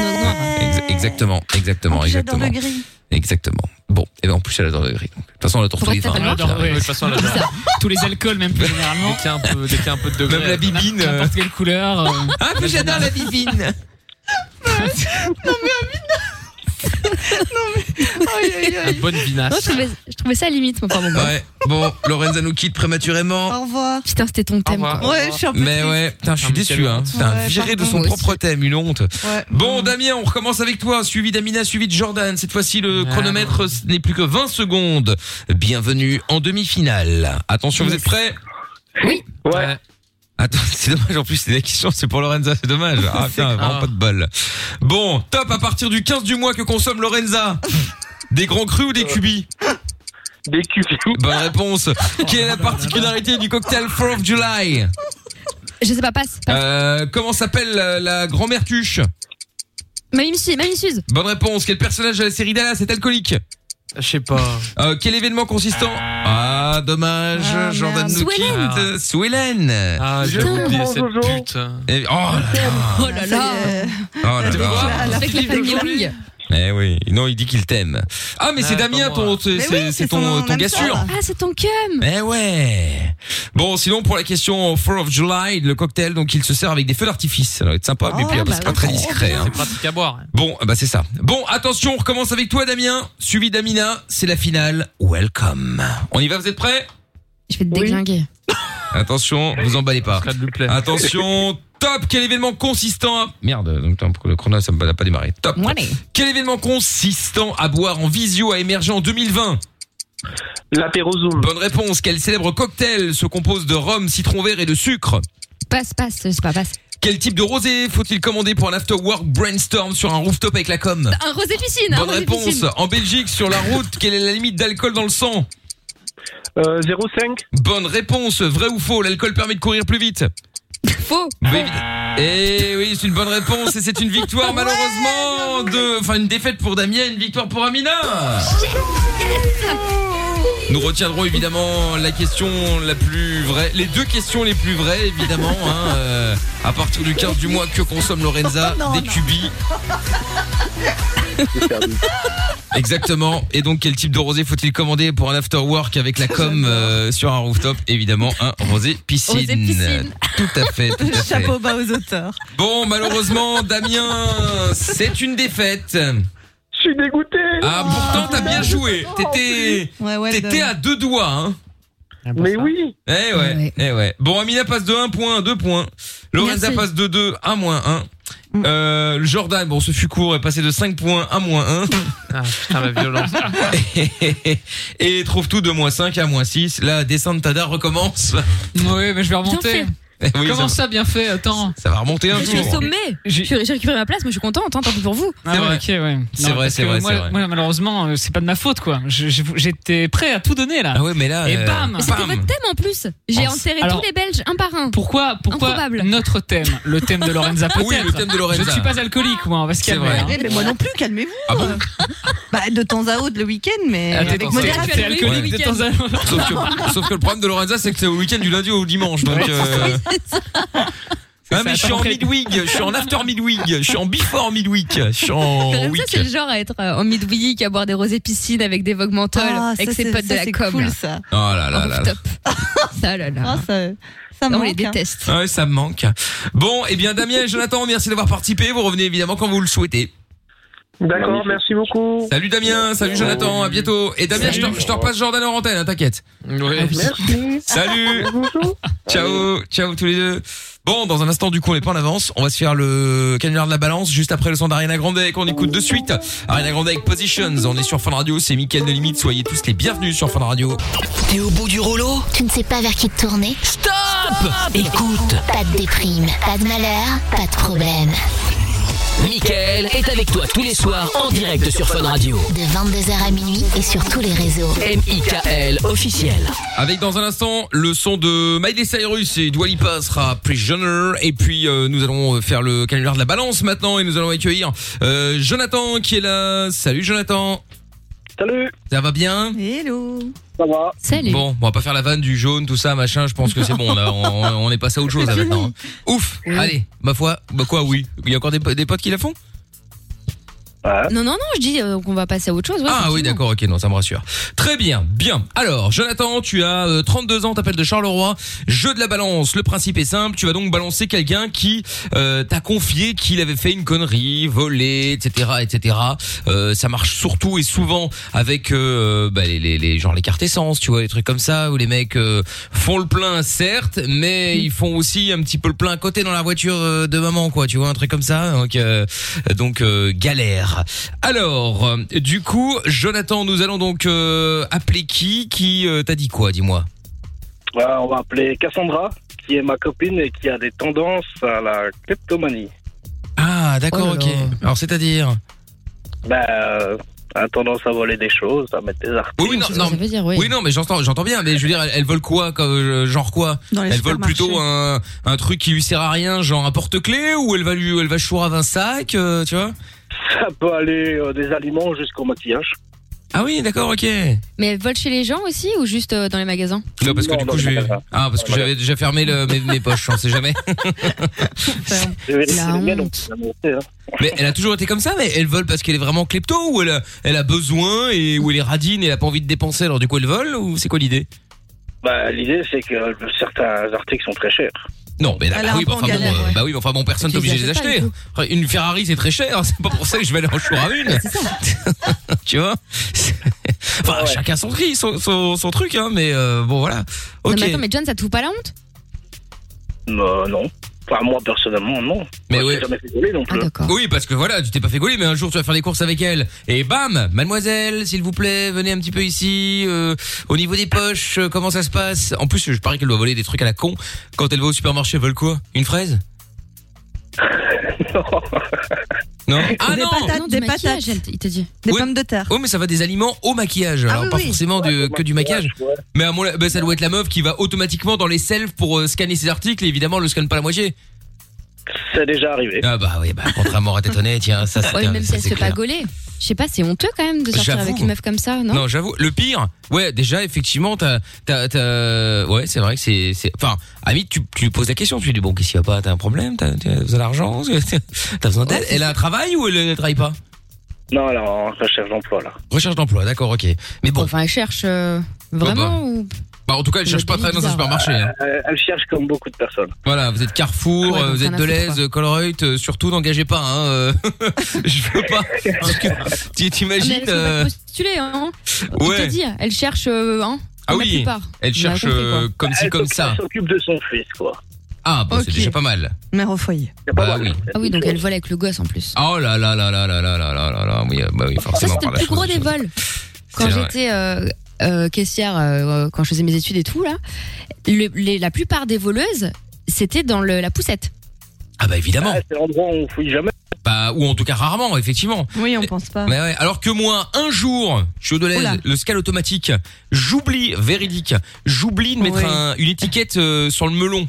[SPEAKER 2] Ex- exactement, exactement,
[SPEAKER 6] Oh, Ah, J'adore
[SPEAKER 2] exactement,
[SPEAKER 6] le gris.
[SPEAKER 2] exactement. Bon, et ben en plus elle adore le gris. donc. De toute façon, elle adore tous
[SPEAKER 5] Faudrait
[SPEAKER 2] les
[SPEAKER 5] que
[SPEAKER 2] vins.
[SPEAKER 5] ça s'appelle
[SPEAKER 2] hein,
[SPEAKER 4] J'adore,
[SPEAKER 2] finalement.
[SPEAKER 4] ouais.
[SPEAKER 9] De toute façon, là,
[SPEAKER 4] *laughs* Tous les alcools, même plus généralement.
[SPEAKER 9] dès qu'il y a un peu, dès qu'il y a un peu de degré.
[SPEAKER 2] Même la bibine. euh,
[SPEAKER 4] N'importe quelle couleur. euh,
[SPEAKER 2] Ah, mais j'adore la bibine.
[SPEAKER 6] Aïe, aïe,
[SPEAKER 9] La
[SPEAKER 2] *laughs*
[SPEAKER 6] aïe.
[SPEAKER 9] Ah, bonne
[SPEAKER 5] Moi,
[SPEAKER 2] Ah.
[SPEAKER 9] binasse.
[SPEAKER 5] je trouvais, je trouvais ça limite, mon bon.
[SPEAKER 2] *laughs* Ouais. Bon, Lorenza nous quitte prématurément.
[SPEAKER 6] Au revoir.
[SPEAKER 5] Putain, c'était ton thème. quoi.
[SPEAKER 6] Ouais, je suis un peu.
[SPEAKER 2] Mais ouais, putain, je suis
[SPEAKER 9] Ah, mais
[SPEAKER 2] déçu,
[SPEAKER 9] quelle
[SPEAKER 2] hein.
[SPEAKER 9] honte.
[SPEAKER 2] Putain,
[SPEAKER 6] Ouais,
[SPEAKER 2] viré de
[SPEAKER 6] pardon,
[SPEAKER 2] son
[SPEAKER 5] moi
[SPEAKER 2] propre thème, une honte.
[SPEAKER 6] Ouais.
[SPEAKER 2] Bon, bah, Damien, on recommence avec toi, suivi d'Amina, suivi de Jordan. Cette fois-ci, le
[SPEAKER 9] Ah.
[SPEAKER 2] chronomètre n'est plus que 20 secondes. Bienvenue en demi-finale. Attention, vous êtes prêts
[SPEAKER 7] Ouais.
[SPEAKER 2] Attends, *laughs* c'est dommage, en plus, la question, c'est pour Lorenza, c'est dommage. Ah, putain, vraiment
[SPEAKER 9] grave.
[SPEAKER 2] pas de bol. Bon, top, à partir du 15 du mois que consomme Lorenza. Des grands crus ou des cubis
[SPEAKER 7] Des cubes.
[SPEAKER 2] Bonne
[SPEAKER 9] *laughs*
[SPEAKER 2] réponse. Quelle est la particularité du cocktail 4 of July
[SPEAKER 5] Je sais pas, passe. passe.
[SPEAKER 2] Euh, comment s'appelle euh, la grand-mère Cuche
[SPEAKER 5] Mamie Suze, Mamie Suze.
[SPEAKER 2] Bonne réponse. Quel personnage de la série Dallas est alcoolique
[SPEAKER 9] Je sais pas.
[SPEAKER 2] Euh, Quel événement consistant Ah, dommage.
[SPEAKER 6] Ah,
[SPEAKER 2] Jordan
[SPEAKER 6] merde.
[SPEAKER 2] nous quitte.
[SPEAKER 9] Sweelen.
[SPEAKER 2] Euh, Sweelen.
[SPEAKER 9] Ah, j'ai
[SPEAKER 5] Putain,
[SPEAKER 9] oublié
[SPEAKER 7] mon
[SPEAKER 9] cette
[SPEAKER 7] Jojo.
[SPEAKER 9] pute.
[SPEAKER 2] Et- Oh là là.
[SPEAKER 5] Oh là là.
[SPEAKER 2] Oh là là.
[SPEAKER 6] Ah, la
[SPEAKER 5] Avec la
[SPEAKER 6] fille
[SPEAKER 5] famille
[SPEAKER 6] d'aujourd'hui.
[SPEAKER 5] Wing.
[SPEAKER 2] Eh oui. Non, il dit qu'il t'aime. Ah, mais
[SPEAKER 9] Ah,
[SPEAKER 2] c'est
[SPEAKER 9] pas
[SPEAKER 2] Damien,
[SPEAKER 9] moi.
[SPEAKER 2] ton, c'est-
[SPEAKER 6] Mais oui,
[SPEAKER 2] c'est c'est
[SPEAKER 6] c'est
[SPEAKER 2] ton,
[SPEAKER 6] son
[SPEAKER 2] ton gars
[SPEAKER 6] âme sœur.
[SPEAKER 2] sûr.
[SPEAKER 5] Ah, c'est ton cum.
[SPEAKER 2] Eh ouais. Bon, sinon pour la question 4 of July, le cocktail, donc il se sert avec des feux d'artifice. Ça doit être sympa, mais
[SPEAKER 6] Oh,
[SPEAKER 2] puis après,
[SPEAKER 6] bah
[SPEAKER 2] c'est pas
[SPEAKER 6] oui.
[SPEAKER 2] très discret. hein.
[SPEAKER 9] C'est pratique à boire.
[SPEAKER 2] Bon, bah c'est ça. Bon, attention, on recommence avec toi Damien, suivi d'Amina, c'est la finale. Welcome. On y va, vous êtes prêts
[SPEAKER 5] Je vais te déglinguer.
[SPEAKER 2] Attention, vous emballez pas.
[SPEAKER 9] Ça lui plaît.
[SPEAKER 2] Attention, top, quel événement consistant à... Merde, donc, attends, pourquoi le chrono ça m'a pas démarré. Top.
[SPEAKER 5] Allez.
[SPEAKER 2] Quel événement consistant à boire en visio a émergé en 2020
[SPEAKER 7] L'apéro zoom.
[SPEAKER 2] Bonne réponse, quel célèbre cocktail se compose de rhum, citron vert et de sucre
[SPEAKER 5] Passe, passe, je sais pas, passe.
[SPEAKER 2] Quel type de rosé faut-il commander pour un after-work brainstorm sur un rooftop avec la com
[SPEAKER 5] Un rosé piscine. un
[SPEAKER 2] Bonne
[SPEAKER 5] rosé
[SPEAKER 2] réponse,
[SPEAKER 5] piscine.
[SPEAKER 2] en Belgique, sur la route, quelle est la limite d'alcool dans le sang
[SPEAKER 7] Euh, 0,5.
[SPEAKER 2] Bonne réponse, vrai ou faux, l'alcool permet de courir plus vite
[SPEAKER 5] Faux.
[SPEAKER 2] Oui, évi- Eh oui, c'est une bonne réponse et c'est une victoire malheureusement de... Enfin, une défaite pour Damien, une victoire pour Amina Nous retiendrons évidemment la question la plus vraie, les deux questions les plus vraies évidemment, hein, euh, à partir du 15 du mois que consomme Lorenza,
[SPEAKER 6] Non,
[SPEAKER 2] des
[SPEAKER 6] non.
[SPEAKER 2] cubis. Exactement. Et donc, quel type de rosé faut-il commander pour un after work avec la com euh, sur un rooftop Évidemment, un rosé piscine.
[SPEAKER 5] Rosé piscine.
[SPEAKER 2] Tout à fait, tout à fait.
[SPEAKER 6] Chapeau bas aux auteurs.
[SPEAKER 2] Bon, malheureusement, Damien, c'est une défaite.
[SPEAKER 7] Je suis dégoûté.
[SPEAKER 2] Ah, pourtant, t'as bien joué. T'étais,
[SPEAKER 6] Ouais, ouais.
[SPEAKER 2] t'étais à deux doigts, hein.
[SPEAKER 7] Mais oui.
[SPEAKER 2] Eh ouais,
[SPEAKER 5] Ouais.
[SPEAKER 2] eh ouais. Bon, Amina passe de 1 point à 2 points. Lorenza
[SPEAKER 5] Merci.
[SPEAKER 2] passe de 2 à moins 1. Euh, Jordan, bon, ce fut court, est passé de 5 points à moins 1.
[SPEAKER 9] Ah, putain, la violence.
[SPEAKER 2] *laughs* Et trouve tout de moins 5 à moins 6. La descente Tada recommence. *laughs*
[SPEAKER 4] Ouais, mais je vais remonter.
[SPEAKER 5] fait.
[SPEAKER 2] Eh oui,
[SPEAKER 4] Comment
[SPEAKER 2] ça,
[SPEAKER 4] ça, bien fait Attends.
[SPEAKER 2] ça va remonter un
[SPEAKER 5] Je suis
[SPEAKER 2] jour.
[SPEAKER 5] sommée. J'ai j'ai récupéré ma place, mais je suis contente, hein, tant pis pour vous.
[SPEAKER 4] Ah ouais,
[SPEAKER 2] vrai.
[SPEAKER 4] ok, ouais.
[SPEAKER 2] C'est vrai,
[SPEAKER 4] Non, parce
[SPEAKER 2] c'est
[SPEAKER 4] que
[SPEAKER 2] vrai,
[SPEAKER 4] moi,
[SPEAKER 2] c'est vrai.
[SPEAKER 4] moi, malheureusement, euh, c'est pas de ma faute, quoi. Je- je- J'étais prêt à tout donner, là.
[SPEAKER 2] Ah ouais, mais là.
[SPEAKER 4] Et
[SPEAKER 2] euh,
[SPEAKER 4] bam
[SPEAKER 5] Mais C'était
[SPEAKER 2] bam.
[SPEAKER 5] votre thème en plus. J'ai
[SPEAKER 2] Oh,
[SPEAKER 5] enterré
[SPEAKER 4] alors-
[SPEAKER 5] tous les Belges un par un.
[SPEAKER 4] Pourquoi, pourquoi
[SPEAKER 5] Improbable.
[SPEAKER 4] notre thème Le thème
[SPEAKER 2] *laughs*
[SPEAKER 4] de Lorenza peut-être
[SPEAKER 2] Ah Oui, le thème de Lorenza.
[SPEAKER 4] Je ne suis pas alcoolique, moi, on va se
[SPEAKER 2] C'est
[SPEAKER 4] calmer.
[SPEAKER 2] vrai.
[SPEAKER 4] hein.
[SPEAKER 6] Eh, mais moi non plus, calmez-vous.
[SPEAKER 2] Ah bon Ah,
[SPEAKER 6] Bah, de temps à autre le week-end, mais
[SPEAKER 4] Attends,
[SPEAKER 6] avec
[SPEAKER 4] t'es-
[SPEAKER 6] modération.
[SPEAKER 4] t'es
[SPEAKER 5] Ouais.
[SPEAKER 4] alcoolique de temps à autre.
[SPEAKER 2] sauf, que, sauf que le problème de Lorenza, c'est que c'est au week-end du lundi au dimanche. Donc, euh, Ah mais
[SPEAKER 4] ça,
[SPEAKER 2] je suis en
[SPEAKER 4] après.
[SPEAKER 2] midweek, je suis en after midweek, je suis en before midweek, je suis en
[SPEAKER 5] Comme ça,
[SPEAKER 2] week.
[SPEAKER 5] c'est le genre à être euh, en midweek, à boire des rosés piscines avec des vogue menthol,
[SPEAKER 6] Ah, ça,
[SPEAKER 5] avec ses
[SPEAKER 6] c'est-
[SPEAKER 5] potes
[SPEAKER 6] ça,
[SPEAKER 5] de la
[SPEAKER 6] c'est
[SPEAKER 5] com.
[SPEAKER 6] cool,
[SPEAKER 5] là.
[SPEAKER 6] ça. Ah,
[SPEAKER 2] Oh là
[SPEAKER 5] Ah,
[SPEAKER 2] là là. là.
[SPEAKER 5] Ça, là, là.
[SPEAKER 6] ça,
[SPEAKER 5] on les
[SPEAKER 6] manque, hein.
[SPEAKER 5] déteste.
[SPEAKER 2] Ah ouais, ça me manque. Bon, eh bien Damien et Jonathan, merci d'avoir participé. Vous revenez évidemment quand vous le souhaitez.
[SPEAKER 11] D'accord, merci beaucoup.
[SPEAKER 2] Salut Damien, salut Jonathan, à bientôt. Et Damien, je te, je te repasse Jordan en antenne, hein, t'inquiète.
[SPEAKER 11] Merci.
[SPEAKER 2] Salut. Ciao, ciao tous les deux. Bon, dans un instant, du coup, on est pas en avance. On va se faire le canular de la balance juste après le son d'Ariana Grande qu'on écoute de suite. Ariana Grande avec Positions. On est sur Fun Radio, c'est Mickaël de Limite. Soyez tous les bienvenus sur Fun Radio.
[SPEAKER 8] T'es au bout du rouleau Tu ne sais pas vers qui te tourner Stop,
[SPEAKER 1] Écoute
[SPEAKER 8] Pas de déprime, pas de malheur, pas de problème.
[SPEAKER 1] Mickaël est avec toi tous les soirs en direct sur Fun Radio.
[SPEAKER 8] De 22h à minuit et sur tous les réseaux.
[SPEAKER 1] M.I.K.L. officiel.
[SPEAKER 2] Avec dans un instant le son de Miley Cyrus et Dua Lipa sera Prisoner et puis euh, nous allons faire le canular de la balance maintenant et nous allons accueillir euh, Jonathan qui est là. Salut Jonathan.
[SPEAKER 11] Salut.
[SPEAKER 2] Ça va bien
[SPEAKER 6] Hello.
[SPEAKER 11] Ça va.
[SPEAKER 5] Salut.
[SPEAKER 2] Bon, bon, on va pas faire la vanne du jaune, tout ça, machin. Je pense que c'est bon. Là, Euh, on, on est passé à autre chose là maintenant. hein. Ouf. Allez, ma foi, bah quoi, oui. Il y a encore des, po- des potes qui la font
[SPEAKER 5] Non, non, non, je dis euh, qu'on va passer à autre chose. ouais,
[SPEAKER 2] Ah oui, d'accord, ok, non, ça me rassure. Très bien, bien. Alors, Jonathan, tu as euh, 32 ans, t'appelles de Charleroi. Jeu de la balance, le principe est simple, tu vas donc balancer quelqu'un qui euh, t'a confié qu'il avait fait une connerie, volé, etc., etc. Euh, ça marche surtout et souvent avec euh, bah, les, les, les genre les cartes essence, tu vois, les trucs comme ça où les mecs euh, font le plein, certes, mais ils font aussi un petit peu le plein à côté dans la voiture euh, de maman, quoi, tu vois, un truc comme ça. Donc, euh, donc euh, galère. Alors, euh, du coup, Jonathan, nous allons donc euh, appeler qui Qui euh, t'a dit quoi Dis-moi.
[SPEAKER 11] Voilà, on va appeler Cassandra, qui est ma copine et qui a des tendances à la kleptomanie.
[SPEAKER 2] Ah, d'accord, ok. Alors, c'est-à-dire
[SPEAKER 11] Ben, euh, elle a tendance à voler des choses, à mettre des articles.
[SPEAKER 2] Oui, non, non. oui. non, mais j'entends, j'entends bien. Mais je veux dire, elles, elles veulent quoi, comme, euh, genre quoi
[SPEAKER 11] Dans les
[SPEAKER 2] Elles veulent
[SPEAKER 11] supermarchés.
[SPEAKER 2] plutôt hein. un, un truc qui lui sert à rien, genre un porte-clés, ou elle va lui, elle va chourave un sac, euh, tu vois
[SPEAKER 11] *laughs* Ça peut aller euh, des aliments jusqu'au maquillage.
[SPEAKER 2] Ah oui, d'accord, ok.
[SPEAKER 5] Mais elles volent chez les gens aussi ou juste euh, dans les magasins
[SPEAKER 2] Non, parce que du coup, je vais. Ah, parce que j'avais déjà fermé le- mes, mes poches, on sait *laughs* jamais.
[SPEAKER 11] Je
[SPEAKER 5] La
[SPEAKER 11] vais laisser les miennes,
[SPEAKER 5] honte.
[SPEAKER 11] on peut la monter, hein.
[SPEAKER 2] Mais elle a toujours été comme ça, mais elle vole parce qu'elle est vraiment klepto, ou elle a, elle a besoin, et, ou elle est radine et elle a pas envie de dépenser, alors du coup, elle vole, ou c'est quoi l'idée
[SPEAKER 11] Ben, l'idée, c'est que euh, certains articles sont très chers.
[SPEAKER 2] Non, mais là,
[SPEAKER 11] Elle a
[SPEAKER 2] bah,
[SPEAKER 11] un
[SPEAKER 2] oui,
[SPEAKER 11] peu
[SPEAKER 2] bah,
[SPEAKER 11] en
[SPEAKER 2] enfin, bon,
[SPEAKER 11] galère,
[SPEAKER 2] euh, bah oui, mais enfin bon, personne t'es
[SPEAKER 11] Tu les
[SPEAKER 2] obligé de les
[SPEAKER 11] achètes pas,
[SPEAKER 2] acheter.
[SPEAKER 11] du
[SPEAKER 2] Une Ferrari, c'est très cher, hein, c'est pas pour ça que je vais aller en choix à une. *laughs* tu vois Enfin, chacun son prix, son, son, son truc, hein, mais euh, bon, voilà.
[SPEAKER 5] Non,
[SPEAKER 2] Ok.
[SPEAKER 5] mais attends, mais John, ça te fout pas la honte
[SPEAKER 11] Euh, non. Enfin, moi, personnellement, non.
[SPEAKER 2] Mais Ah,
[SPEAKER 11] Moi,
[SPEAKER 2] oui.
[SPEAKER 11] j'ai jamais fait voler non
[SPEAKER 5] Ah,
[SPEAKER 11] plus.
[SPEAKER 2] Oui, parce que voilà, tu t'es pas fait gauler, mais un jour tu vas faire les courses avec elle. Et bam, mademoiselle, s'il vous plaît, venez un petit peu ici. euh, au niveau des poches, euh, comment ça se passe En plus, je parie qu'elle doit voler des trucs à la con. Quand elle va au supermarché, elle vole quoi Une fraise
[SPEAKER 11] *laughs*
[SPEAKER 2] Non. Ah
[SPEAKER 6] des
[SPEAKER 2] non
[SPEAKER 6] patates, des patates.
[SPEAKER 5] il te dit.
[SPEAKER 6] Des pommes de terre.
[SPEAKER 2] Oh mais ça va des aliments au maquillage, alors
[SPEAKER 6] oui,
[SPEAKER 2] pas
[SPEAKER 6] oui.
[SPEAKER 2] forcément du- Euh, que du maquillage. Mais à mon, bah, ça doit être la meuf qui va automatiquement dans les selfs pour euh, scanner ses articles et évidemment elle le scanne pas la moitié.
[SPEAKER 11] C'est déjà arrivé.
[SPEAKER 2] Ah bah oui, bah contrairement à tête honnête, Ah, tiens, ça c'est
[SPEAKER 5] Ouais,
[SPEAKER 2] un-
[SPEAKER 5] même
[SPEAKER 2] ça,
[SPEAKER 5] si elle se
[SPEAKER 2] c'est
[SPEAKER 5] fait pas
[SPEAKER 2] clair.
[SPEAKER 5] gauler. Je sais pas, c'est honteux quand même de sortir
[SPEAKER 2] J'avoue.
[SPEAKER 5] avec une meuf comme ça, non
[SPEAKER 2] Non, j'avoue. Le pire, ouais, déjà, effectivement, t'as, t'as, t'as- ouais, c'est vrai que c'est, c'est, enfin, Amit, tu, tu lui poses la question, tu lui dis, bon, qu'est-ce qu'il y a pas, t'as un problème, t'as, t'as besoin d'argent, *laughs* t'as besoin d'aide, elle a un travail ou elle, elle travaille pas?
[SPEAKER 11] Non, elle est en recherche d'emploi, là.
[SPEAKER 2] Recherche d'emploi, d'accord, ok. Mais bon.
[SPEAKER 5] Enfin, elle cherche euh, vraiment ou. Ah,
[SPEAKER 2] Bah, en tout cas, elle cherche pas à travailler dans un supermarché, hein.
[SPEAKER 11] Euh, elle cherche comme beaucoup de personnes.
[SPEAKER 2] Voilà, vous êtes
[SPEAKER 5] Ah
[SPEAKER 2] Carrefour,
[SPEAKER 11] Ouais, donc
[SPEAKER 2] euh, vous
[SPEAKER 11] rien
[SPEAKER 2] êtes
[SPEAKER 11] à foutre,
[SPEAKER 2] Deleuze, euh, Colruyt, euh, surtout n'engagez pas, hein, euh, *laughs* je veux pas, parce que, tu-
[SPEAKER 5] Ah, mais
[SPEAKER 2] t'imagines,
[SPEAKER 5] elles sont pas
[SPEAKER 2] euh,
[SPEAKER 5] postulées, hein Je
[SPEAKER 2] ouais.
[SPEAKER 5] te dis, elle cherche. euh, hein,
[SPEAKER 2] ah
[SPEAKER 5] la
[SPEAKER 2] oui,
[SPEAKER 5] plupart.
[SPEAKER 2] elle
[SPEAKER 5] On a
[SPEAKER 2] cherche,
[SPEAKER 5] compris,
[SPEAKER 2] euh,
[SPEAKER 5] quoi.
[SPEAKER 2] comme ci, comme ça.
[SPEAKER 11] Elle s'occupe de son fils, quoi.
[SPEAKER 2] Ah, bon, c'est
[SPEAKER 5] Ok.
[SPEAKER 2] déjà pas mal.
[SPEAKER 6] Mère au foyer.
[SPEAKER 2] Bah oui.
[SPEAKER 5] Ah oui, donc elle vole avec le gosse en plus.
[SPEAKER 2] Oh là là là là là là là là là là, oui, euh, bah oui,
[SPEAKER 5] Ça,
[SPEAKER 2] forcément.
[SPEAKER 5] c'était
[SPEAKER 2] par la
[SPEAKER 5] le plus
[SPEAKER 2] chose.
[SPEAKER 5] gros des vols. Quand
[SPEAKER 2] vrai.
[SPEAKER 5] j'étais euh, euh, caissière, euh, quand je faisais mes études et tout, là, le- les- la plupart des voleuses, c'était dans le- la poussette.
[SPEAKER 2] Ah bah évidemment.
[SPEAKER 11] c'est l'endroit où on fouille jamais.
[SPEAKER 2] Bah, ou en tout cas rarement, effectivement.
[SPEAKER 6] Oui, on pense
[SPEAKER 5] Ah.
[SPEAKER 6] pas.
[SPEAKER 2] Mais ouais, alors que moi, un jour, je suis au Deleuze,
[SPEAKER 6] Oula.
[SPEAKER 2] le scan automatique, j'oublie, véridique, j'oublie de mettre
[SPEAKER 6] Oui.
[SPEAKER 2] un- une étiquette euh, sur le melon.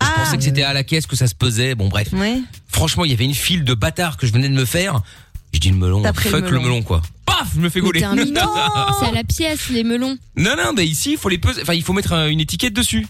[SPEAKER 5] Ah.
[SPEAKER 2] Je pensais que c'était à la caisse que ça se pesait, bon bref.
[SPEAKER 6] Oui.
[SPEAKER 2] Franchement, il y avait une file de bâtards que je venais de me faire. Je dis le melon,
[SPEAKER 5] T'as pris le
[SPEAKER 2] fuck le melon.
[SPEAKER 5] melon.
[SPEAKER 2] quoi. Paf, je me fais
[SPEAKER 5] Mais
[SPEAKER 2] gauler. *laughs*
[SPEAKER 5] t'es un minot. C'est à la pièce, les melons.
[SPEAKER 2] non, non, mais ici, il faut les peser, enfin, il faut mettre un- une étiquette dessus.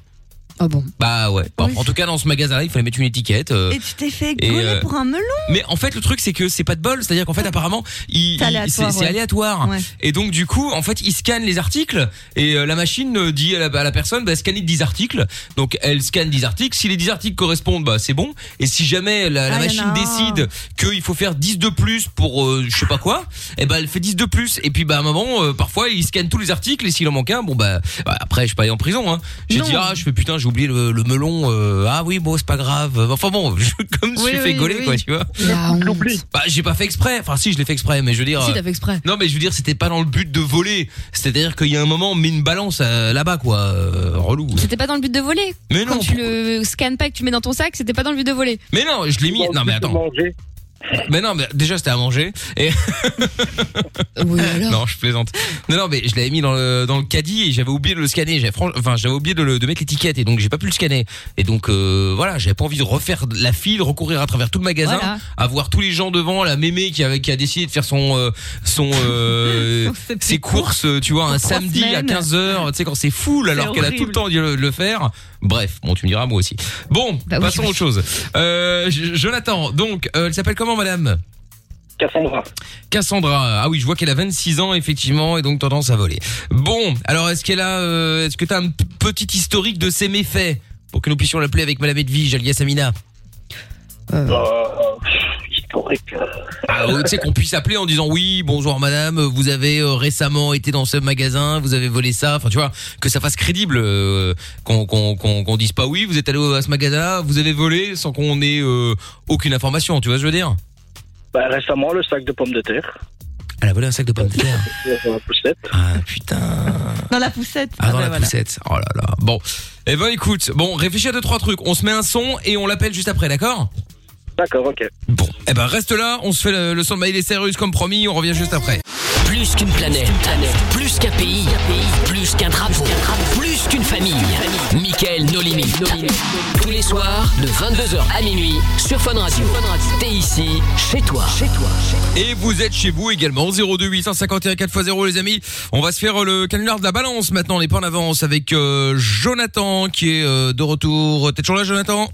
[SPEAKER 5] Ah bon
[SPEAKER 2] Bah ouais. Bon, En tout cas, dans ce magasin-là, il fallait mettre une étiquette. euh,
[SPEAKER 6] Et tu t'es fait
[SPEAKER 2] et,
[SPEAKER 6] gauler
[SPEAKER 2] euh,
[SPEAKER 6] pour un melon
[SPEAKER 2] Mais en fait, le truc, c'est que c'est pas de bol. C'est-à-dire qu'en fait, apparemment, il- il-
[SPEAKER 6] C'est
[SPEAKER 2] c'est
[SPEAKER 6] aléatoire,
[SPEAKER 2] c'est
[SPEAKER 6] ouais.
[SPEAKER 2] aléatoire.
[SPEAKER 6] Ouais.
[SPEAKER 2] Et donc, du coup, en fait, il scanne les articles et euh, la machine euh, dit à la, à la personne, bah, scanner 10 articles. Donc, elle scanne 10 articles. Si les 10 articles correspondent, bah, c'est bon. Et si jamais la, la
[SPEAKER 12] Ah là
[SPEAKER 2] machine
[SPEAKER 12] là.
[SPEAKER 2] décide qu'il faut faire 10 de plus pour euh, je sais pas quoi, et ben elle fait 10 de plus. Et puis, bah, à un moment, euh, parfois, il scanne tous les articles et s'il en manque un, bon, bah, bah, après, je suis pas allé en prison. Hein. J'ai
[SPEAKER 12] Non.
[SPEAKER 2] dit, ah, je fais putain, j'ai oublié le, le melon. euh, ah oui, bon, c'est pas grave. Enfin bon, *laughs* je, comme je
[SPEAKER 12] Oui,
[SPEAKER 2] me suis fait
[SPEAKER 12] oui,
[SPEAKER 2] gauler,
[SPEAKER 12] oui.
[SPEAKER 2] quoi, tu vois. Bah, j'ai pas fait exprès. Enfin, si, je l'ai fait exprès, mais je veux dire.
[SPEAKER 12] Si,
[SPEAKER 2] euh,
[SPEAKER 12] t'as fait exprès.
[SPEAKER 2] Non, mais je veux dire, c'était pas dans le but de voler. C'est-à-dire qu'il y a un moment, on met une balance euh, là-bas, quoi. Euh, relou.
[SPEAKER 5] C'était pas dans le but de voler.
[SPEAKER 2] Mais non,
[SPEAKER 5] Quand tu le scannes pas et que tu le mets dans ton sac, c'était pas dans le but de voler.
[SPEAKER 2] Mais non, je l'ai mis. Non, mais attends. Mais non, mais déjà, c'était à manger. Et... *laughs*
[SPEAKER 12] Ah.
[SPEAKER 2] non, je plaisante. Non, non, mais je l'avais mis dans le, dans le caddie et j'avais oublié de le scanner. J'avais fran- Enfin, j'avais oublié de, le- de mettre l'étiquette et donc j'ai pas pu le scanner. Et donc, euh, voilà, j'avais pas envie de refaire la file, recourir à travers tout le magasin,
[SPEAKER 12] Voilà.
[SPEAKER 2] à voir tous les gens devant, la mémé qui a, qui a décidé de faire son, euh, son,
[SPEAKER 12] *laughs*
[SPEAKER 2] euh, ses courses, euh, tu vois, un
[SPEAKER 12] Pour trois
[SPEAKER 2] samedi
[SPEAKER 12] semaines.
[SPEAKER 2] à 15h, tu sais, quand c'est full alors
[SPEAKER 12] C'est
[SPEAKER 2] qu'elle a tout le
[SPEAKER 12] horrible.
[SPEAKER 2] temps dû le, le faire. Bref, bon, tu me diras, moi aussi. Bon,
[SPEAKER 12] Bah
[SPEAKER 2] passons à autre chose. Euh, J- Jonathan, donc, euh, elle s'appelle comment, madame
[SPEAKER 11] Cassandra.
[SPEAKER 2] Cassandra, ah oui, je vois qu'elle a 26 ans effectivement et donc tendance à voler. Bon, alors est-ce qu'elle a, euh, est-ce que t'as un p- petit historique de ses méfaits pour que nous puissions l'appeler avec Madame Edwige, alias Amina
[SPEAKER 11] Euh, historique.
[SPEAKER 2] Ah, euh, tu sais qu'on puisse appeler en disant oui, bonjour Madame, vous avez euh, récemment été dans ce magasin, vous avez volé ça, enfin tu vois, que ça fasse crédible, euh, qu'on qu'on qu'on qu'on dise pas oui, vous êtes allé au- à ce magasin, vous avez volé sans qu'on ait euh, aucune information, tu vois ce que je veux dire
[SPEAKER 11] Bah, récemment, le sac de pommes de terre. Euh,
[SPEAKER 2] Elle a volé un sac de pommes de terre. *laughs*
[SPEAKER 11] Dans la poussette.
[SPEAKER 6] Dans la poussette.
[SPEAKER 2] Ah, dans
[SPEAKER 6] bah
[SPEAKER 2] Ah, la
[SPEAKER 6] voilà.
[SPEAKER 2] poussette. Oh là là. Bon. Eh ben, écoute. Bon, réfléchis à deux, trois trucs. On se met un son et on l'appelle juste après, d'accord?
[SPEAKER 11] D'accord, ok.
[SPEAKER 2] Bon. Eh ben, reste là. On se fait le, le son de Miley Cyrus comme promis. On revient juste après.
[SPEAKER 1] Plus qu'une planète, plus qu'un pays, plus qu'un drapeau, plus qu'une famille. Mickaël nos limites. Tous les soirs, de 22h à minuit, sur Fun Radio. T'es ici, chez toi. Chez toi.
[SPEAKER 2] Et vous êtes chez vous également. 02851 4x0, les amis. On va se faire euh, le canular de la balance maintenant. On n'est pas en avance avec euh, Jonathan qui est euh, de retour. T'es toujours là, Jonathan?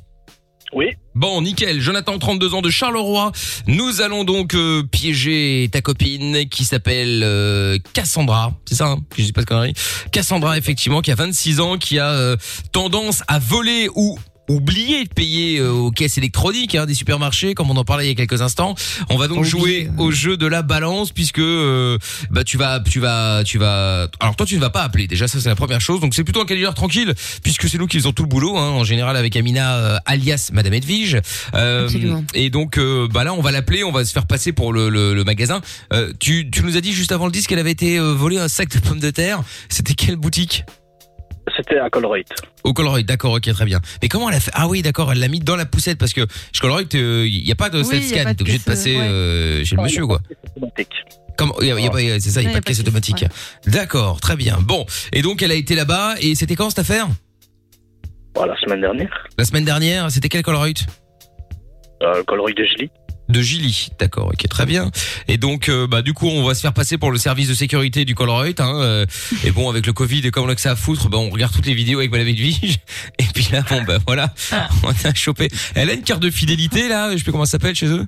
[SPEAKER 11] Oui.
[SPEAKER 2] Bon, nickel. Jonathan, 32 ans de Charleroi. Nous allons donc euh, piéger ta copine qui s'appelle euh, Cassandra. C'est ça, hein Que je dis pas de conneries. Cassandra, effectivement, qui a 26 ans, qui a euh, tendance à voler ou oublier de payer euh, aux caisses électroniques hein, des supermarchés, comme on en parlait il y a quelques instants. On va donc jouer au jeu de la balance puisque euh, bah tu vas, tu vas, tu vas. Alors toi, tu ne vas pas appeler. Déjà, ça c'est la première chose. Donc c'est plutôt un canular tranquille puisque c'est nous qui faisons tout le boulot hein, en général avec Amina euh, alias Madame Edwige. Euh,
[SPEAKER 12] Absolument.
[SPEAKER 2] et donc euh, bah là, on va l'appeler, on va se faire passer pour le, le, le magasin. Euh, tu, tu nous as dit juste avant le disque qu'elle avait été euh, volée un sac de pommes de terre. C'était quelle boutique
[SPEAKER 11] C'était à Colruyt.
[SPEAKER 2] au Colruyt, d'accord, ok, très bien. Mais comment elle a fait Ah oui, d'accord, elle l'a mis dans la poussette parce que chez Colruyt, il n'y a pas de
[SPEAKER 11] Oui,
[SPEAKER 2] self
[SPEAKER 11] y a
[SPEAKER 2] scan,
[SPEAKER 11] pas de
[SPEAKER 2] t'es obligé de
[SPEAKER 11] caisse,
[SPEAKER 2] passer
[SPEAKER 11] ouais.
[SPEAKER 2] euh, chez le
[SPEAKER 11] Non, y a
[SPEAKER 2] monsieur,
[SPEAKER 11] pas
[SPEAKER 2] quoi. Comme, y a- y a
[SPEAKER 11] Ah.
[SPEAKER 2] pas- y a- c'est ça, il n'y
[SPEAKER 11] Non,
[SPEAKER 2] a pas de caisse automatique. D'accord, très bien. Bon, et donc elle a été là-bas et c'était quand cette affaire
[SPEAKER 11] Bah, la semaine dernière.
[SPEAKER 2] La semaine dernière, c'était quel Colruyt
[SPEAKER 11] Euh, le Colruyt de Gilly.
[SPEAKER 2] De Gilly, d'accord, ok, très bien. Et donc, euh, bah, du coup, on va se faire passer pour le service de sécurité du Colruyt. Hein, euh, et bon, avec le Covid et comme on a que ça à foutre, bah, on regarde toutes les vidéos avec Madame Edwige. *laughs* Et puis là, bon, bah voilà, on a chopé. Elle a une carte de fidélité là, je sais plus comment ça s'appelle chez eux.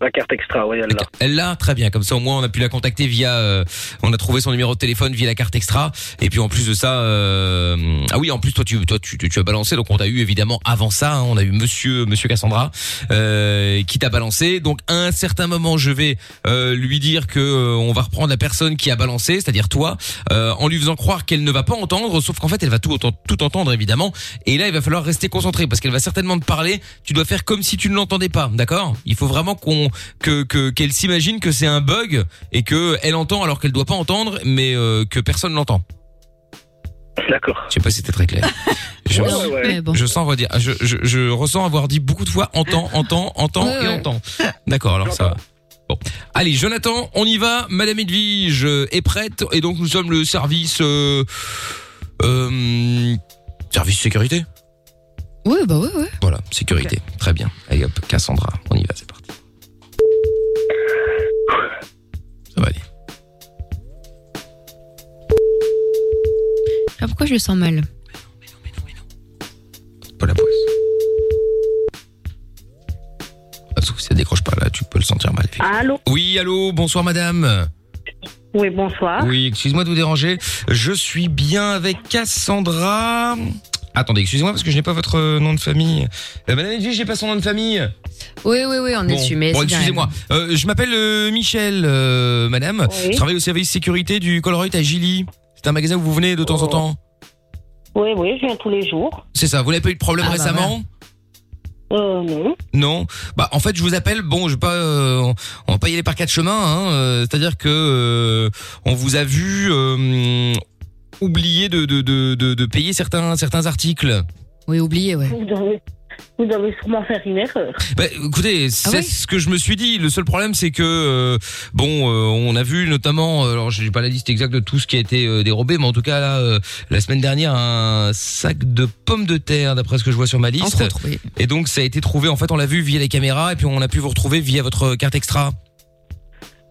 [SPEAKER 11] La carte extra, oui, elle l'a.
[SPEAKER 2] Elle l'a, très bien. Comme ça, au moins, on a pu la contacter via. euh, on a trouvé son numéro de téléphone via la carte extra. Et puis en plus de ça, euh, ah oui, en plus toi, tu, toi, tu, tu- tu as balancé. Donc on t'a eu évidemment avant ça. hein, on a eu Monsieur, Monsieur Cassandra, euh, qui t'a balancé. Donc à un certain moment, je vais euh, lui dire que euh, on va reprendre la personne qui a balancé, c'est-à-dire toi, euh, en lui faisant croire qu'elle ne va pas entendre. Sauf qu'en fait, elle va tout, entendre- tout entendre évidemment. Et là, il va falloir rester concentré parce qu'elle va certainement te parler. Tu dois faire comme si tu ne l'entendais pas, d'accord Il faut vraiment qu'on que que- qu'elle s'imagine que c'est un bug et que elle entend alors qu'elle doit pas entendre, mais euh, que personne l'entend.
[SPEAKER 11] D'accord.
[SPEAKER 2] Je sais pas si c'était très clair. Je,
[SPEAKER 11] Ouais, ouais, ouais. Mais bon.
[SPEAKER 2] je sens redire. Je, je, je ressens avoir dit beaucoup de fois entend, entend, entend
[SPEAKER 11] Ouais,
[SPEAKER 2] et
[SPEAKER 11] ouais.
[SPEAKER 2] entend. D'accord, alors ça va. Bon. Allez, Jonathan, on y va. Madame Edwige euh, est prête et donc nous sommes le service euh, euh, service sécurité.
[SPEAKER 5] Oui, bah oui, oui.
[SPEAKER 2] Voilà, sécurité. Très bien. Allez hop, Cassandra, on y va, c'est parti.
[SPEAKER 5] Ah, Je sais pas pourquoi je le sens mal.
[SPEAKER 2] Ah,
[SPEAKER 7] Allô
[SPEAKER 2] Oui, allô, bonsoir madame.
[SPEAKER 7] Oui, bonsoir.
[SPEAKER 2] Oui, excuse-moi de vous déranger. Je suis bien avec Cassandra. Attendez, excusez-moi parce que je n'ai pas votre euh, nom de famille. Euh, Madame Edwige, j'ai pas son nom de famille.
[SPEAKER 5] Oui, oui, oui, on est
[SPEAKER 2] Bon,
[SPEAKER 5] fumé.
[SPEAKER 2] bon,
[SPEAKER 5] c'est
[SPEAKER 2] excusez-moi. Euh, je m'appelle euh, Michel, euh, madame.
[SPEAKER 7] Oui.
[SPEAKER 2] Je travaille au service sécurité du Colruyt à Gilly. C'est un magasin où vous venez de
[SPEAKER 7] Oh.
[SPEAKER 2] temps en temps.
[SPEAKER 7] Oui, oui, je viens tous les jours.
[SPEAKER 2] C'est ça, vous n'avez pas eu de problème
[SPEAKER 7] Ah, bah,
[SPEAKER 2] récemment
[SPEAKER 7] Euh, non.
[SPEAKER 2] Non. Bah en fait, je vous appelle. Bon, je vais pas, euh, on- on va pas y aller par quatre chemins. Hein, euh, C'est-à-dire que euh, on vous a vu euh, oublier de, de, de, de, de payer certains certains articles.
[SPEAKER 5] Oui, oublié, ouais.
[SPEAKER 7] Vous avez, vous avez sûrement fait une erreur.
[SPEAKER 2] Bah, écoutez,
[SPEAKER 5] Ah
[SPEAKER 2] c'est ce que je me suis dit. Le seul problème, c'est que euh, bon, euh, on a vu notamment, euh, alors j'ai pas la liste exacte de tout ce qui a été euh, dérobé, mais en tout cas là, euh, la semaine dernière, un sac de pommes de terre, d'après ce que je vois sur ma liste.
[SPEAKER 5] Entre autres, oui.
[SPEAKER 2] Et donc ça a été trouvé. En fait, on l'a vu via les caméras, et puis on a pu vous retrouver via votre carte extra.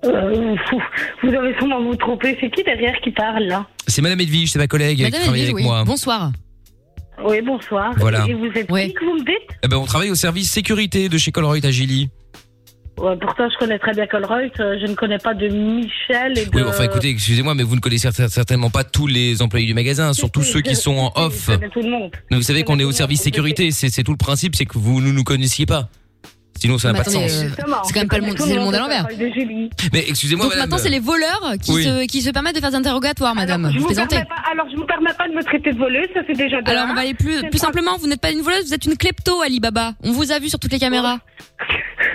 [SPEAKER 7] Euh, vous, vous avez sûrement vous trompé. C'est qui derrière qui parle, là
[SPEAKER 2] C'est Madame Edwige, c'est ma collègue qui travaille avec moi.
[SPEAKER 5] Bonsoir.
[SPEAKER 7] Oui, bonsoir.
[SPEAKER 2] Voilà.
[SPEAKER 7] Et vous êtes qui que vous me dites
[SPEAKER 2] Eh ben, on travaille au service sécurité de chez Colruyt à Gilly.
[SPEAKER 7] Ouais, Pourtant, je connais très bien Colruyt. euh, Je ne connais pas de Michel et de...
[SPEAKER 2] Oui, enfin écoutez, excusez-moi, mais vous ne connaissez cer- certainement pas tous les employés du magasin, surtout ceux qui sont en
[SPEAKER 7] Je
[SPEAKER 2] off.
[SPEAKER 7] connais tout le monde.
[SPEAKER 2] Mais vous savez qu'on est au service sécurité, c'est c'est tout le principe, c'est que vous ne nous connaissiez pas. Sinon, ça n'a pas de
[SPEAKER 5] Attendez,
[SPEAKER 2] sens.
[SPEAKER 5] euh, c'est quand même pas le monde, c'est le monde à l'envers.
[SPEAKER 2] Mais excusez-moi,
[SPEAKER 5] Donc
[SPEAKER 2] madame.
[SPEAKER 5] maintenant, c'est les voleurs qui,
[SPEAKER 2] Oui.
[SPEAKER 5] se, qui se permettent de faire des interrogatoires, madame.
[SPEAKER 7] Je vous
[SPEAKER 5] plaisantez.
[SPEAKER 7] permets pas- alors, je vous permets pas de me traiter de voleuse, ça c'est déjà de
[SPEAKER 5] Alors,
[SPEAKER 7] un.
[SPEAKER 5] on va aller plus,
[SPEAKER 7] C'est
[SPEAKER 5] plus
[SPEAKER 7] pas-
[SPEAKER 5] simplement. Vous n'êtes pas une voleuse, vous êtes une klepto, Alibaba. On vous a vu sur toutes les caméras.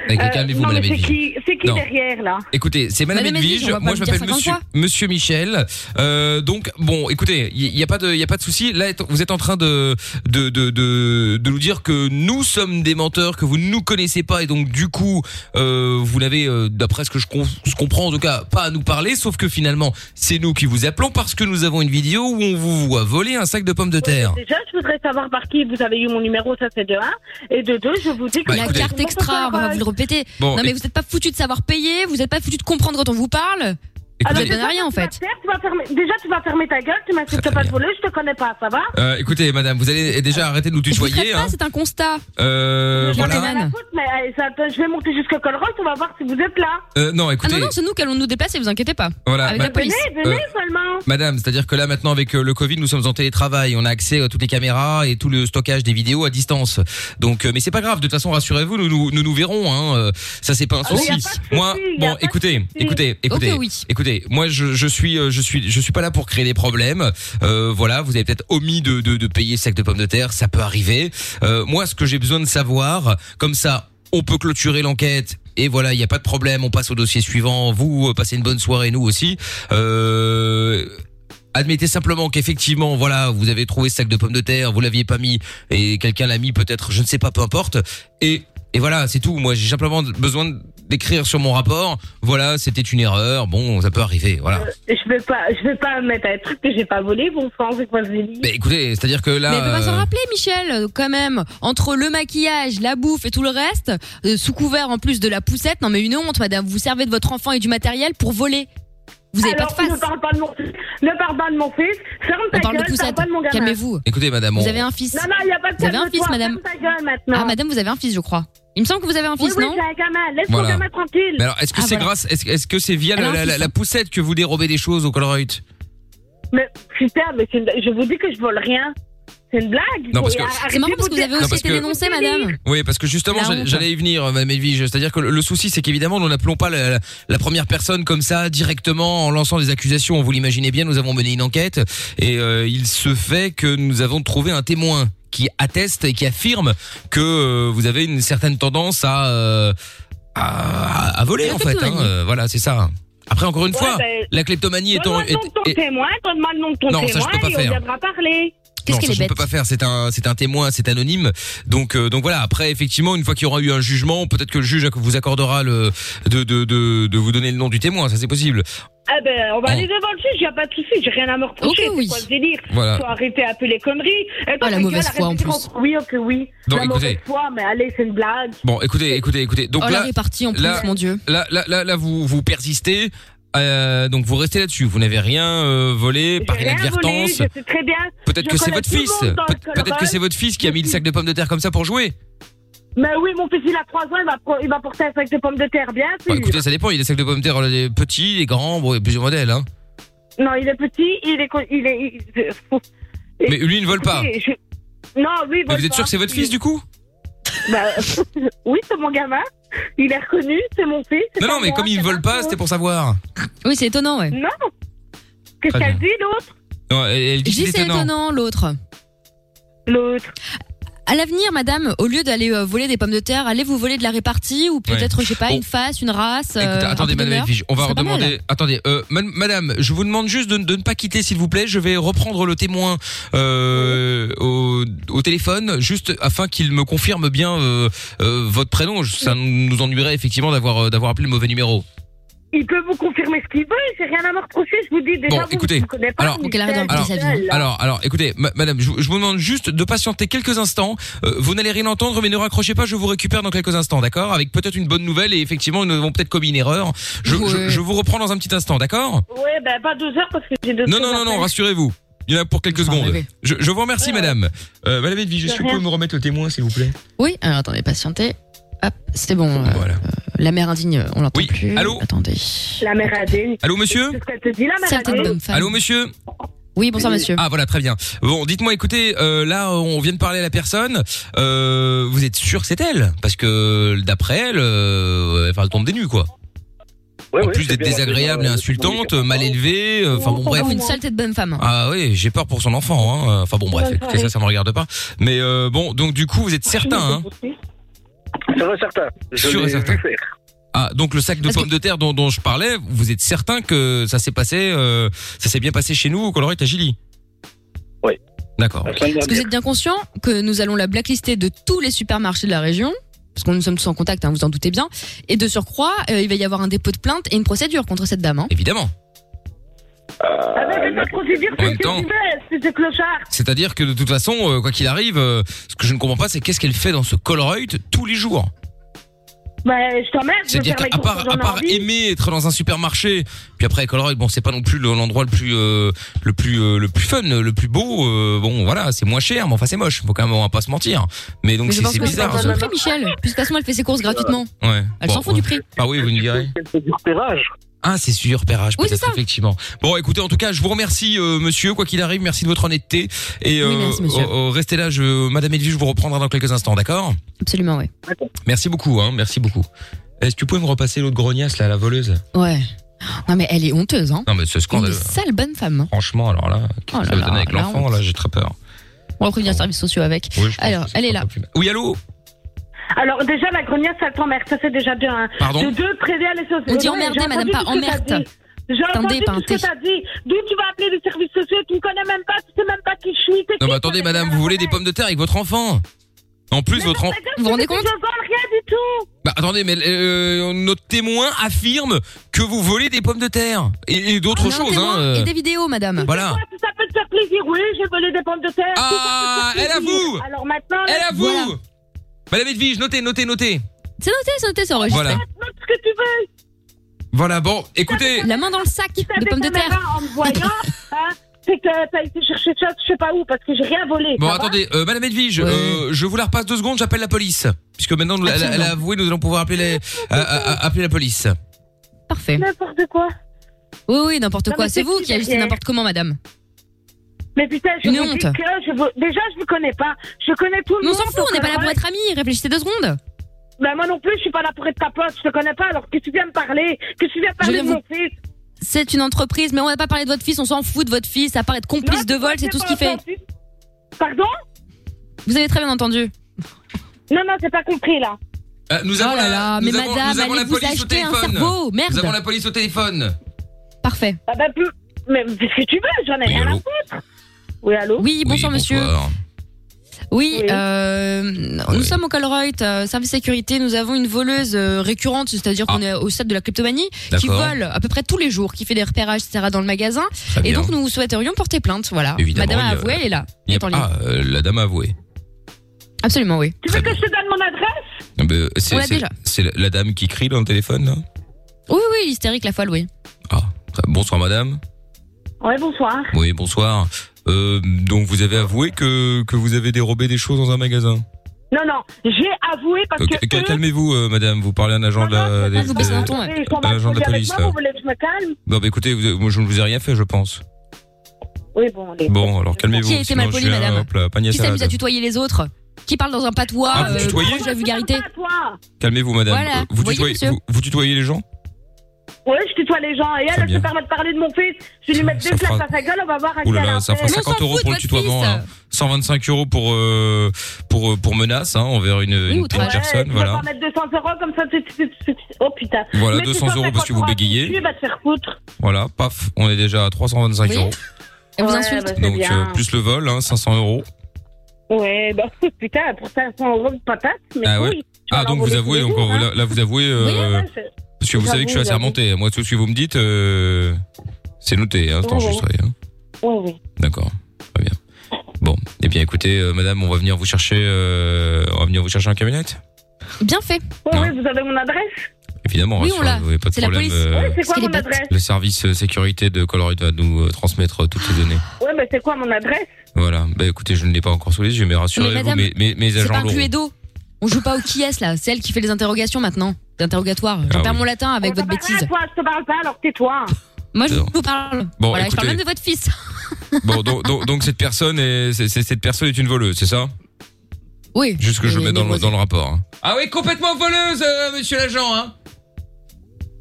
[SPEAKER 2] D'accord,
[SPEAKER 7] Euh,
[SPEAKER 2] Calmez-vous,
[SPEAKER 7] non, mais
[SPEAKER 2] madame
[SPEAKER 7] c'est
[SPEAKER 2] Edwige.
[SPEAKER 7] qui, c'est qui
[SPEAKER 2] Non.
[SPEAKER 7] derrière là
[SPEAKER 2] Écoutez, c'est Madame,
[SPEAKER 7] Madame
[SPEAKER 2] Edwige.
[SPEAKER 7] Edwige, on va pas
[SPEAKER 2] Moi,
[SPEAKER 7] le
[SPEAKER 2] je
[SPEAKER 7] dire
[SPEAKER 2] m'appelle
[SPEAKER 7] 50
[SPEAKER 2] Monsieur,
[SPEAKER 7] fois.
[SPEAKER 2] Monsieur Michel. Euh, donc, bon, écoutez, il n'y a pas de, il y a pas de souci. Là, étant- vous êtes en train de, de, de, de, de nous dire que nous sommes des menteurs, que vous ne nous connaissez pas, et donc du coup, euh, vous n'avez, euh, d'après ce que je, com- je comprends, en tout cas, pas à nous parler. Sauf que finalement, c'est nous qui vous appelons parce que nous avons une vidéo où on vous voit voler un sac de pommes de terre.
[SPEAKER 7] Déjà, je voudrais savoir par qui vous avez eu mon numéro, ça c'est de 1. Et de 2, je vous dis que
[SPEAKER 5] Bah, la carte extra, on va pas vous le
[SPEAKER 2] Bah,
[SPEAKER 5] répéter.
[SPEAKER 2] Bon,
[SPEAKER 5] non, mais
[SPEAKER 2] et-
[SPEAKER 5] vous n'êtes pas foutu de savoir payer, vous n'êtes pas foutu de comprendre quand on vous
[SPEAKER 7] Ah,
[SPEAKER 5] parle.
[SPEAKER 2] Écoutez-
[SPEAKER 5] vous n'avez rien en fait.
[SPEAKER 7] Tu vas fermer- déjà, tu vas fermer ta gueule, tu m'insultes pas de voler, je te connais pas, ça va
[SPEAKER 2] Euh, écoutez, Madame, vous allez déjà arrêter de nous tutoyer.
[SPEAKER 7] pas,
[SPEAKER 2] Hein.
[SPEAKER 5] C'est un constat.
[SPEAKER 2] Euh,
[SPEAKER 7] J'en ai
[SPEAKER 5] Ah,
[SPEAKER 2] voilà.
[SPEAKER 7] rien à foutre, mais allez, ça, attends, je vais monter jusqu'au Colruyt, on va voir si vous êtes là.
[SPEAKER 2] Euh, non, écoutez.
[SPEAKER 5] Ah non, Ah, non, c'est nous qui allons nous déplacer, vous inquiétez pas.
[SPEAKER 2] Voilà,
[SPEAKER 5] Avec
[SPEAKER 2] ma-
[SPEAKER 5] la police.
[SPEAKER 2] Venez, venez Euh,
[SPEAKER 7] seulement.
[SPEAKER 2] Madame, c'est-à-dire que là maintenant avec euh, le Covid, nous sommes en télétravail, on a accès à toutes les caméras et tout le stockage des vidéos à distance. Donc, euh, mais c'est pas grave. De toute façon, rassurez-vous, nous nous, nous nous verrons. Hein, euh, ça c'est pas un
[SPEAKER 13] Ah oui,
[SPEAKER 2] souci.
[SPEAKER 13] y a pas de souci,
[SPEAKER 2] moi,
[SPEAKER 13] y a
[SPEAKER 2] bon,
[SPEAKER 13] pas de
[SPEAKER 2] écoutez,
[SPEAKER 13] souci.
[SPEAKER 2] écoutez, écoutez,
[SPEAKER 13] Ok, oui.
[SPEAKER 2] écoutez. Moi, je, je suis, euh, je suis, je suis pas là pour créer des problèmes. Euh, voilà, vous avez peut-être omis de, de de payer le sac de pommes de terre, ça peut arriver. Euh, moi, ce que j'ai besoin de savoir, comme ça, on peut clôturer l'enquête. Et voilà, il n'y a pas de problème, on passe au dossier suivant. Vous, euh, passez une bonne soirée, nous aussi. Euh, Admettez simplement qu'effectivement, voilà, vous avez trouvé ce sac de pommes de terre, vous l'aviez pas mis, et quelqu'un l'a mis peut-être, je ne sais pas, peu importe. Et, et voilà, c'est tout. Moi, j'ai simplement besoin d'écrire sur mon rapport. Voilà, c'était une erreur. Bon, ça peut arriver. Voilà.
[SPEAKER 7] Je vais pas, Bah, je vais pas mettre un truc que j'ai pas volé, bon sang, c'est quoi ce délire
[SPEAKER 2] Mais écoutez, c'est-à-dire que là.
[SPEAKER 5] Mais elle peut pas s'en
[SPEAKER 2] euh,
[SPEAKER 5] rappeler, Michel, euh, quand même. Entre le maquillage, la bouffe et tout le reste, euh, sous couvert en plus de la poussette, non mais une honte, madame. Vous servez de votre enfant et du matériel pour voler. Vous avez
[SPEAKER 7] Alors,
[SPEAKER 5] pas de face.
[SPEAKER 7] Ne parle pas de mon fils, ne parle pas de mon fils, ferme
[SPEAKER 5] On
[SPEAKER 7] ta
[SPEAKER 5] parle de
[SPEAKER 7] gueule,
[SPEAKER 5] poussette.
[SPEAKER 7] parle pas de mon gamin.
[SPEAKER 5] Calmez-vous.
[SPEAKER 2] Écoutez, madame.
[SPEAKER 5] Vous
[SPEAKER 2] on-
[SPEAKER 5] avez un fils.
[SPEAKER 7] Non, non, il y a pas de
[SPEAKER 5] Vous avez
[SPEAKER 7] calme
[SPEAKER 5] un fils,
[SPEAKER 7] toi,
[SPEAKER 5] madame.
[SPEAKER 7] ferme ta gueule maintenant.
[SPEAKER 5] Ah, madame, vous avez un fils, je crois. Il me semble que vous avez un fils,
[SPEAKER 7] oui,
[SPEAKER 5] non
[SPEAKER 7] j'ai un gamin, laisse
[SPEAKER 2] Voilà.
[SPEAKER 7] mon gamin tranquille.
[SPEAKER 2] Mais alors, est-ce que
[SPEAKER 7] Ah,
[SPEAKER 2] c'est
[SPEAKER 7] voilà.
[SPEAKER 2] grâce, est-ce est-ce que c'est via
[SPEAKER 7] Elle a
[SPEAKER 2] la,
[SPEAKER 7] un
[SPEAKER 2] la-
[SPEAKER 7] fils,
[SPEAKER 2] la- la poussette que vous dérobez des choses au Colruyt
[SPEAKER 7] Mais
[SPEAKER 2] Ben-
[SPEAKER 7] putain, mais c'est une- je vous dis que je vole rien. C'est une blague.
[SPEAKER 2] Non, parce que-
[SPEAKER 5] C'est marrant parce que vous avez aussi
[SPEAKER 2] parce
[SPEAKER 5] été
[SPEAKER 2] que-
[SPEAKER 5] dénoncé, madame.
[SPEAKER 2] Oui, parce que justement,
[SPEAKER 5] La
[SPEAKER 2] j'allais-
[SPEAKER 5] honte.
[SPEAKER 2] j'allais y venir, euh, Madame Edwige. C'est-à-dire que le, le souci, c'est qu'évidemment, nous n'appelons pas la, la- la première personne comme ça directement en lançant des accusations. Vous l'imaginez bien, nous avons mené une enquête et euh, il se fait que nous avons trouvé un témoin qui atteste et qui affirme que euh, vous avez une certaine tendance à euh, à, à- à voler
[SPEAKER 7] La
[SPEAKER 2] en fait. hein.
[SPEAKER 7] kleptomanie.
[SPEAKER 2] Euh, voilà, c'est ça. Après, encore une
[SPEAKER 7] Ouais,
[SPEAKER 2] fois,
[SPEAKER 7] ben,
[SPEAKER 2] la kleptomanie étant
[SPEAKER 7] Donne-moi le nom de ton
[SPEAKER 2] est- est-
[SPEAKER 7] témoin, donne-moi le nom de ton
[SPEAKER 2] Non, ça, je
[SPEAKER 7] témoin
[SPEAKER 2] peux pas
[SPEAKER 7] et on
[SPEAKER 2] faire.
[SPEAKER 7] viendra parler.
[SPEAKER 2] non, ça, je ne peux pas faire. C'est un, c'est un témoin, c'est anonyme. Donc, euh, donc voilà. Après, effectivement, une fois qu'il y aura eu un jugement, peut-être que le juge vous accordera le de de de, de vous donner le nom du témoin. Ça, c'est possible.
[SPEAKER 7] Ah ben,
[SPEAKER 2] Oh.
[SPEAKER 7] on va aller devant le juge, y a pas de souci, j'ai rien à me reprocher. c'est quoi ce délire
[SPEAKER 2] Voilà.
[SPEAKER 7] Faut arrêter un peu les conneries. Et
[SPEAKER 2] Ah, la mauvaise foi, en plus.
[SPEAKER 7] Oui, ok, oui.
[SPEAKER 2] Non,
[SPEAKER 7] la
[SPEAKER 2] écoutez.
[SPEAKER 7] mauvaise foi, mais allez, c'est une blague.
[SPEAKER 2] Bon, écoutez, écoutez, écoutez. Donc
[SPEAKER 5] oh,
[SPEAKER 2] là,
[SPEAKER 5] la répartie en plus,
[SPEAKER 2] là-
[SPEAKER 5] mon dieu.
[SPEAKER 2] là, là, là, là, vous vous persistez. Euh, donc vous restez là-dessus. Vous n'avez rien euh, volé par
[SPEAKER 7] Rien volé,
[SPEAKER 2] inadvertance.
[SPEAKER 7] je sais très bien.
[SPEAKER 2] Peut-être
[SPEAKER 7] Je
[SPEAKER 2] que c'est
[SPEAKER 7] connais
[SPEAKER 2] votre
[SPEAKER 7] tout le
[SPEAKER 2] fils.
[SPEAKER 7] monde dans le
[SPEAKER 2] Peut- Peut-être que
[SPEAKER 7] Colruyt.
[SPEAKER 2] c'est votre fils qui a mis le sac de pommes de terre comme ça pour jouer.
[SPEAKER 7] Mais oui, mon fils, il a 3 ans, il va, pro- il va porter un sac de pommes de terre, bien sûr.
[SPEAKER 2] Bah, écoutez, ça dépend. Il y a des sacs de pommes de terre, euh, des petits, des grands, bon, il y a plusieurs modèles. Hein.
[SPEAKER 7] Non, il est petit, il est. co- Il est il-
[SPEAKER 2] Mais lui, il ne vole pas.
[SPEAKER 7] Écoutez, je- Non, oui,
[SPEAKER 2] Mais vous êtes sûr que c'est votre fils, du coup
[SPEAKER 7] Oui, c'est mon gamin. Il est reconnu, c'est mon fils. c'est
[SPEAKER 2] Non,
[SPEAKER 7] pas
[SPEAKER 2] non, mais
[SPEAKER 7] moi,
[SPEAKER 2] comme il
[SPEAKER 7] c'est
[SPEAKER 2] ne vole pas, c'était pour savoir.
[SPEAKER 5] Oui, c'est étonnant, ouais.
[SPEAKER 7] Non Qu'est-ce
[SPEAKER 2] Très
[SPEAKER 7] qu'elle
[SPEAKER 2] bien.
[SPEAKER 7] dit, l'autre
[SPEAKER 2] Non, elle, elle dit
[SPEAKER 5] J'ai
[SPEAKER 2] que
[SPEAKER 5] dit c'est étonnant, l'autre.
[SPEAKER 7] L'autre.
[SPEAKER 5] À l'avenir, madame, au lieu d'aller euh, voler des pommes de terre, allez vous voler de la répartie ou peut-être,
[SPEAKER 2] Ouais.
[SPEAKER 5] je sais pas,
[SPEAKER 2] Bon.
[SPEAKER 5] une face, une race. euh,
[SPEAKER 2] Écoutez,
[SPEAKER 5] un
[SPEAKER 2] attendez,
[SPEAKER 5] peu
[SPEAKER 2] madame
[SPEAKER 5] d'honneur.
[SPEAKER 2] Elfige, on va
[SPEAKER 5] Ce serait pas mal.
[SPEAKER 2] redemander. Attendez, euh, man- madame, je vous demande juste de, de ne pas quitter, s'il vous plaît. Je vais reprendre le témoin euh, au, au téléphone, juste afin qu'il me confirme bien euh, euh, votre prénom. Je- Ça nous ennuierait effectivement d'avoir euh, d'avoir appelé le mauvais numéro.
[SPEAKER 7] Il peut vous confirmer ce qu'il veut, j'ai rien à me reprocher, je vous dis déjà.
[SPEAKER 2] Bon,
[SPEAKER 7] vous,
[SPEAKER 2] écoutez,
[SPEAKER 7] Je ne connais pas.
[SPEAKER 2] alors-
[SPEAKER 7] Michel,
[SPEAKER 2] alors,
[SPEAKER 7] Michel, là.
[SPEAKER 2] alors, alors, écoutez, ma- madame, je, je vous demande juste de patienter quelques instants. Euh, vous n'allez rien entendre, mais ne raccrochez pas, je vous récupère dans quelques instants, d'accord Avec peut-être une bonne nouvelle et effectivement, nous avons peut-être commis une erreur. Je, je, je vous reprends dans un petit instant, d'accord
[SPEAKER 7] Ouais, ben pas deux heures parce que j'ai deux
[SPEAKER 2] Ah. Non, non, non, non, rassurez-vous. Il y en a pour quelques secondes.
[SPEAKER 5] rêver.
[SPEAKER 2] Je, je vous remercie, madame. Euh, madame Edwige,
[SPEAKER 5] De
[SPEAKER 2] est-ce que vous
[SPEAKER 5] rien.
[SPEAKER 2] pouvez me remettre le témoin, s'il vous plaît
[SPEAKER 5] Oui, alors attendez, patientez. Hop, c'est bon. euh, euh, la mère indigne, on l'entend plus.
[SPEAKER 2] Allô
[SPEAKER 5] Attendez.
[SPEAKER 7] La mère indigne.
[SPEAKER 2] Allô, monsieur
[SPEAKER 7] C'est ce qu'elle te dit, la mère
[SPEAKER 5] Certaines
[SPEAKER 7] indigne.
[SPEAKER 5] bonnes femmes.
[SPEAKER 2] Allô, monsieur
[SPEAKER 5] Oui, bonsoir, monsieur.
[SPEAKER 2] Ah, voilà, très bien. Bon, dites-moi, écoutez, euh, là, on vient de parler à la personne. Euh, vous êtes sûr que c'est elle Parce que, d'après elle, euh, enfin, elle tombe des nues, quoi. en plus d'être désagréable et insultante, mal élevée, euh, enfin, bon, bref.
[SPEAKER 5] Une saleté de bonne femme.
[SPEAKER 2] Ah oui, j'ai peur pour son enfant. Hein. Enfin bon, bref, écoutez, ça, ça me regarde pas. Mais euh, bon, donc du coup, vous êtes certain. Hein.
[SPEAKER 11] Sûr et certain. Je
[SPEAKER 2] Sûr et
[SPEAKER 11] l'ai
[SPEAKER 2] certain.
[SPEAKER 11] vu faire.
[SPEAKER 2] Ah, donc le sac de pommes de terre dont, dont je parlais, vous êtes certain que ça s'est passé, euh, ça s'est bien passé chez nous au Colorado à Gilly
[SPEAKER 11] Oui.
[SPEAKER 2] D'accord. ok.
[SPEAKER 5] Est-ce que vous êtes bien conscient que nous allons la blacklister de tous les supermarchés de la région Parce qu'on nous sommes tous en contact, hein, vous en doutez bien. Et de surcroît, euh, il va y avoir un dépôt de plainte et une procédure contre cette dame. hein.
[SPEAKER 2] Évidemment.
[SPEAKER 7] Ah, mais c'est pas procédure,
[SPEAKER 2] En même
[SPEAKER 7] c'est
[SPEAKER 2] temps-
[SPEAKER 7] une nouvelle, c'est de clochard.
[SPEAKER 2] C'est-à-dire que de toute façon, euh, quoi qu'il arrive, euh, ce que je ne comprends pas, c'est qu'est-ce qu'elle fait dans ce Colorado tous les jours.
[SPEAKER 7] Ben, je t'emmerde, je vais
[SPEAKER 2] C'est-à-dire
[SPEAKER 7] faire mes
[SPEAKER 2] qu'à
[SPEAKER 7] courses
[SPEAKER 2] part, à part aimer être dans un supermarché, puis après Colorado, bon, c'est pas non plus le- l'endroit le plus, euh, le plus, euh, le plus fun, le plus beau. euh, bon, voilà, c'est moins cher, mais enfin c'est moche. Faut quand même on va pas se mentir. Mais donc
[SPEAKER 5] Mais je
[SPEAKER 2] c'est
[SPEAKER 5] pense
[SPEAKER 2] c'est
[SPEAKER 5] que c'est
[SPEAKER 2] bizarre.
[SPEAKER 5] pas
[SPEAKER 2] ça.
[SPEAKER 5] le prix, Michel. Puis, De toute façon, elle fait ses courses gratuitement.
[SPEAKER 2] Ouais.
[SPEAKER 5] Elle s'en fout du prix.
[SPEAKER 2] Ah oui, vous me direz.
[SPEAKER 11] C'est du repérage.
[SPEAKER 2] Ah, c'est sur repérage,
[SPEAKER 5] Oui, c'est
[SPEAKER 2] peut-être
[SPEAKER 5] ça.
[SPEAKER 2] effectivement. Bon, écoutez, en tout cas, je vous remercie, euh, monsieur, quoi qu'il arrive, merci de votre honnêteté et euh,
[SPEAKER 5] merci, monsieur.
[SPEAKER 2] oh, oh, restez là, je, Madame Edwige, je vous reprendrai dans quelques instants, d'accord
[SPEAKER 5] Absolument, ouais.
[SPEAKER 2] Merci beaucoup, hein, merci beaucoup. Est-ce que tu peux me repasser l'autre grognasse là, la voleuse
[SPEAKER 5] Ouais. Non, mais elle est honteuse, hein.
[SPEAKER 2] Non, mais c'est
[SPEAKER 5] Une des
[SPEAKER 2] scandaleux.
[SPEAKER 5] sales bonnes femmes.
[SPEAKER 2] Franchement, alors là, qu'est-ce
[SPEAKER 5] Oh
[SPEAKER 2] que
[SPEAKER 5] là
[SPEAKER 2] ça va
[SPEAKER 5] là,
[SPEAKER 2] donner avec
[SPEAKER 5] la
[SPEAKER 2] l'enfant
[SPEAKER 5] honte.
[SPEAKER 2] là J'ai très peur.
[SPEAKER 5] On va prévenir les services sociaux avec.
[SPEAKER 2] Oui, je pense
[SPEAKER 5] Alors, elle est là.
[SPEAKER 2] Oui, allô
[SPEAKER 7] Alors, déjà, la grognasse, ça t'emmerde, ça c'est déjà bien. hein.
[SPEAKER 2] Pardon
[SPEAKER 7] De deux, préviens les sociaux.
[SPEAKER 5] On dit
[SPEAKER 7] Ouais,
[SPEAKER 5] emmerder,
[SPEAKER 7] j'ai
[SPEAKER 5] madame,
[SPEAKER 7] entendu
[SPEAKER 5] pas
[SPEAKER 7] tout ce que
[SPEAKER 5] emmerde.
[SPEAKER 7] t'as dit. J'ai
[SPEAKER 5] Attendez,
[SPEAKER 7] entendu
[SPEAKER 5] pas
[SPEAKER 7] tout
[SPEAKER 5] un
[SPEAKER 7] ce que
[SPEAKER 5] thé.
[SPEAKER 7] t'as dit. D'où tu vas appeler les services sociaux Tu ne connais même pas, tu sais même pas qui je suis. t'es
[SPEAKER 2] Non,
[SPEAKER 7] qui,
[SPEAKER 2] mais attendez,
[SPEAKER 7] toi,
[SPEAKER 2] madame, vous voulez des pommes de terre avec votre enfant En plus, votre enfant.
[SPEAKER 7] Vous vous rendez compte Je vole rien du tout.
[SPEAKER 2] Bah attendez, mais euh, notre témoin affirme que vous volez des pommes de terre et, et d'autres
[SPEAKER 5] On a un
[SPEAKER 2] choses.
[SPEAKER 5] Ah témoin
[SPEAKER 2] Hein, euh.
[SPEAKER 5] Et des vidéos, madame.
[SPEAKER 2] *laughs* Voilà.
[SPEAKER 7] Tout ça peut te faire plaisir. Oui, j'ai volé des pommes de terre. tout ça peut te
[SPEAKER 2] Ah,
[SPEAKER 7] faire
[SPEAKER 2] elle
[SPEAKER 7] plaisir.
[SPEAKER 2] avoue.
[SPEAKER 7] Alors maintenant,
[SPEAKER 2] Elle
[SPEAKER 7] là-
[SPEAKER 2] avoue
[SPEAKER 7] Voilà.
[SPEAKER 2] Madame Edwige, notez, notez, notez.
[SPEAKER 5] C'est noté, c'est noté, c'est enregistré.
[SPEAKER 2] Voilà.
[SPEAKER 7] Note ce que tu veux.
[SPEAKER 2] Voilà, bon, écoutez.
[SPEAKER 5] La main dans le sac
[SPEAKER 7] T'as
[SPEAKER 5] de
[SPEAKER 7] des
[SPEAKER 5] pommes de
[SPEAKER 7] caméras
[SPEAKER 5] terre.
[SPEAKER 7] En me voyant,
[SPEAKER 2] *laughs*
[SPEAKER 7] hein, c'est que t'as été chercher ça, je sais pas où, parce que j'ai rien volé.
[SPEAKER 2] Bon,
[SPEAKER 7] ça va
[SPEAKER 2] attendez, euh, Madame Edwige, euh, je vous la repasse deux secondes, j'appelle la police. Puisque maintenant, elle, elle a avoué, nous allons pouvoir appeler, les, à- à- à- appeler la police.
[SPEAKER 5] Parfait.
[SPEAKER 7] N'importe quoi.
[SPEAKER 5] Oui, oui, n'importe
[SPEAKER 7] Non,
[SPEAKER 5] quoi.
[SPEAKER 7] mais
[SPEAKER 5] C'est
[SPEAKER 7] c'est
[SPEAKER 5] vous
[SPEAKER 7] qui
[SPEAKER 5] qui agissez
[SPEAKER 7] derrière
[SPEAKER 5] n'importe comment, madame.
[SPEAKER 7] Mais putain, je
[SPEAKER 5] Une
[SPEAKER 7] vous dis
[SPEAKER 5] honte.
[SPEAKER 7] que je vous- déjà je vous connais pas. Je connais tout le
[SPEAKER 5] Mais on
[SPEAKER 7] monde.
[SPEAKER 5] s'en fout,
[SPEAKER 7] sauf
[SPEAKER 5] on n'est pas
[SPEAKER 7] que
[SPEAKER 5] là pour
[SPEAKER 7] moi-
[SPEAKER 5] être amis. Réfléchissez deux secondes.
[SPEAKER 7] Ben, moi non plus, je suis pas là pour être ta pote. Je te connais pas. Alors que tu viens me parler, que tu viens
[SPEAKER 5] Je
[SPEAKER 7] parler
[SPEAKER 5] viens
[SPEAKER 7] de
[SPEAKER 5] vous-
[SPEAKER 7] mon fils.
[SPEAKER 5] C'est une entreprise, mais on n'a pas parlé de votre fils, on s'en fout de votre fils, à part être complice de vol, c'est tout ce qu'il fait.
[SPEAKER 7] Pardon
[SPEAKER 5] Vous avez très bien entendu.
[SPEAKER 7] Non, non, c'est pas compris là.
[SPEAKER 2] Euh, nous
[SPEAKER 5] Oh
[SPEAKER 2] avons
[SPEAKER 5] là
[SPEAKER 2] la,
[SPEAKER 5] là,
[SPEAKER 2] nous
[SPEAKER 5] mais
[SPEAKER 2] avons,
[SPEAKER 5] madame,
[SPEAKER 2] nous avons la
[SPEAKER 5] allez vous
[SPEAKER 2] police au
[SPEAKER 5] acheter un
[SPEAKER 2] téléphone.
[SPEAKER 5] cerveau, merde.
[SPEAKER 2] Nous avons la police au téléphone.
[SPEAKER 5] Parfait.
[SPEAKER 7] Ah ben plus. Mais fais ce que tu veux, j'en ai rien à foutre. Oui, allô
[SPEAKER 5] Oui, bonsoir, monsieur. Oui,
[SPEAKER 7] Oui.
[SPEAKER 5] euh, nous sommes au Colruyt, euh, service sécurité. Nous avons une voleuse euh, récurrente, c'est-à-dire qu'on est au stade de la kleptomanie, qui
[SPEAKER 2] Ah. D'accord.
[SPEAKER 5] vole à peu près tous les jours, qui fait des repérages, etc. dans le magasin.
[SPEAKER 2] Très
[SPEAKER 5] et
[SPEAKER 2] bien.
[SPEAKER 5] donc, nous souhaiterions porter plainte. Voilà.
[SPEAKER 2] Évidemment,
[SPEAKER 5] Madame a
[SPEAKER 2] il y a-
[SPEAKER 5] avoué, elle est là.
[SPEAKER 2] Il y a-
[SPEAKER 5] Elle est en ligne.
[SPEAKER 2] ah, euh, la dame a avoué.
[SPEAKER 5] Absolument, oui.
[SPEAKER 7] Tu veux que je te donne mon adresse
[SPEAKER 2] Ah, bah, c'est
[SPEAKER 5] On l'a
[SPEAKER 2] c'est-
[SPEAKER 5] déjà.
[SPEAKER 2] c'est la, la dame qui crie dans le téléphone, là.
[SPEAKER 5] Oui, oui, hystérique la folle, oui.
[SPEAKER 2] Très- Bonsoir, madame.
[SPEAKER 7] Ouais, bonsoir.
[SPEAKER 2] Oui, bonsoir. Euh, donc, vous avez avoué que, que vous avez dérobé des choses dans un magasin
[SPEAKER 12] Non, non, j'ai avoué parce
[SPEAKER 2] Euh,
[SPEAKER 12] que.
[SPEAKER 2] ca- Calmez-vous, euh, madame. Vous parlez à un agent de la,
[SPEAKER 5] Ah,
[SPEAKER 2] des- des-
[SPEAKER 12] Ils sont
[SPEAKER 2] à l'agent de la
[SPEAKER 12] avec
[SPEAKER 2] police.
[SPEAKER 12] moi,
[SPEAKER 2] là.
[SPEAKER 12] Vous voulez que je me calme
[SPEAKER 2] Non, bah écoutez, vous- moi, je ne vous ai rien fait, je pense.
[SPEAKER 12] Oui, bon, allez.
[SPEAKER 2] Bon, alors calmez-vous.
[SPEAKER 5] Qui a été
[SPEAKER 2] sinon
[SPEAKER 5] malpoli,
[SPEAKER 2] je fais un,
[SPEAKER 5] madame
[SPEAKER 2] hop là, panier à
[SPEAKER 5] Qui s'amuse à
[SPEAKER 2] salade.
[SPEAKER 5] tutoyer les autres Qui parle dans un patois
[SPEAKER 2] Ah, vous
[SPEAKER 5] euh,
[SPEAKER 2] tutoyez Oh,
[SPEAKER 5] proche de la vulgarité
[SPEAKER 2] Calmez-vous, madame.
[SPEAKER 5] Voilà.
[SPEAKER 2] Euh,
[SPEAKER 5] Vous
[SPEAKER 2] Vous,
[SPEAKER 5] voyez,
[SPEAKER 2] tutoyez,
[SPEAKER 5] monsieur
[SPEAKER 2] vous, vous tutoyez les gens
[SPEAKER 12] Ouais, je tutoie les gens. Et elle, elle se permet de parler de mon fils. Je vais lui mettre deux
[SPEAKER 2] fera-
[SPEAKER 12] claques à sa gueule, on va voir à
[SPEAKER 2] Ouh
[SPEAKER 12] quel
[SPEAKER 2] là là, ça fera 50 euros pour le tutoiement. hein. 125 euros pour, euh, pour, euh, pour menace hein, envers une, une telle personne.
[SPEAKER 12] On
[SPEAKER 2] Voilà.
[SPEAKER 12] va mettre 200 euros comme ça. tu- tu- tu- tu- Oh putain.
[SPEAKER 2] Voilà,
[SPEAKER 12] Mais tu
[SPEAKER 2] 200
[SPEAKER 12] sois
[SPEAKER 2] euros parce que vous
[SPEAKER 12] 53,
[SPEAKER 2] bégayez.
[SPEAKER 12] Tu vas te faire foutre.
[SPEAKER 2] Voilà, paf, on est déjà à 325 euros.
[SPEAKER 12] Et vous insulte.
[SPEAKER 2] Donc, euh, plus le vol, hein, 500 euros.
[SPEAKER 12] Ouais, bah *laughs* putain, pour 500 euros de patate. Mais
[SPEAKER 2] Ah ouais.
[SPEAKER 12] oui, tu vas
[SPEAKER 2] Ah, donc vous
[SPEAKER 12] l'envoler
[SPEAKER 2] avouez,
[SPEAKER 12] tous les
[SPEAKER 2] donc
[SPEAKER 12] jours,
[SPEAKER 2] là,
[SPEAKER 12] hein.
[SPEAKER 2] là, vous avouez. euh,
[SPEAKER 12] Ouais, c'est-
[SPEAKER 2] Parce que vous savez que je suis assez
[SPEAKER 12] J'avoue,
[SPEAKER 2] remonté. Moi, tout ce que vous me dites, euh, c'est noté, hein, c'est
[SPEAKER 12] Ouais,
[SPEAKER 2] enregistré. hein.
[SPEAKER 12] Ouais, ouais.
[SPEAKER 2] D'accord. Très bien. Bon, eh bien, écoutez, euh, madame, on va venir vous chercher, euh, on va venir vous chercher en camionnette.
[SPEAKER 5] Bien fait.
[SPEAKER 12] Ouais, ouais, vous avez mon adresse
[SPEAKER 2] Évidemment,
[SPEAKER 12] Oui,
[SPEAKER 2] hein,
[SPEAKER 12] on
[SPEAKER 2] sur-
[SPEAKER 12] l'a.
[SPEAKER 2] vous n'avez pas de
[SPEAKER 12] C'est la
[SPEAKER 2] problème. euh,
[SPEAKER 12] police. Ouais, c'est quoi Parce mon qu'elle est bête. adresse
[SPEAKER 2] Le service euh, sécurité de Colorado va nous euh, transmettre euh, toutes les données.
[SPEAKER 12] Ouais, mais c'est quoi mon adresse
[SPEAKER 2] Voilà. Bah, écoutez, je ne l'ai pas encore sous les yeux, mais
[SPEAKER 5] Mais
[SPEAKER 2] rassurez-vous,
[SPEAKER 5] madame,
[SPEAKER 2] mes, mes, mes
[SPEAKER 5] C'est pas
[SPEAKER 2] agents
[SPEAKER 5] un
[SPEAKER 2] l'auront.
[SPEAKER 5] cluedo. On joue pas au qui est là. C'est elle qui fait les interrogations maintenant. L'interrogatoire. J'en
[SPEAKER 2] Ah
[SPEAKER 5] perds
[SPEAKER 2] oui.
[SPEAKER 5] mon latin avec votre bêtise.
[SPEAKER 12] Toi, je te parle pas, alors tais-toi.
[SPEAKER 5] Moi, je
[SPEAKER 2] Non.
[SPEAKER 5] vous parle.
[SPEAKER 2] Bon,
[SPEAKER 5] voilà, je
[SPEAKER 2] écoutez.
[SPEAKER 5] parle même de votre fils.
[SPEAKER 2] Bon, donc, donc- donc cette personne est, c'est- c'est- cette personne est une voleuse, c'est ça
[SPEAKER 5] Oui.
[SPEAKER 2] Juste que je mets dans le, dans le rapport. hein.
[SPEAKER 9] Ah oui, complètement voleuse, euh, monsieur l'agent, hein.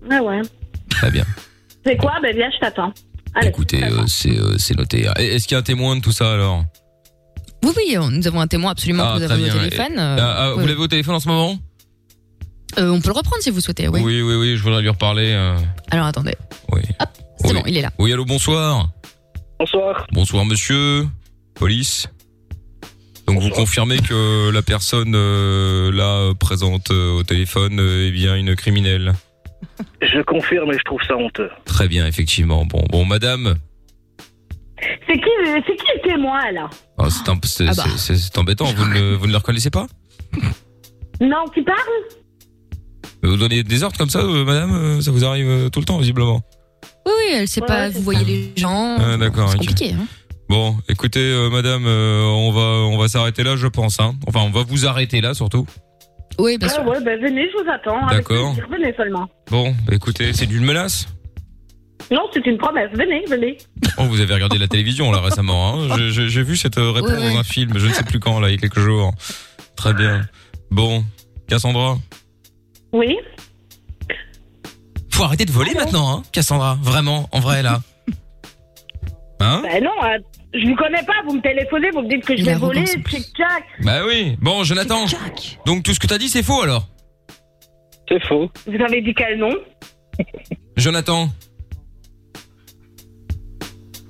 [SPEAKER 12] Ouais, ouais.
[SPEAKER 2] Très bien.
[SPEAKER 12] C'est quoi Ben viens, je t'attends. Allez.
[SPEAKER 2] Écoutez, euh, c'est euh, c'est noté. Et- Est-ce qu'il y a un témoin de tout ça alors
[SPEAKER 5] Oui, oui, on- nous avons un témoin absolument
[SPEAKER 2] Ah,
[SPEAKER 5] que nous
[SPEAKER 2] très
[SPEAKER 5] avons au
[SPEAKER 2] bien.
[SPEAKER 5] téléphone.
[SPEAKER 2] Et-
[SPEAKER 5] euh,
[SPEAKER 2] Ah, ah,
[SPEAKER 5] oui,
[SPEAKER 2] vous
[SPEAKER 5] oui.
[SPEAKER 2] l'avez au téléphone en ce moment
[SPEAKER 5] Euh, on peut le reprendre si vous souhaitez. Oui.
[SPEAKER 2] oui, oui, oui, je voudrais lui reparler. euh.
[SPEAKER 5] Alors attendez. Hop, c'est bon, il est là.
[SPEAKER 2] Oui, allô, bonsoir.
[SPEAKER 11] Bonsoir.
[SPEAKER 2] Bonsoir, monsieur. Police. Donc vous confirmez que la personne euh, là euh, présente euh, au téléphone euh, est bien une criminelle.
[SPEAKER 11] Je confirme et je trouve ça honteux.
[SPEAKER 2] Très bien, effectivement. Bon, bon, madame,
[SPEAKER 12] C'est qui, le- c'est qui le témoin, là
[SPEAKER 2] ah, c'est un- c'est
[SPEAKER 12] Ah bah.
[SPEAKER 2] c'est- c'est- c'est embêtant. Vous ne, vous ne la reconnaissez pas
[SPEAKER 12] Non, qui parle
[SPEAKER 2] Vous donnez des ordres comme ça, euh, madame euh, Ça vous arrive euh, tout le temps, visiblement.
[SPEAKER 5] Oui, oui, elle sait pas. Vous voyez les gens.
[SPEAKER 2] Ah, d'accord,
[SPEAKER 5] C'est
[SPEAKER 2] ok.
[SPEAKER 5] compliqué. hein.
[SPEAKER 2] Bon, écoutez, euh, madame, euh, on va, on va s'arrêter là, je pense. Hein. Enfin, on va vous arrêter là, surtout.
[SPEAKER 5] Oui,
[SPEAKER 12] bien sûr. Ouais, ben venez, je vous attends. avec
[SPEAKER 2] D'accord.
[SPEAKER 12] plaisir, Venez seulement.
[SPEAKER 2] Bon, bah, écoutez, c'est d'une menace.
[SPEAKER 12] Non, c'est une promesse. Venez, venez.
[SPEAKER 2] Oh, vous avez regardé la télévision là récemment. hein. Je- je- J'ai vu cette euh, réponse
[SPEAKER 12] Ouais, ouais.
[SPEAKER 2] dans un film, je ne sais plus quand, là, il y a quelques jours. Très bien. Bon, Cassandra.
[SPEAKER 12] Oui
[SPEAKER 2] Faut arrêter de voler maintenant, hein, Cassandra. Vraiment, en vrai, là. Hein
[SPEAKER 12] Ben non, hein, je vous connais pas. Vous me téléphonez, vous me dites que je vais voler. Tic-tac.
[SPEAKER 2] Bah oui. Bon, Jonathan. Donc tout ce que t'as dit, c'est faux alors
[SPEAKER 11] C'est faux.
[SPEAKER 12] Vous avez dit quel nom
[SPEAKER 2] Jonathan.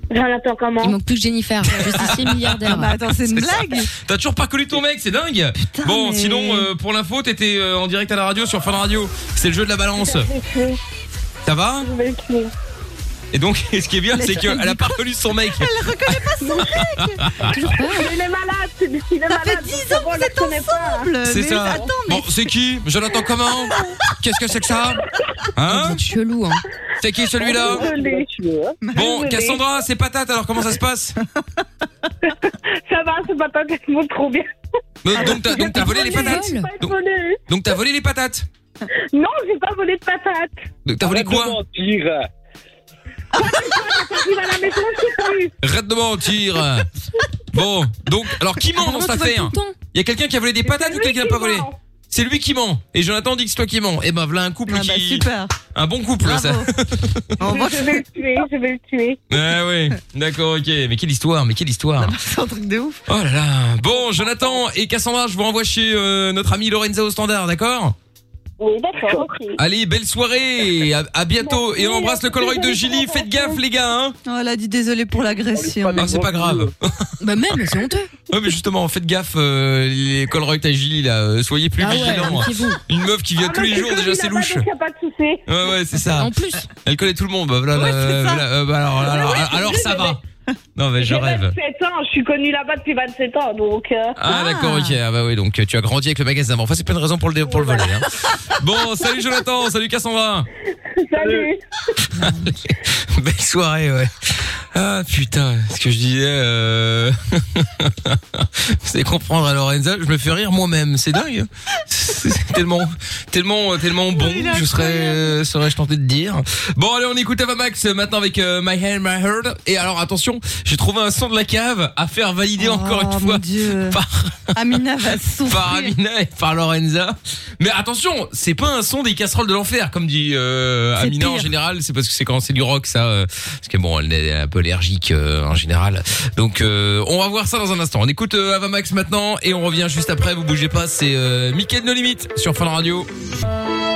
[SPEAKER 12] Jonathan, comment
[SPEAKER 5] Il manque plus que Jennifer. Justicier
[SPEAKER 6] Ah,
[SPEAKER 5] milliardaire. Bah attends, c'est une blague.
[SPEAKER 2] T'as toujours pas connu ton mec, c'est dingue Bon,
[SPEAKER 5] mais-
[SPEAKER 2] sinon, euh, pour l'info, t'étais euh, en direct à la radio sur Fun Radio. C'est le jeu de la balance. Ça va Et donc, *laughs* ce qui est bien,
[SPEAKER 12] Mais
[SPEAKER 2] c'est
[SPEAKER 12] ça-
[SPEAKER 2] qu'elle a pas reconnu son mec.
[SPEAKER 12] Elle reconnaît pas son
[SPEAKER 5] bah,
[SPEAKER 2] Ah,
[SPEAKER 12] Il est malade, celui-ci, il est
[SPEAKER 7] Ah,
[SPEAKER 12] malade. Ça fait 10 ans que vous êtes ensemble.
[SPEAKER 2] C'est ça. Bon, c'est qui Jonathan comment Qu'est-ce que c'est que ça Hein
[SPEAKER 5] Chelou, hein. Oh,
[SPEAKER 2] C'est qui celui-là Bon,
[SPEAKER 12] Désolée.
[SPEAKER 2] Cassandra, c'est patate alors, comment ça se passe
[SPEAKER 12] Ça va, c'est pas tellement trop bien.
[SPEAKER 2] Donc, donc t'as donc t'as volé les patates
[SPEAKER 12] J'ai pas volé.
[SPEAKER 2] Donc t'as volé les patates
[SPEAKER 12] Non, j'ai pas volé de patates.
[SPEAKER 2] Donc t'as volé
[SPEAKER 11] Arrête de
[SPEAKER 2] quoi
[SPEAKER 11] mentir.
[SPEAKER 12] J'arrive à la maison, je sais plus.
[SPEAKER 2] Arrête
[SPEAKER 12] *laughs*
[SPEAKER 2] de mentir Bon, donc, alors
[SPEAKER 5] Ah,
[SPEAKER 2] qui ment dans cette
[SPEAKER 12] Apparemment, tu
[SPEAKER 2] affaire
[SPEAKER 12] voles tout le temps.
[SPEAKER 2] Il y a quelqu'un qui a volé des patates ou
[SPEAKER 12] lui
[SPEAKER 2] quelqu'un qui
[SPEAKER 12] qui
[SPEAKER 2] a pas volé
[SPEAKER 12] ment.
[SPEAKER 2] C'est lui qui ment. Et Jonathan dit que c'est toi qui ment. Eh ben, voilà un couple
[SPEAKER 12] Ah
[SPEAKER 2] qui.
[SPEAKER 12] bah, super.
[SPEAKER 2] Un bon couple, ça.
[SPEAKER 6] *laughs*
[SPEAKER 12] Je vais le tuer, je vais le tuer.
[SPEAKER 2] *laughs* Ah ouais, d'accord, ok. Mais quelle histoire, mais quelle
[SPEAKER 12] Ah,
[SPEAKER 2] histoire.
[SPEAKER 12] bah.
[SPEAKER 6] C'est un truc de ouf.
[SPEAKER 2] Oh là là. Bon, Jonathan et Cassandra, je vous renvoie chez euh, notre ami Lorenzo au standard, d'accord
[SPEAKER 12] Oui, d'accord, ok.
[SPEAKER 2] Allez, belle soirée. À, à bientôt. et on embrasse le Colroy de Gilly. Faites gaffe, les gars, hein.
[SPEAKER 6] Oh, elle a dit désolé pour l'agression.
[SPEAKER 2] Ah, c'est pas grave.
[SPEAKER 5] Bah même, c'est honteux.
[SPEAKER 2] Ouais, mais justement, faites gaffe, euh, les Colroy à Gilly, là. euh, Soyez plus
[SPEAKER 5] Ah ouais,
[SPEAKER 2] vigilants.
[SPEAKER 5] méfiez-vous.
[SPEAKER 2] Une meuf qui
[SPEAKER 12] Ah
[SPEAKER 2] vient tous les jours, déjà, c'est louche.
[SPEAKER 12] Il a pas de soucis.
[SPEAKER 2] Ouais, ouais, c'est ça.
[SPEAKER 12] En plus.
[SPEAKER 2] euh, Elle connaît tout le monde. Bah, voilà, voilà, euh, bah, alors, alors, alors, ça va. Non, mais je
[SPEAKER 12] J'ai
[SPEAKER 2] rêve.
[SPEAKER 12] 27 ans, je suis connue là-bas depuis 27 ans, donc. euh,
[SPEAKER 2] Ah, d'accord, ok. Ah bah oui, donc tu as grandi avec le magasin. Bon, enfin, c'est pas une raison pour le, dé- pour le voler. hein. *laughs* Bon, salut Jonathan, salut Cassandra.
[SPEAKER 12] Salut.
[SPEAKER 2] *laughs* Belle soirée, ouais. Ah putain, ce que je disais, euh... *laughs* c'est comprendre à Lorenza, je me fais rire moi-même, c'est dingue. C'est tellement, tellement, tellement bon, je serais, euh, serais-je tenté de dire. Bon, allez, on écoute Avamax maintenant avec euh, My Hand, My Heart. Et alors, attention, j'ai trouvé un son de la cave à faire
[SPEAKER 6] Oh,
[SPEAKER 2] valider encore une fois *laughs* par
[SPEAKER 6] Amina va souffrir.
[SPEAKER 2] par Amina et par Lorenza. Mais attention, c'est pas un son des casseroles de l'enfer, comme dit euh,
[SPEAKER 9] C'est
[SPEAKER 2] Amina en
[SPEAKER 9] pire.
[SPEAKER 2] général. C'est parce que c'est quand c'est du rock, ça. euh, parce que bon, elle est un peu allergique euh, en général. Donc, euh, on va voir ça dans un instant. On écoute euh, Avamax maintenant et on revient juste après. Vous bougez pas, c'est euh, Mickaël No Limite sur Fun Radio.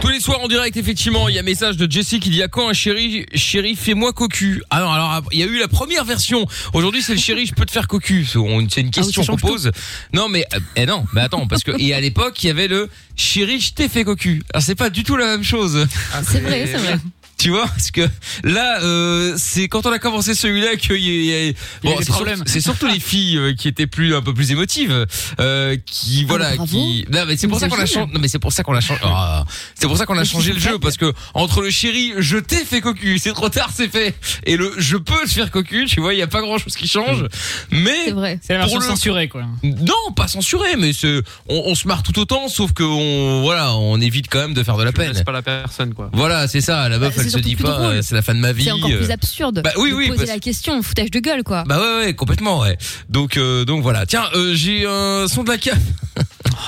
[SPEAKER 2] Tous les soirs en direct, effectivement, il y a un message de Jesse qui dit à quand un chéri, chéri, fais-moi cocu. Alors, alors, il y a eu la première version. Aujourd'hui, c'est le chéri, je peux te faire cocu. C'est on- c'est une question
[SPEAKER 9] Ah ça
[SPEAKER 2] qu'on
[SPEAKER 9] change
[SPEAKER 2] pose. Non, mais euh, eh non, mais attends, parce que et à l'époque, il y avait le chéri, je t'ai fait cocu. Alors, c'est pas du tout la même chose.
[SPEAKER 9] C'est vrai,
[SPEAKER 2] *laughs*
[SPEAKER 9] c'est vrai.
[SPEAKER 2] Tu vois, parce que là, euh, c'est quand on a commencé celui-là qu'il y a, il y a-
[SPEAKER 9] Il y a des
[SPEAKER 2] c'est sur-
[SPEAKER 9] problèmes.
[SPEAKER 2] c'est surtout les filles euh, qui étaient plus un peu plus émotives, euh, qui voilà, qui. Non, mais c'est pour ça qu'on a
[SPEAKER 9] Misogyne.
[SPEAKER 2] changé. Non, mais c'est pour ça qu'on a changé. Ah, c'est pour ça qu'on a changé le jeu parce que entre le chéri, je t'ai fait cocu, c'est trop tard, c'est fait, et le je peux te faire cocu, tu vois, il y a pas grand chose qui change. Mais
[SPEAKER 4] C'est vrai. C'est la version censurée, quoi.
[SPEAKER 2] Non, pas censuré, mais c'est- on, on se marre tout autant, sauf que on voilà, on évite quand même de faire de la peine.
[SPEAKER 9] C'est pas la personne, quoi.
[SPEAKER 2] Voilà, c'est ça. La meuf,
[SPEAKER 5] c'est
[SPEAKER 2] elle se
[SPEAKER 5] surtout
[SPEAKER 2] dit
[SPEAKER 5] plus
[SPEAKER 2] pas,
[SPEAKER 5] drôle.
[SPEAKER 2] euh, c'est la fin de ma vie.
[SPEAKER 5] C'est encore plus
[SPEAKER 2] euh.
[SPEAKER 5] absurde
[SPEAKER 2] Bah oui,
[SPEAKER 5] de
[SPEAKER 2] oui,
[SPEAKER 5] poser
[SPEAKER 2] parce-
[SPEAKER 5] la question, foutage de gueule quoi.
[SPEAKER 2] Bah ouais, ouais, complètement, ouais. Donc, euh, donc voilà. Tiens, euh, j'ai un son de la cave.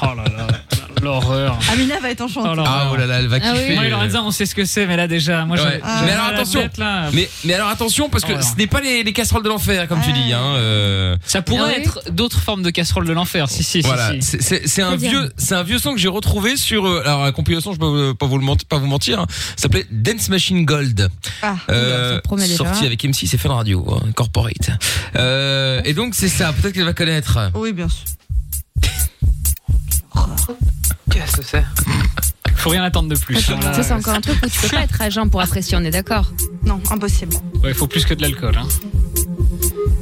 [SPEAKER 4] Oh là là,
[SPEAKER 5] *laughs*
[SPEAKER 4] l'horreur.
[SPEAKER 6] Amina va être enchantée.
[SPEAKER 2] Ah, oh là là, elle va kiffer.
[SPEAKER 4] Moi et Lorenza, on sait ce que c'est, mais là déjà, moi
[SPEAKER 2] Ouais.
[SPEAKER 4] j'ai.
[SPEAKER 2] mais alors attention,
[SPEAKER 4] là.
[SPEAKER 2] mais, mais alors attention parce que
[SPEAKER 4] Oh là.
[SPEAKER 2] ce n'est pas les, les casseroles de l'enfer comme tu dis. Hein, euh,
[SPEAKER 4] Ça pourrait être d'autres formes de casserole de l'enfer, si, si, si,
[SPEAKER 2] Voilà,
[SPEAKER 4] si.
[SPEAKER 2] c'est- c'est c'est un
[SPEAKER 4] Très bien.
[SPEAKER 2] vieux, c'est un vieux son que j'ai retrouvé sur euh, alors la compilation, je peux euh, pas vous le mentir, pas vous mentir, hein, ça s'appelait Dance Machine Gold.
[SPEAKER 6] Ah,
[SPEAKER 2] Euh,
[SPEAKER 6] ça promet déjà.
[SPEAKER 2] sorti avec M6 et Fun Radio hein, Corporate. Euh, et donc c'est ça, peut-être qu'elle va connaître.
[SPEAKER 6] Oui, bien sûr.
[SPEAKER 4] Qu'est-ce que c'est Faut rien attendre de plus. hein, là.
[SPEAKER 5] Ça c'est encore un truc où tu peux pas être à jeun pour apprécier, on est d'accord
[SPEAKER 6] Non, impossible.
[SPEAKER 4] Ouais, faut plus que de l'alcool. Hein.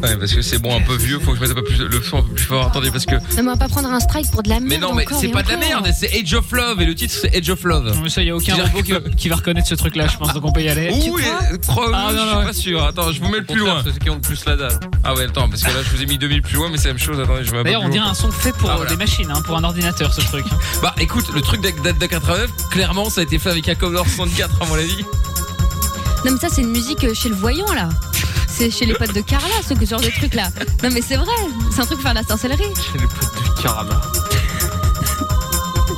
[SPEAKER 2] Ouais, parce que c'est bon, un peu vieux, faut que je mette un peu plus le son un peu plus fort. Attendez, parce que.
[SPEAKER 5] Non mais on va pas prendre un strike pour de la merde
[SPEAKER 2] Mais non, mais
[SPEAKER 5] encore
[SPEAKER 2] c'est
[SPEAKER 5] et
[SPEAKER 2] pas de la
[SPEAKER 5] encore.
[SPEAKER 2] merde, c'est Edge of Love et le titre c'est Edge of Love.
[SPEAKER 4] Mais ça, y a aucun robot qui va, qui va reconnaître ce truc-là, je pense, donc on peut y aller.
[SPEAKER 2] Ouh, et- crois
[SPEAKER 4] Ah, non,
[SPEAKER 2] je suis
[SPEAKER 4] non,
[SPEAKER 2] pas sûr. Attends, je vous mets le plus loin. qui ont le plus la *laughs* dalle. Ah ouais, attends, parce que là je vous ai mis 2000 plus loin, mais c'est la même chose. Attendez, je vais un peu
[SPEAKER 4] D'ailleurs, on
[SPEAKER 2] plus
[SPEAKER 4] dirait
[SPEAKER 2] haut.
[SPEAKER 4] un son fait pour
[SPEAKER 2] Ah,
[SPEAKER 4] euh,
[SPEAKER 2] voilà.
[SPEAKER 4] des machines, hein, pour un ordinateur, ce truc.
[SPEAKER 2] Bah écoute, le truc date date de 89, clairement ça a été fait avec un Commodore 64 à mon avis.
[SPEAKER 5] Non mais ça c'est une musique euh, chez le voyant là. C'est chez les potes de Carla ce genre de truc là. Non mais c'est vrai, c'est un truc pour faire de la sorcellerie.
[SPEAKER 9] J'ai les potes du Karama.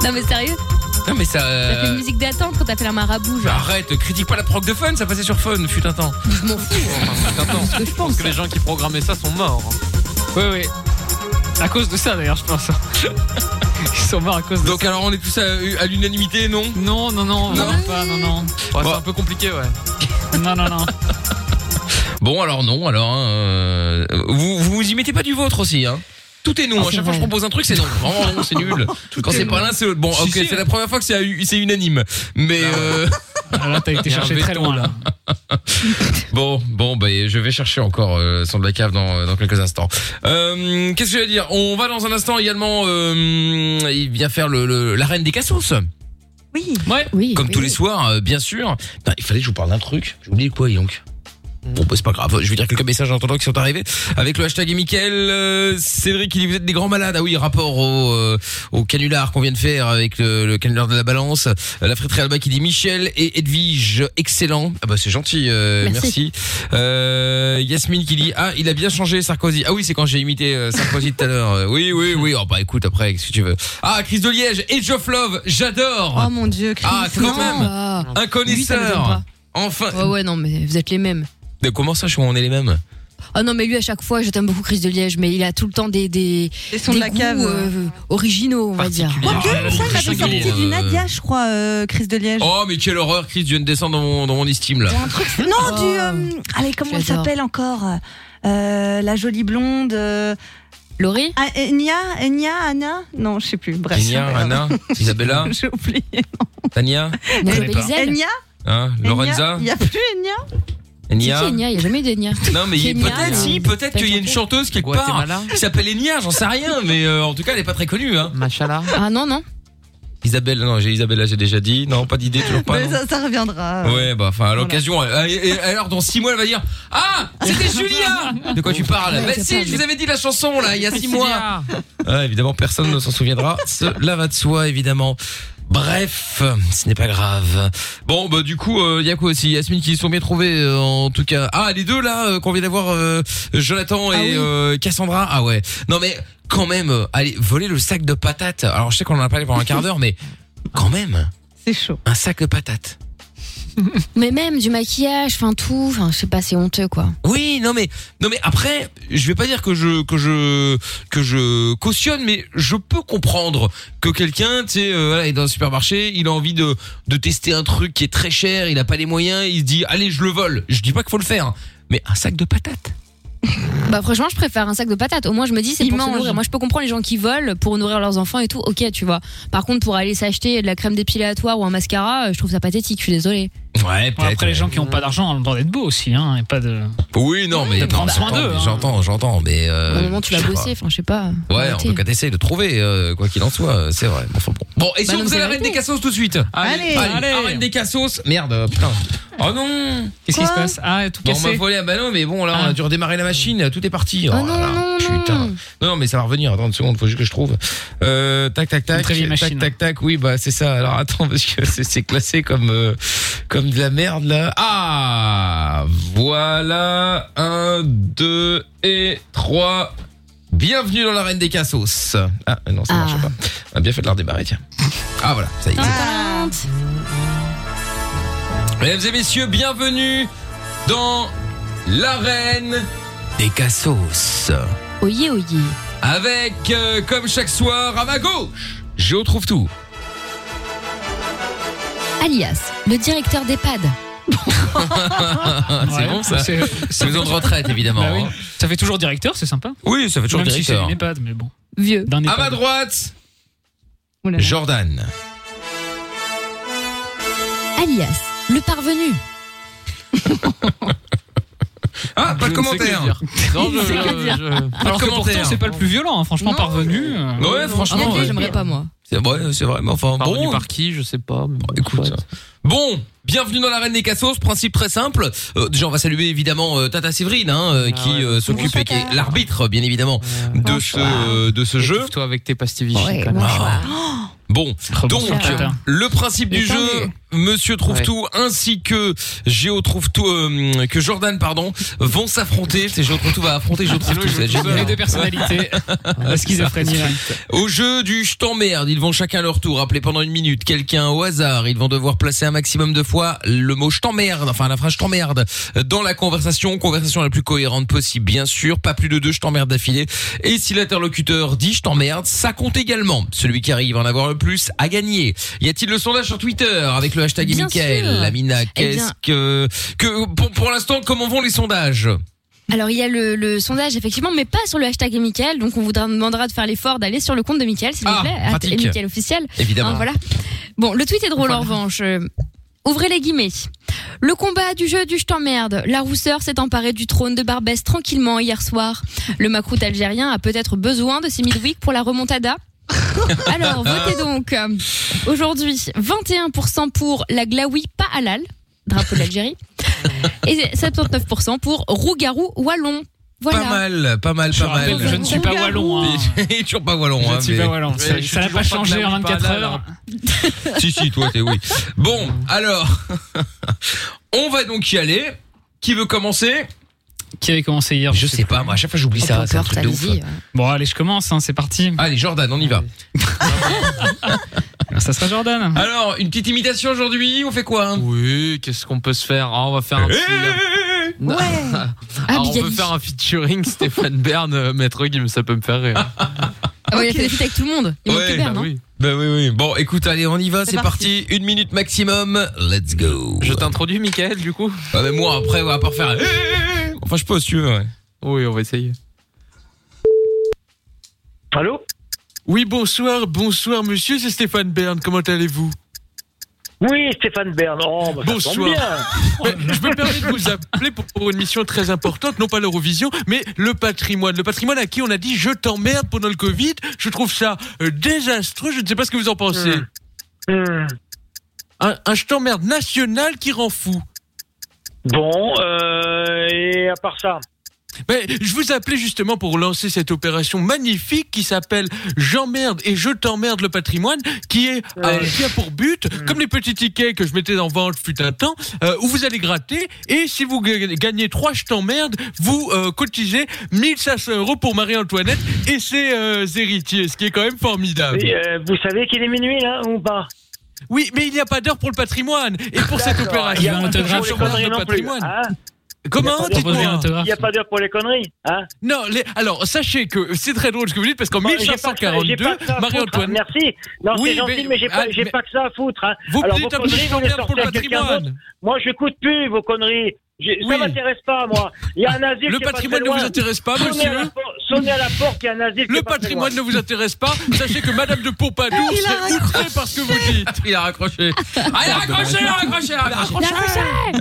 [SPEAKER 5] Non mais sérieux,
[SPEAKER 2] Non mais ça.
[SPEAKER 5] ça fait
[SPEAKER 2] euh,
[SPEAKER 5] une musique d'attente quand t'appelles un marabout
[SPEAKER 2] bah,
[SPEAKER 5] genre.
[SPEAKER 2] Arrête, critique pas la proc de fun, ça passait sur fun, fut un temps.
[SPEAKER 5] Je m'en fous.
[SPEAKER 9] Je pense que les gens qui programmaient ça sont morts. hein.
[SPEAKER 4] Oui, oui. À cause de ça, d'ailleurs, je pense. *laughs* Ils sont morts à cause de
[SPEAKER 2] Donc alors on est tous à, à l'unanimité, non
[SPEAKER 4] Non, non, non, vraiment pas, non, non.
[SPEAKER 9] C'est un peu
[SPEAKER 2] *laughs*
[SPEAKER 9] compliqué, ouais.
[SPEAKER 4] Non, non, non.
[SPEAKER 2] Bon alors non, alors hein, euh, vous, vous vous y mettez pas du vôtre aussi hein. Tout est non.
[SPEAKER 9] Ah,
[SPEAKER 2] à
[SPEAKER 9] c'est
[SPEAKER 2] chaque fois que je
[SPEAKER 9] vrai.
[SPEAKER 2] propose un
[SPEAKER 9] *laughs*
[SPEAKER 2] truc, c'est non. Vraiment, non, c'est nul.
[SPEAKER 9] Tout
[SPEAKER 2] Quand
[SPEAKER 9] est
[SPEAKER 2] c'est pas
[SPEAKER 9] non.
[SPEAKER 2] l'un, c'est l'autre. Bon,
[SPEAKER 9] Si,
[SPEAKER 2] ok,
[SPEAKER 9] si.
[SPEAKER 2] c'est la première fois que c'est à- c'est unanime. Mais
[SPEAKER 9] *laughs*
[SPEAKER 2] euh...
[SPEAKER 4] Ah, là, t'as été chercher très loin, là.
[SPEAKER 2] bon, bon, bah, je vais chercher encore euh, son de la cave dans, dans quelques instants. Euh, Qu'est-ce que je vais dire On va dans un instant également. euh, il vient faire le, le- la reine des cassos.
[SPEAKER 6] Oui.
[SPEAKER 4] Ouais.
[SPEAKER 5] Oui.
[SPEAKER 2] Comme tous les soirs, euh, bien sûr. Putain, il fallait que je vous parle d'un truc. J'ai oublié quoi, dis donc. Bon, bah, c'est pas grave. Je vais dire quelques messages en attendant qui sont arrivés. Avec le hashtag et Mickaël, euh, Cédric, il dit vous êtes des grands malades. Ah oui, rapport au, euh, au canular qu'on vient de faire avec le, le canular de la balance. Euh, la frétrie Alba qui dit Michel et Edwige, excellent. Ah bah, c'est gentil, euh, merci.
[SPEAKER 9] Merci.
[SPEAKER 2] Euh, Yasmine qui dit ah, il a bien changé Sarkozy. Ah oui, c'est quand j'ai imité euh, Sarkozy tout à l'heure. Euh, Oui, oui, oui. Oh, bah, écoute, après, qu'est-ce que tu veux. Ah, Chris de Liège et Geoff Love, j'adore.
[SPEAKER 6] Oh mon dieu, Chris.
[SPEAKER 2] Ah, quand même Un
[SPEAKER 5] Oui, Oh, ça me
[SPEAKER 2] connaisseur
[SPEAKER 5] gêne
[SPEAKER 2] Enfin
[SPEAKER 5] Ouais ouais non mais vous êtes les mêmes.
[SPEAKER 2] Mais Comment ça, je suis on est les mêmes
[SPEAKER 5] Ah non, mais lui, à chaque fois, je t'aime beaucoup, Chris de Liège, mais il a tout le temps des. Des,
[SPEAKER 6] Des sons de la
[SPEAKER 5] goûts,
[SPEAKER 6] cave, ouais.
[SPEAKER 5] euh, originaux, on va dire.
[SPEAKER 6] Quoique, ça, il avait
[SPEAKER 2] Singulier,
[SPEAKER 6] sorti du
[SPEAKER 2] euh.
[SPEAKER 6] Nadia, je crois, euh, Chris de Liège.
[SPEAKER 2] Ah, Oh, mais quelle horreur, Chris, tu viens de descendre dans mon, dans mon estime là.
[SPEAKER 6] Non, du. euh, allez, comment elle s'appelle encore euh, la jolie blonde. euh,
[SPEAKER 5] Laurie
[SPEAKER 6] Nia, Nia, Ah, Anna Non, je sais plus. Bref.
[SPEAKER 2] Kenya,
[SPEAKER 6] *laughs*
[SPEAKER 2] Anna, Isabella,
[SPEAKER 6] J'ai oublié.
[SPEAKER 2] Tania, je connais pas.
[SPEAKER 6] Nia
[SPEAKER 2] Hein, Lorenza,
[SPEAKER 6] Il n'y a plus Nia
[SPEAKER 2] Nia.
[SPEAKER 5] Enya, il n'y a jamais d'Enya.
[SPEAKER 2] Non mais il-
[SPEAKER 5] Kenya,
[SPEAKER 2] peut-être
[SPEAKER 5] euh,
[SPEAKER 2] si, peut-être qu'il y a une chanteuse quelque part qui s'appelle Enya, j'en sais rien, mais euh, en tout cas elle est pas très connue. Hein. Machala.
[SPEAKER 5] Ah non, non.
[SPEAKER 2] Isabelle, non j'ai Isabella, j'ai déjà dit, non pas d'idée toujours pas.
[SPEAKER 6] Mais
[SPEAKER 2] non.
[SPEAKER 6] Bah, ça, ça reviendra.
[SPEAKER 2] Ouais bah enfin à l'occasion, elle- elle- elle- alors dans 6 mois elle va dire Ah C'était Julia De quoi tu parles Bah si, je vous avais dit la chanson là, il y a 6 mois. Ah, évidemment, personne ne s'en souviendra. Cela va de soi, évidemment. Bref, ce n'est pas grave. Bon, bah du coup, euh, y a quoi aussi Yasmine qui se sont bien trouvées, euh, en tout cas. Ah, les deux là euh, qu'on vient d'avoir, euh, Jonathan et euh, Cassandra. Ah ouais. Non mais quand même, euh, allez, voler le sac de patates. Alors je sais qu'on en a parlé pendant un quart d'heure, mais quand même.
[SPEAKER 6] C'est chaud.
[SPEAKER 2] Un sac de patates.
[SPEAKER 5] Mais même du maquillage, enfin tout, enfin je sais pas, c'est honteux quoi.
[SPEAKER 2] Oui, non mais non mais après, je vais pas dire que je que je que je cautionne, mais je peux comprendre que quelqu'un, tu sais, euh, voilà, est dans un supermarché, il a envie de de tester un truc qui est très cher, il a pas les moyens, il se dit allez je le vole. Je dis pas qu'il faut le faire, hein, mais un sac de patates.
[SPEAKER 5] Bah franchement, je préfère un sac de patates. Au moins, je me dis c'est pour se
[SPEAKER 6] mangent.
[SPEAKER 5] nourrir. Moi, je peux comprendre les gens qui volent pour nourrir leurs enfants et tout. Ok, tu vois. Par contre, pour aller s'acheter de la crème dépilatoire ou un mascara, euh, je trouve ça pathétique. Je suis désolée.
[SPEAKER 2] Ouais,
[SPEAKER 4] peut-être. Après, les gens qui n'ont pas d'argent ont le droit d'être beaux aussi, hein, et pas de.
[SPEAKER 2] Oui, non mais
[SPEAKER 4] De prendre
[SPEAKER 2] non,
[SPEAKER 4] soin
[SPEAKER 2] j'entends,
[SPEAKER 4] d'eux, hein.
[SPEAKER 2] J'entends, j'entends, mais euh,
[SPEAKER 5] Au moment où tu
[SPEAKER 2] je
[SPEAKER 5] vas
[SPEAKER 2] sais pas.
[SPEAKER 5] bosser, enfin je sais pas.
[SPEAKER 2] Ouais, en
[SPEAKER 5] Arrêtez.
[SPEAKER 2] tout cas, t'essayes de trouver, euh, quoi qu'il en soit, euh, c'est vrai. Enfin, bon. Bon, et si
[SPEAKER 5] Bah
[SPEAKER 2] on
[SPEAKER 5] non,
[SPEAKER 2] faisait
[SPEAKER 5] c'est
[SPEAKER 2] la reine des cassos tout de suite
[SPEAKER 5] Allez.
[SPEAKER 2] allez, la reine des cassos. Merde, euh, putain. Oh non
[SPEAKER 4] Qu'est-ce qui se passe Ah, tout
[SPEAKER 2] Bon, on m'a
[SPEAKER 4] cassé. Ah.
[SPEAKER 2] volé à ballon, mais bon, là, on a dû redémarrer la machine, tout est parti. Oh, là là, putain. Non. non, mais ça va revenir, attends une seconde, faut juste que je trouve. Euh, tac, tac, tac.
[SPEAKER 4] Une très vieille
[SPEAKER 2] tac,
[SPEAKER 4] machine.
[SPEAKER 2] tac, tac, oui, bah, c'est ça. Alors, attends, parce que c'est- c'est classé comme, euh, comme de la merde, là. Ah! Voilà. Un, deux et trois. Bienvenue dans la reine des cassos. Ah, non, ça marche pas. On a bien fait de la redémarrer, tiens. Ah, voilà, ça y est. Mesdames et messieurs, bienvenue dans l'arène des Cassos.
[SPEAKER 5] Oyez, oyez.
[SPEAKER 2] Avec, euh, comme chaque soir, à ma gauche, Géo trouve tout.
[SPEAKER 5] Alias, le directeur d'EHPAD.
[SPEAKER 2] Hein, c'est
[SPEAKER 4] Ouais.
[SPEAKER 2] bon ça.
[SPEAKER 4] C'est-
[SPEAKER 2] *laughs* C'est maison de retraite évidemment.
[SPEAKER 4] Bah oui.
[SPEAKER 2] hein.
[SPEAKER 4] Ça fait toujours directeur, c'est sympa.
[SPEAKER 2] Oui, ça fait toujours
[SPEAKER 4] Même si c'est
[SPEAKER 2] directeur.
[SPEAKER 4] une EHPAD, mais bon.
[SPEAKER 5] Vieux.
[SPEAKER 4] D'un
[SPEAKER 2] À ma
[SPEAKER 4] EHPAD.
[SPEAKER 2] droite, Jordan.
[SPEAKER 5] Alias, le parvenu.
[SPEAKER 2] Ah, pas
[SPEAKER 4] Je
[SPEAKER 2] de
[SPEAKER 4] ne sais
[SPEAKER 2] commentaire.
[SPEAKER 4] que dire. Non, je- je- Alors que pourtant, c'est pas le plus violent, hein, franchement, parvenu. euh.
[SPEAKER 2] Ouais, franchement.
[SPEAKER 5] Honnêtement,
[SPEAKER 2] Ah ouais.
[SPEAKER 5] j'aimerais pas moi.
[SPEAKER 2] C'est vrai, c'est vrai, mais enfin,
[SPEAKER 9] Parvenu
[SPEAKER 2] bon.
[SPEAKER 9] par qui, je sais pas. mais bon,
[SPEAKER 2] écoute.
[SPEAKER 9] soit.
[SPEAKER 2] Bon, bienvenue dans la Reine des Cassos, principe très simple. Euh, déjà, on va saluer évidemment euh, Tata Séverine, hein,
[SPEAKER 4] Ah
[SPEAKER 2] euh, qui euh, s'occupe et qui est l'arbitre, bien évidemment, de ce, euh, de ce jeu. Toi avec tes pastilles Bon, donc euh,
[SPEAKER 9] Tata.
[SPEAKER 2] le principe du
[SPEAKER 9] Mais tant
[SPEAKER 2] jeu, Monsieur trouve tout ainsi que Géo trouve tout, euh, que Jordan pardon, vont s'affronter. C'est Géo trouve tout va affronter Géo trouve tout. ça va être génial.
[SPEAKER 4] Les deux
[SPEAKER 2] *laughs*
[SPEAKER 4] personnalités. La schizophrénie. ouais.
[SPEAKER 2] Au jeu du je t'emmerde, ils vont chacun à leur tour appeler pendant une minute quelqu'un au hasard. Ils vont devoir placer un maximum de fois le mot je t'emmerde, enfin la phrase je t'emmerde, dans la conversation, conversation la plus cohérente possible, bien sûr. Pas plus de deux je t'emmerde d'affilée. Et si l'interlocuteur dit je t'emmerde, ça compte également. Celui qui arrive à en avoir le plus a gagné. Y a-t-il le sondage sur Twitter avec le hashtag
[SPEAKER 5] Bien
[SPEAKER 2] Michael,
[SPEAKER 5] sûr.
[SPEAKER 2] Amina,
[SPEAKER 5] Eh bien-
[SPEAKER 2] qu'est-ce que, que, pour, pour l'instant, comment vont les sondages?
[SPEAKER 5] Alors il y a le, le sondage effectivement, mais pas sur le hashtag et Mickaël, donc on vous demandera de faire l'effort d'aller sur le compte de Mickaël, s'il vous plaît,
[SPEAKER 2] Ah, pratique.
[SPEAKER 5] at- et Mickaël officiel.
[SPEAKER 2] Évidemment.
[SPEAKER 5] Hein, Ah, voilà. Bon, le tweet est drôle en revanche. Euh, Ouvrez les guillemets. Le combat du jeu du je t'emmerde. La rousseur s'est emparée du trône de Barbès tranquillement hier soir. Le macroute algérien a peut-être besoin de ses midweek pour la remontada. Alors, votez donc. Euh, Aujourd'hui, 21% pour la glaoui pas halal, drapeau de l'Algérie, et 79% pour rougarou wallon. Voilà.
[SPEAKER 2] Pas mal, pas mal,
[SPEAKER 4] Je
[SPEAKER 2] pas mal.
[SPEAKER 4] rappelle, je ne suis pas
[SPEAKER 2] *laughs*
[SPEAKER 4] wallon. hein.
[SPEAKER 2] Et toujours pas wallon.
[SPEAKER 4] Je
[SPEAKER 2] hein,
[SPEAKER 4] ne suis
[SPEAKER 2] mais-
[SPEAKER 4] pas wallon. Ça-
[SPEAKER 2] Mais je suis
[SPEAKER 4] Ça n'a
[SPEAKER 2] toujours
[SPEAKER 4] pas changé
[SPEAKER 2] de
[SPEAKER 4] en
[SPEAKER 2] la Wii
[SPEAKER 4] 24
[SPEAKER 2] Banane,
[SPEAKER 4] heures.
[SPEAKER 2] hein. si, si, toi, t'es oui. Bon, alors, *laughs* on va donc y aller. Qui veut commencer
[SPEAKER 4] Qui avait commencé hier
[SPEAKER 2] Je sais pas, moi, à chaque fois j'oublie
[SPEAKER 4] Oh,
[SPEAKER 2] ça. c'est un truc de ouf.
[SPEAKER 4] Bon, allez, je commence, hein, c'est parti.
[SPEAKER 2] Allez, Jordan, on y va.
[SPEAKER 4] Ah, Ça sera Jordan.
[SPEAKER 2] Alors, une petite imitation aujourd'hui, on fait quoi
[SPEAKER 9] Ah
[SPEAKER 2] hein
[SPEAKER 9] Oui, qu'est-ce qu'on peut se faire Ah, On va
[SPEAKER 2] Eh
[SPEAKER 9] faire un petit. Non. Alors, Ah, on peut
[SPEAKER 5] Bigali.
[SPEAKER 9] faire un featuring Stéphane Bern, euh, Maître Gims, ça peut me faire rire. Eh ben
[SPEAKER 5] Ah ouais, il a fait des feats avec tout le monde. Il manque que Bern, hein.
[SPEAKER 2] Bah oui, oui. Bon, écoute, allez, on y va, c'est parti. Une minute maximum. Let's Eh, go. Je t'introduis, Michael, du coup Ah, mais moi, après, on va pas refaire. Enfin, je peux, si tu veux, ouais.
[SPEAKER 9] Oui, on va essayer.
[SPEAKER 7] Allô
[SPEAKER 9] Oui, bonsoir, bonsoir monsieur, c'est Stéphane Bern, comment allez-vous
[SPEAKER 7] Oui, Stéphane Bern, oh, bah, ça tombe bien.
[SPEAKER 9] Mais je me permets de vous appeler pour, pour une mission très importante, non pas l'Eurovision, mais le patrimoine. Le patrimoine à qui on a dit je t'emmerde pendant le Covid, je trouve ça euh, désastreux, je ne sais pas ce que vous en pensez.
[SPEAKER 2] Hmm.
[SPEAKER 7] Hmm.
[SPEAKER 9] Un, un je t'emmerde national qui rend fou.
[SPEAKER 7] Bon, euh, et à part ça
[SPEAKER 9] Ben, je vous appelais justement pour lancer cette opération magnifique qui s'appelle J'emmerde et je t'emmerde le patrimoine, qui est euh, qui a pour but,
[SPEAKER 7] Mm.
[SPEAKER 9] comme les petits tickets que je mettais en vente fut un temps, euh, où vous allez gratter et si vous ga- gagnez trois je t'emmerde, vous euh, cotisez 1500 euros pour Marie-Antoinette et ses euh, héritiers, ce qui est quand même formidable.
[SPEAKER 7] Et, euh, Vous savez qu'il est minuit là ou pas
[SPEAKER 9] Oui, mais il n'y a pas d'heure pour le patrimoine et pour cette
[SPEAKER 7] D'accord,
[SPEAKER 9] opération.
[SPEAKER 7] il y a pas d'heure
[SPEAKER 9] je
[SPEAKER 7] pour
[SPEAKER 9] t'emmerde
[SPEAKER 7] les conneries
[SPEAKER 9] le
[SPEAKER 7] non plus,
[SPEAKER 9] patrimoine.
[SPEAKER 7] hein
[SPEAKER 9] Comment
[SPEAKER 7] Il n'y a pas d'heure-
[SPEAKER 9] dites-moi
[SPEAKER 7] il y a pas d'heure pour les conneries, hein
[SPEAKER 9] Non, les- alors sachez que c'est très drôle ce que vous dites parce qu'en
[SPEAKER 7] Bon, j'ai pas que ça- j'ai
[SPEAKER 9] 1542,
[SPEAKER 7] pas que ça à
[SPEAKER 9] Marie-Antoine.
[SPEAKER 7] foutre, hein, Merci. Non,
[SPEAKER 9] Oui,
[SPEAKER 7] c'est gentil,
[SPEAKER 9] mais-
[SPEAKER 7] mais, j'ai pas,
[SPEAKER 9] ah,
[SPEAKER 7] j'ai
[SPEAKER 9] mais-
[SPEAKER 7] pas que ça à foutre. Hein.
[SPEAKER 9] Vous
[SPEAKER 7] Alors,
[SPEAKER 9] dites
[SPEAKER 7] vos
[SPEAKER 9] un petit
[SPEAKER 7] conneries, vous les
[SPEAKER 9] commentaire pour
[SPEAKER 7] sortez à
[SPEAKER 9] le
[SPEAKER 7] quelqu'un
[SPEAKER 9] patrimoine.
[SPEAKER 7] d'autre. Moi, j'écoute plus vos conneries. J'ai- Ça m'intéresse pas, moi. Il y a un asile
[SPEAKER 9] Ah, Le
[SPEAKER 7] qui est pas
[SPEAKER 9] patrimoine
[SPEAKER 7] très
[SPEAKER 9] ne vous
[SPEAKER 7] loin.
[SPEAKER 9] intéresse pas,
[SPEAKER 7] Sonnez à la
[SPEAKER 9] monsieur
[SPEAKER 7] por- Sonnez à la porte, il y a un asile qui
[SPEAKER 9] Le
[SPEAKER 7] est pas très
[SPEAKER 9] patrimoine ne
[SPEAKER 7] loin.
[SPEAKER 9] vous intéresse pas. Sachez que Madame de Pompadour
[SPEAKER 7] Il a
[SPEAKER 9] s'est outrée par ce que vous dites.
[SPEAKER 2] Il a raccroché. Ah, il a raccroché,
[SPEAKER 9] hein
[SPEAKER 2] il a raccroché, il a raccroché.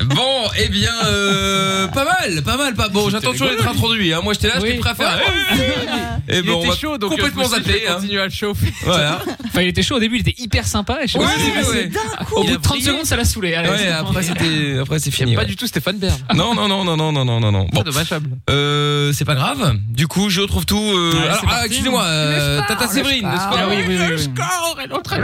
[SPEAKER 2] Bon, eh bien, euh, pas mal, pas mal, pas bon. J'attends toujours d'être introduit. Hein. Moi, j'étais là, j'étais prêt à faire. Et
[SPEAKER 9] Il
[SPEAKER 2] bon, Eh ben, on
[SPEAKER 9] était
[SPEAKER 2] va
[SPEAKER 9] chaud, donc euh,
[SPEAKER 2] complètement zappé. hein.
[SPEAKER 9] Continue à le chauffer.
[SPEAKER 2] Voilà.
[SPEAKER 4] Enfin, il était chaud au début, il était hyper sympa. Et je sais
[SPEAKER 2] Ouais,
[SPEAKER 4] pas ce qui s'est
[SPEAKER 2] ouais,
[SPEAKER 4] passé.
[SPEAKER 2] ouais.
[SPEAKER 4] Au
[SPEAKER 2] Il
[SPEAKER 4] bout
[SPEAKER 2] a
[SPEAKER 4] de 30
[SPEAKER 2] brillé.
[SPEAKER 4] secondes, ça l'a saoulé. allez,
[SPEAKER 2] Ouais,
[SPEAKER 4] c'est bon.
[SPEAKER 2] après c'était, après c'est fini.
[SPEAKER 9] Pas
[SPEAKER 2] ouais.
[SPEAKER 9] du tout Stéphane Bern.
[SPEAKER 2] Non, non, non, non, non, non, non, non, non. Bon,
[SPEAKER 9] Ah, dommageable.
[SPEAKER 2] Euh, c'est pas grave. Du coup, je retrouve tout. euh,
[SPEAKER 9] Ouais,
[SPEAKER 2] alors,
[SPEAKER 9] c'est parti.
[SPEAKER 2] ah, excusez-moi, euh, Tata Séverine, n'est-ce pas
[SPEAKER 4] Ah oui, oui, oui, oui.
[SPEAKER 9] score est en train
[SPEAKER 2] de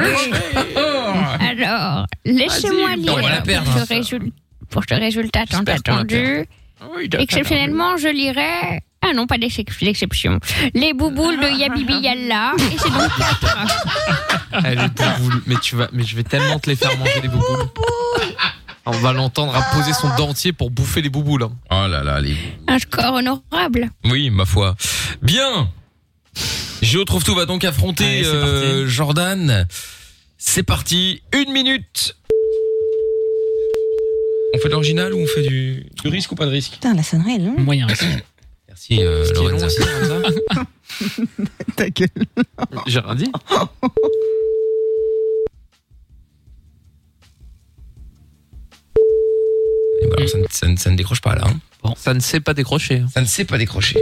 [SPEAKER 5] Alors, laissez-moi
[SPEAKER 2] Vas-y, Ah, on
[SPEAKER 5] lire
[SPEAKER 2] va la perdre,
[SPEAKER 5] pour,
[SPEAKER 2] hein,
[SPEAKER 5] ce résul- pour ce résultat tant
[SPEAKER 2] J'espère qu'on la Ah
[SPEAKER 5] attendu. Exceptionnellement, je lirai. Ah non, pas d'excep- l'exception. Les bouboules
[SPEAKER 2] *laughs*
[SPEAKER 5] de Yabibi Yalla. Et c'est donc quatre.
[SPEAKER 9] Elle est bouboule. Mais tu vas, mais je vais tellement te les faire manger les bouboules. On va l'entendre à poser son dentier pour bouffer les bouboules.
[SPEAKER 2] Oh là là, les.
[SPEAKER 5] un score honorable.
[SPEAKER 2] Oui, ma foi. Bien. Géo trouve tout va donc affronter euh, Jordan. C'est parti. Une minute. On fait de l'original ou on fait du, du risque ou pas de risque
[SPEAKER 6] Putain, la sonnerie est longue.
[SPEAKER 4] Moyen.
[SPEAKER 2] Merci euh, Lorenza.
[SPEAKER 6] Ta gueule.
[SPEAKER 9] J'ai rien dit.
[SPEAKER 2] Et voilà, ça, ne, ça ne- ça ne décroche pas là. hein.
[SPEAKER 9] Ça ne sait pas décrocher.
[SPEAKER 2] Ça ne sait pas décrocher.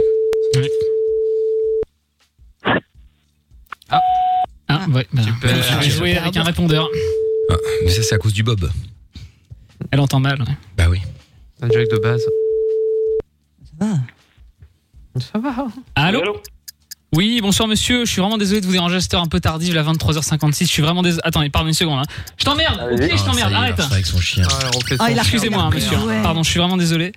[SPEAKER 4] Ah, ouais. bah, Je vais jouer avec un répondeur.
[SPEAKER 2] Ah, mais ça c'est à cause du Bob.
[SPEAKER 4] Elle entend mal. ouais.
[SPEAKER 2] Bah oui.
[SPEAKER 9] Un jack de base. Ça va.
[SPEAKER 4] Allô Oui, bonsoir monsieur, je suis vraiment désolé de vous déranger à cette heure un peu tardive, la 23h56, je suis vraiment désolé. Attendez, pardon une seconde. hein. Je t'emmerde, ok, je
[SPEAKER 2] Ah,
[SPEAKER 4] t'emmerde, arrête.
[SPEAKER 2] Avec son chien.
[SPEAKER 4] Ah, il a- Excusez-moi, hein, monsieur. Pardon, je suis vraiment désolé.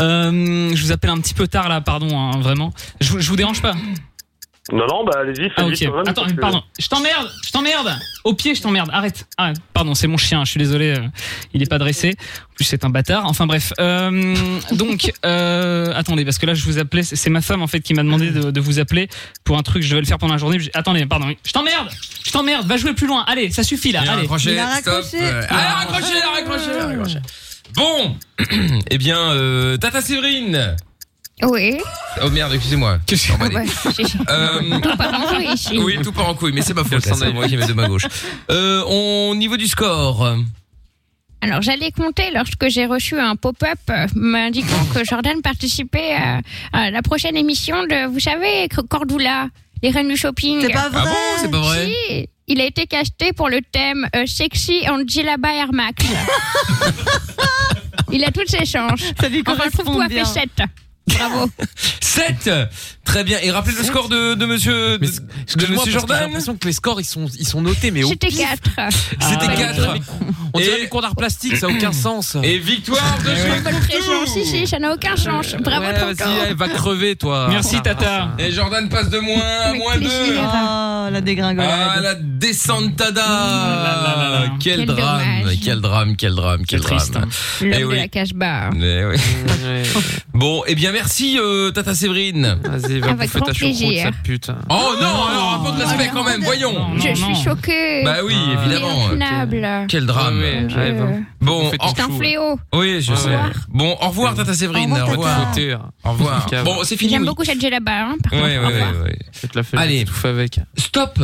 [SPEAKER 4] Euh, je vous appelle un petit peu tard là, pardon, hein, vraiment. Je, vous- je vous dérange pas
[SPEAKER 7] Non, non, bah allez-y,
[SPEAKER 4] Ah,
[SPEAKER 7] faites
[SPEAKER 4] ok.
[SPEAKER 7] vite, quand même,
[SPEAKER 4] Attends,
[SPEAKER 7] parce que-
[SPEAKER 4] pardon. Je t'emmerde, je t'emmerde. Au pied, je t'emmerde. Arrête, arrête. Pardon, c'est mon chien, je suis désolé. euh, Il est pas dressé. En plus, c'est un bâtard. Enfin, bref. Euh, donc, euh, attendez, parce que là, je vous appelais. C'est c'est ma femme, en fait, qui m'a demandé de, de vous appeler pour un truc. Je vais le faire pendant la journée. J'ai- Attendez, pardon. Je t'emmerde, je t'emmerde. Va jouer plus loin. Allez, ça suffit là.
[SPEAKER 2] Il a
[SPEAKER 4] Allez.
[SPEAKER 2] raccroché, Il a stop. raccroché. Euh, il a
[SPEAKER 4] Ah,
[SPEAKER 2] raccroché, il a raccroché, il a raccroché. Bon, *clears throat* eh bien, euh, Tata Séverine.
[SPEAKER 5] Oui.
[SPEAKER 2] Oh merde, *laughs* excusez-moi. Non, bah,
[SPEAKER 5] Ouais, j'ai-
[SPEAKER 2] Euh,
[SPEAKER 5] Tout part en
[SPEAKER 2] *laughs*
[SPEAKER 5] couille ici.
[SPEAKER 2] Oui, tout part en couille, mais c'est ma faute. hein,
[SPEAKER 9] s'en
[SPEAKER 2] là, C'est
[SPEAKER 9] aille.
[SPEAKER 2] moi qui mets de ma gauche. Euh, on niveau du score.
[SPEAKER 5] Alors, j'allais compter lorsque j'ai reçu un pop-up euh, m'indiquant que Jordan participait à, à la prochaine émission de, vous savez, C- Cordula, les reines du shopping. C'est
[SPEAKER 2] pas Ah vrai. bon, c'est pas vrai.
[SPEAKER 5] Si, il a été casté pour le thème euh, Sexy Angela Air Max. il a toutes ses chances. Ça lui
[SPEAKER 6] correspond
[SPEAKER 5] tout à fait
[SPEAKER 6] bien.
[SPEAKER 5] 7. Bravo.
[SPEAKER 2] 7 Très bien. Et rappelez le
[SPEAKER 9] Sept.
[SPEAKER 2] score de, de monsieur, de, de
[SPEAKER 9] Excuse-moi,
[SPEAKER 2] monsieur
[SPEAKER 9] parce que J'ai
[SPEAKER 2] Jordan.
[SPEAKER 9] l'impression que les scores ils sont, ils sont notés, mais au
[SPEAKER 5] C'était
[SPEAKER 9] pif.
[SPEAKER 5] 4.
[SPEAKER 9] C'était
[SPEAKER 2] Ah,
[SPEAKER 9] 4. On dirait du cours d'art plastique, ça n'a aucun sens.
[SPEAKER 2] Et victoire de
[SPEAKER 5] Pas de pression. Si, si, ça n'a aucun sens. Bravo,
[SPEAKER 9] Ouais,
[SPEAKER 5] ton corps.
[SPEAKER 9] vas-y, eh, va crever, toi.
[SPEAKER 2] Ah,
[SPEAKER 4] Merci, Tata.
[SPEAKER 2] Et Jordan passe de moins à moins 2.
[SPEAKER 5] hein.
[SPEAKER 6] Oh, la dégringolade.
[SPEAKER 2] Ah, la descentada Quel,
[SPEAKER 5] Quel
[SPEAKER 2] drame,
[SPEAKER 5] dommage.
[SPEAKER 2] hein. quel drame, quel drame, quel drame.
[SPEAKER 5] L'homme
[SPEAKER 2] Eh
[SPEAKER 5] de
[SPEAKER 2] oui.
[SPEAKER 5] la cache-barre.
[SPEAKER 2] Eh oui. Bon, eh bien merci euh, Tata Séverine. Vas-y,
[SPEAKER 4] Ah, bah,
[SPEAKER 14] va Avec bouffer grand ta choucroute, plaisir.
[SPEAKER 2] sa
[SPEAKER 14] sale
[SPEAKER 2] pute.
[SPEAKER 9] Ah,
[SPEAKER 2] Oh non, alors un peu de respect quand même, voyons.
[SPEAKER 14] Je suis choquée.
[SPEAKER 2] Bah oui, évidemment.
[SPEAKER 5] euh,
[SPEAKER 14] Intenable.
[SPEAKER 2] Quel drame. Bon, au-
[SPEAKER 14] C'est un fléau.
[SPEAKER 2] Oui, je
[SPEAKER 14] Au
[SPEAKER 2] sais.
[SPEAKER 14] revoir.
[SPEAKER 2] Bon, au revoir Tata Séverine. Au revoir.
[SPEAKER 15] hein.
[SPEAKER 2] Au revoir. Bon, c'est fini.
[SPEAKER 14] J'aime
[SPEAKER 2] oui.
[SPEAKER 14] beaucoup cette là-bas. Hein, par
[SPEAKER 2] Ouais,
[SPEAKER 14] contre.
[SPEAKER 2] ouais,
[SPEAKER 14] Au revoir.
[SPEAKER 2] ouais, ouais. Allez, avec. Stop.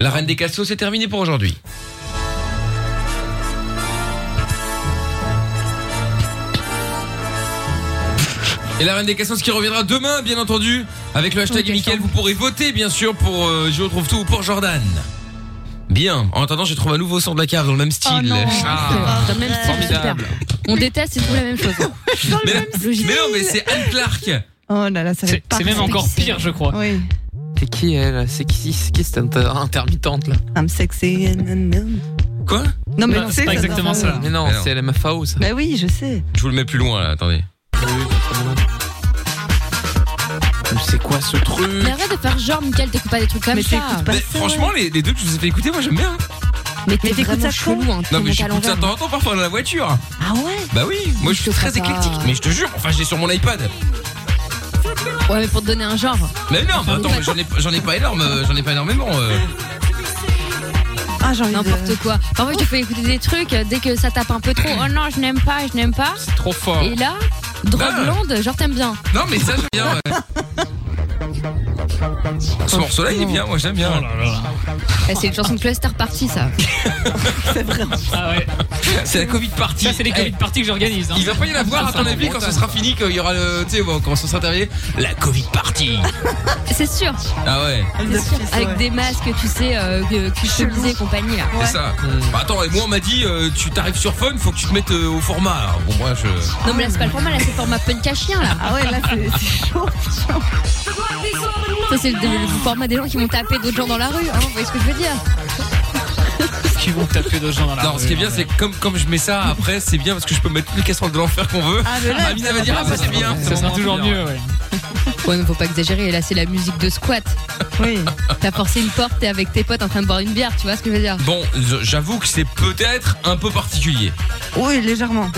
[SPEAKER 2] La reine des cassos, c'est terminé pour aujourd'hui. Et la reine des cassos qui reviendra demain, bien entendu, avec le hashtag Mickaël. Vous pourrez voter, bien sûr, pour euh, Géo trouve tout ou pour Jordan. Bien. En attendant, j'ai trouvé un nouveau son de la carte dans le même
[SPEAKER 14] Oh
[SPEAKER 2] style. Ah.
[SPEAKER 5] Dans le même style, super.
[SPEAKER 2] Formidable.
[SPEAKER 5] On déteste, c'est toujours la même chose. hein. *laughs*
[SPEAKER 2] Mais, mais non, mais c'est Anne Clark.
[SPEAKER 6] Oh là là, ça va
[SPEAKER 2] C'est-
[SPEAKER 6] être parfait.
[SPEAKER 2] c'est même encore pire, je crois.
[SPEAKER 6] Oui.
[SPEAKER 15] C'est qui
[SPEAKER 9] euh,
[SPEAKER 15] elle C'est qui, c'est qui cette inter- intermittente là
[SPEAKER 6] I'm sexy and unknown.
[SPEAKER 2] Quoi
[SPEAKER 6] Non, mais Non, tu c'est sais, pas ça exactement doit- ça.
[SPEAKER 15] Mais non,
[SPEAKER 2] Mais non.
[SPEAKER 15] c'est la MFAO ça.
[SPEAKER 6] Bah oui, je sais.
[SPEAKER 2] Je vous le mets plus loin, là. Attendez.
[SPEAKER 15] C'est quoi ce truc
[SPEAKER 5] Mais arrête de faire genre, Michael, t'écoutes pas des trucs comme ça.
[SPEAKER 2] Mais franchement, les, les deux que je vous ai fait écouter, moi j'aime bien. hein.
[SPEAKER 5] Mais t'es vraiment chelou, hein.
[SPEAKER 2] Non,
[SPEAKER 5] Comment
[SPEAKER 2] mais
[SPEAKER 5] t'as
[SPEAKER 2] j'écoute ça
[SPEAKER 5] l'envers.
[SPEAKER 2] de temps en temps parfois dans la voiture.
[SPEAKER 6] Ah ouais
[SPEAKER 2] Bah oui, moi je suis très éclectique, mais je te jure, enfin j'ai sur mon iPad.
[SPEAKER 5] Ouais, mais pour te donner un genre.
[SPEAKER 2] Mais non, bah, attends, mais j'en ai, j'en ai pas énorme, euh, j'en ai pas énormément. euh.
[SPEAKER 6] Ah, j'ai
[SPEAKER 5] N'importe quoi. Parfois, je te fais écouter des trucs, euh, dès que ça tape un peu trop, oh non, je n'aime pas, je n'aime pas. C'est
[SPEAKER 2] trop fort. Ah.
[SPEAKER 5] Et là, drogue blonde, genre t'aimes bien.
[SPEAKER 2] Non, mais ça j'aime bien. ouais. Ce morceau-là, il est bien, moi j'aime
[SPEAKER 4] Oh
[SPEAKER 2] bien.
[SPEAKER 5] Eh, C'est une chanson de cluster party, ça.
[SPEAKER 2] C'est la Covid party.
[SPEAKER 4] Ça, Ah c'est les Covid
[SPEAKER 2] Eh,
[SPEAKER 4] parties que j'organise. hein.
[SPEAKER 2] Il va pas y en avoir, à ton avis, quand ce sera fini, qu'il y aura le. Tu sais, bon, quand ce sera terminé, la Covid party.
[SPEAKER 5] C'est sûr.
[SPEAKER 2] Ah ouais.
[SPEAKER 5] C'est sûr. Avec des masques, tu sais, euh, que- customisés et compagnie, là.
[SPEAKER 2] C'est ça.
[SPEAKER 5] Hmm.
[SPEAKER 2] Bah, attends, et moi on m'a dit, euh, tu t'arrives sur Fun, faut que tu te mettes euh, au format. Alors, bon, moi je.
[SPEAKER 5] Non, mais là, c'est pas le format, là, c'est le format punk à chien, là.
[SPEAKER 6] Ah ouais, là, c'est chaud.
[SPEAKER 5] Ça, c'est le, le format des gens qui vont taper d'autres gens dans la rue, hein, vous voyez ce que je veux dire
[SPEAKER 4] Qui vont taper d'autres gens dans la
[SPEAKER 2] Ah Non,
[SPEAKER 4] rue,
[SPEAKER 2] ce qui est bien,
[SPEAKER 4] ouais.
[SPEAKER 2] c'est que comme, comme je mets ça après, c'est bien parce que je peux mettre toutes les casseroles de l'enfer qu'on veut.
[SPEAKER 5] Ah, mais là,
[SPEAKER 2] Amina
[SPEAKER 5] ça
[SPEAKER 2] va
[SPEAKER 5] va
[SPEAKER 2] dire,
[SPEAKER 5] pas,
[SPEAKER 2] ah, ça
[SPEAKER 5] ça
[SPEAKER 2] c'est
[SPEAKER 5] va
[SPEAKER 2] bien.
[SPEAKER 5] pas.
[SPEAKER 4] Ça sera toujours mieux, ouais.
[SPEAKER 5] Ouais, mais faut pas exagérer, là, c'est la musique de squat.
[SPEAKER 6] Oui.
[SPEAKER 5] T'as forcé une porte, t'es avec tes potes en train de boire une bière, tu vois ce que je veux dire
[SPEAKER 2] Bon, je- j'avoue que c'est peut-être un peu particulier.
[SPEAKER 6] Oui, légèrement.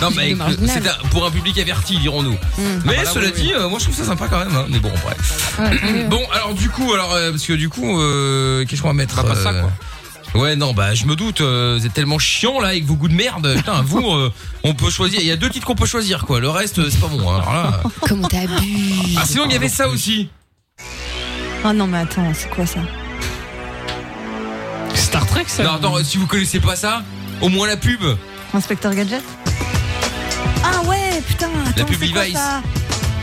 [SPEAKER 2] Non, mais
[SPEAKER 6] marginal.
[SPEAKER 2] c'est un- pour un public averti, dirons-nous. Mais
[SPEAKER 6] Ah bah là,
[SPEAKER 2] cela
[SPEAKER 6] oui,
[SPEAKER 2] dit, euh, moi je trouve ça sympa quand même. hein. Mais bon, bref. bon, alors du coup, alors euh, parce que du coup, euh, qu'est-ce qu'on va mettre
[SPEAKER 15] pas ça, quoi.
[SPEAKER 2] Ouais, non, bah je me doute. euh, vous êtes tellement chiant là avec vos goûts de merde. Putain, vous, euh, on peut choisir. Il y a deux titres qu'on peut choisir, quoi. Le reste, euh, c'est pas bon. hein. Alors là.
[SPEAKER 5] Comment t'abuses
[SPEAKER 2] Ah sinon il y avait ça aussi.
[SPEAKER 6] Ah non, mais attends, c'est quoi ça
[SPEAKER 4] Star Trek ça.
[SPEAKER 2] Non, attends, si vous connaissez pas ça, au moins la pub.
[SPEAKER 6] Inspecteur Gadget Ah ouais, putain, attends,
[SPEAKER 2] pub
[SPEAKER 6] c'est quoi
[SPEAKER 2] Levi's.
[SPEAKER 6] ça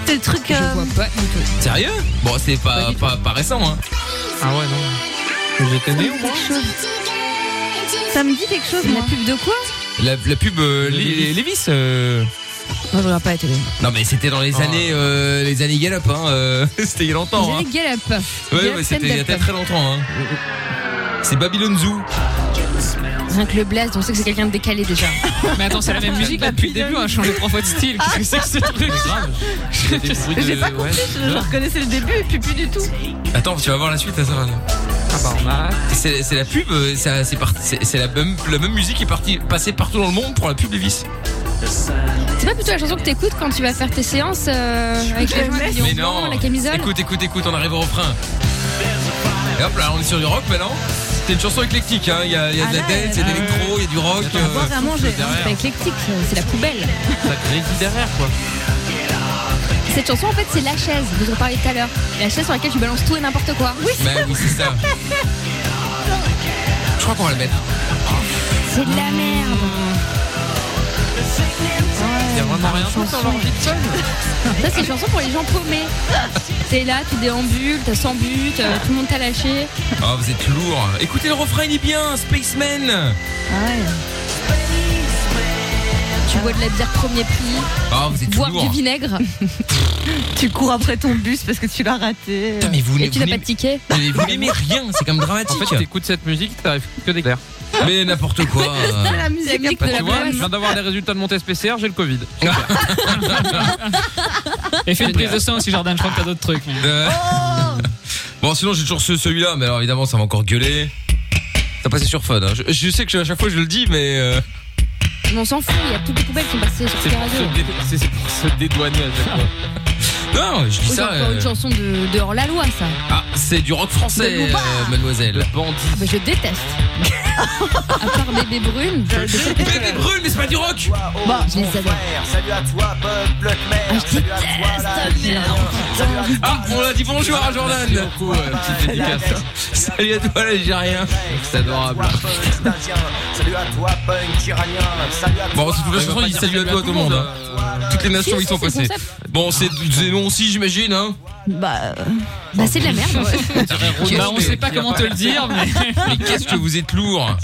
[SPEAKER 6] C'est le truc. euh,
[SPEAKER 2] Sérieux Bon, c'est pas, pas, pas récent, hein. Ah ouais, non. J'étais
[SPEAKER 6] ça me dit quelque chose. Ça me dit quelque chose, La
[SPEAKER 5] pub de quoi
[SPEAKER 2] La, la pub euh, Lé- Lé- Lévis euh,
[SPEAKER 5] Moi, je regarde pas la télé.
[SPEAKER 2] Non, mais c'était dans les années euh, les années Gallup, hein. euh, *laughs* c'était il y a longtemps, hein.
[SPEAKER 5] J'ai Gallup.
[SPEAKER 2] Ouais,
[SPEAKER 5] Gallup
[SPEAKER 2] ouais, c'était il y a
[SPEAKER 5] stand-up.
[SPEAKER 2] très longtemps, hein. C'est Babylon *laughs* Zoo.
[SPEAKER 5] Rien que le blast, on sait que c'est quelqu'un de décalé
[SPEAKER 2] *laughs*
[SPEAKER 5] déjà.
[SPEAKER 4] Mais attends, c'est la même musique
[SPEAKER 15] Ah,
[SPEAKER 4] là depuis le début, on
[SPEAKER 9] hein,
[SPEAKER 4] a changé trois fois de style. Qu'est-ce que
[SPEAKER 15] *laughs*
[SPEAKER 4] c'est que ce truc
[SPEAKER 6] J'ai pas compris, je, je reconnaissais le début et puis plus du tout.
[SPEAKER 2] Attends, tu vas voir la suite, ça va. Ah, bah, C'est c'est la pub, euh, ça- c'est parti- c'est- c'est la même, la même musique qui est partie, passée partout dans le monde pour la pub Lévis.
[SPEAKER 5] C'est pas plutôt la chanson que t'écoutes quand tu vas faire tes séances euh, avec les gens habillés en
[SPEAKER 2] Mais
[SPEAKER 5] blanc,
[SPEAKER 2] non
[SPEAKER 5] la camisole
[SPEAKER 2] Écoute, écoute, écoute, on arrive au refrain. Et hop là, on est sur du rock maintenant. C'était une chanson éclectique, hein. il y a,
[SPEAKER 5] Ah
[SPEAKER 2] il y a de la dance, il y a de l'électro, il y a du rock. euh,
[SPEAKER 5] à manger, hein, c'est pas éclectique, euh, c'est la poubelle.
[SPEAKER 2] Ça grésille derrière quoi.
[SPEAKER 5] Cette chanson en fait c'est la chaise dont on parlait tout à l'heure. La chaise sur laquelle tu balances tout et n'importe quoi. Oui,
[SPEAKER 2] Bah oui, c'est ça. Je crois qu'on va le mettre.
[SPEAKER 5] C'est de la merde.
[SPEAKER 2] Il y a vraiment rien d'autre à voir.
[SPEAKER 5] Ça c'est une chanson pour les gens paumés. T'es là, tu déambules, t'as sans but, euh, tout le monde t'a lâché.
[SPEAKER 2] Oh, vous êtes lourd. Écoutez, le refrain, il est bien, Spaceman.
[SPEAKER 6] Ah
[SPEAKER 5] Tu bois de la bière premier prix,
[SPEAKER 2] Oh, vous êtes
[SPEAKER 5] boire
[SPEAKER 2] lourd.
[SPEAKER 5] du vinaigre.
[SPEAKER 6] Tu cours après ton bus parce que tu l'as raté.
[SPEAKER 2] Putain, Ah, mais vous
[SPEAKER 5] et
[SPEAKER 2] n'aimez-
[SPEAKER 5] tu n'as
[SPEAKER 2] vous
[SPEAKER 5] pas de ticket.
[SPEAKER 2] Mais vous n'aimez rien, c'est quand même dramatique.
[SPEAKER 15] En fait, t'écoutes cette musique, t'arrives que des
[SPEAKER 9] Ah,
[SPEAKER 15] clairs.
[SPEAKER 2] Mais n'importe
[SPEAKER 5] *laughs*
[SPEAKER 2] quoi.
[SPEAKER 5] C'est la musique
[SPEAKER 15] Bah,
[SPEAKER 5] de la
[SPEAKER 15] tu vois,
[SPEAKER 5] blâme.
[SPEAKER 15] je viens d'avoir les résultats de mon test PCR, j'ai le Covid.
[SPEAKER 4] Et fais une prise de sang aussi, Jordan, je crois que t'as d'autres trucs. mais-
[SPEAKER 2] Euh, *laughs* Bon, sinon, j'ai toujours ce- celui-là, mais alors évidemment, ça m'a encore gueulé. Ça passait sur fun. hein. Je, je sais que je- à chaque fois je le dis, mais. euh,
[SPEAKER 5] Mais on s'en fout, il y a toutes les poubelles qui sont passées sur toutes
[SPEAKER 2] C'est
[SPEAKER 5] les
[SPEAKER 2] pour,
[SPEAKER 5] radios.
[SPEAKER 2] se dé- c'est- c'est pour se dédouaner à chaque fois. Non, je dis
[SPEAKER 5] Oh, c'est
[SPEAKER 2] ça.
[SPEAKER 5] encore
[SPEAKER 2] euh,
[SPEAKER 5] une chanson de, de hors-la-loi, ça.
[SPEAKER 2] Ah, c'est du rock français,
[SPEAKER 5] De Booba.
[SPEAKER 2] euh, mademoiselle.
[SPEAKER 5] Ah, mais
[SPEAKER 2] *laughs*
[SPEAKER 5] je déteste. à part Bébé Brune.
[SPEAKER 2] Bébé Brune, mais c'est pas du rock
[SPEAKER 5] Bah, je les adore. Ah,
[SPEAKER 16] Salut à toi, peuple Khmer. Salut à toi, la merde.
[SPEAKER 2] Ah, on l'a dit bonjour à Jordan. Du coup, euh, *laughs* petite dédicace. Salut à toi, l'Algérien. C'est adorable.
[SPEAKER 16] Salut à toi, punk iranien. Salut à toi.
[SPEAKER 2] Bon, c'est toute la chanson, il salue à toi tout le monde. hein. Toutes les nations
[SPEAKER 16] Si,
[SPEAKER 2] y sont
[SPEAKER 16] si, c'est le
[SPEAKER 2] passées. Bon, c'est c'est bon aussi, j'imagine, hein
[SPEAKER 6] Bah,
[SPEAKER 5] bah c'est de la merde.
[SPEAKER 2] *laughs*
[SPEAKER 5] ouais.
[SPEAKER 4] Bah, on sait pas comment te le dire, mais.
[SPEAKER 2] Mais qu'est-ce que vous êtes lourd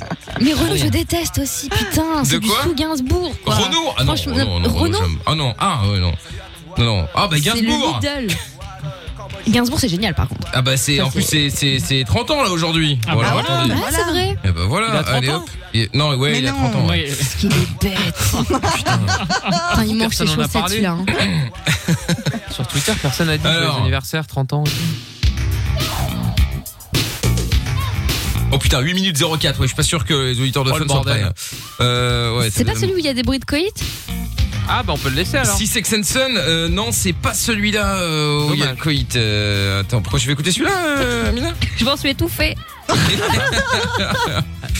[SPEAKER 5] Mais Renaud, je déteste aussi, putain. C'est
[SPEAKER 2] De
[SPEAKER 5] du
[SPEAKER 2] quoi
[SPEAKER 5] sous Gainsbourg. quoi.
[SPEAKER 2] Renaud Ah non,
[SPEAKER 5] Franchement,
[SPEAKER 2] Renaud, non, Renaud,
[SPEAKER 5] Renaud,
[SPEAKER 2] j'aime- Ah non, ah ouais, non. Non, non. Ah bah
[SPEAKER 5] c'est
[SPEAKER 2] Gainsbourg
[SPEAKER 5] le Lidl. Gainsbourg, c'est génial par contre.
[SPEAKER 2] Ah bah c'est en plus c'est c'est c'est 30 ans là aujourd'hui. voilà,
[SPEAKER 5] Ah,
[SPEAKER 2] attendez.
[SPEAKER 5] ouais, c'est vrai.
[SPEAKER 2] Eh bah voilà,
[SPEAKER 5] Il a 30
[SPEAKER 2] allez
[SPEAKER 5] ans
[SPEAKER 2] hop. Il- Non, ouais,
[SPEAKER 5] Mais
[SPEAKER 2] il a
[SPEAKER 5] non.
[SPEAKER 2] 30 ans. ouais.
[SPEAKER 5] Parce qu'il est bête. *laughs* Putain, il mange ses
[SPEAKER 15] Personne en a
[SPEAKER 5] chaussettes,
[SPEAKER 15] parlé.
[SPEAKER 5] celui-là. hein.
[SPEAKER 15] Sur Twitter, personne n'a dit
[SPEAKER 2] Alors.
[SPEAKER 15] joyeux anniversaire, 30 ans.
[SPEAKER 2] Oh putain, 8 minutes 04. Ouais, je suis pas sûr que les auditeurs de
[SPEAKER 15] Oh,
[SPEAKER 2] Fun
[SPEAKER 15] le
[SPEAKER 2] sont prêts.
[SPEAKER 15] bordel.
[SPEAKER 2] Euh ouais,
[SPEAKER 5] C'est pas celui où il y a des bruits de coït
[SPEAKER 2] Ah bah on peut le laisser
[SPEAKER 15] alors.
[SPEAKER 2] Si Sex and Son, euh, non, c'est pas celui-là euh, où il y a le coït. Euh, attends, pourquoi je vais écouter celui-là euh, Amina
[SPEAKER 5] Je m'en suis étouffée.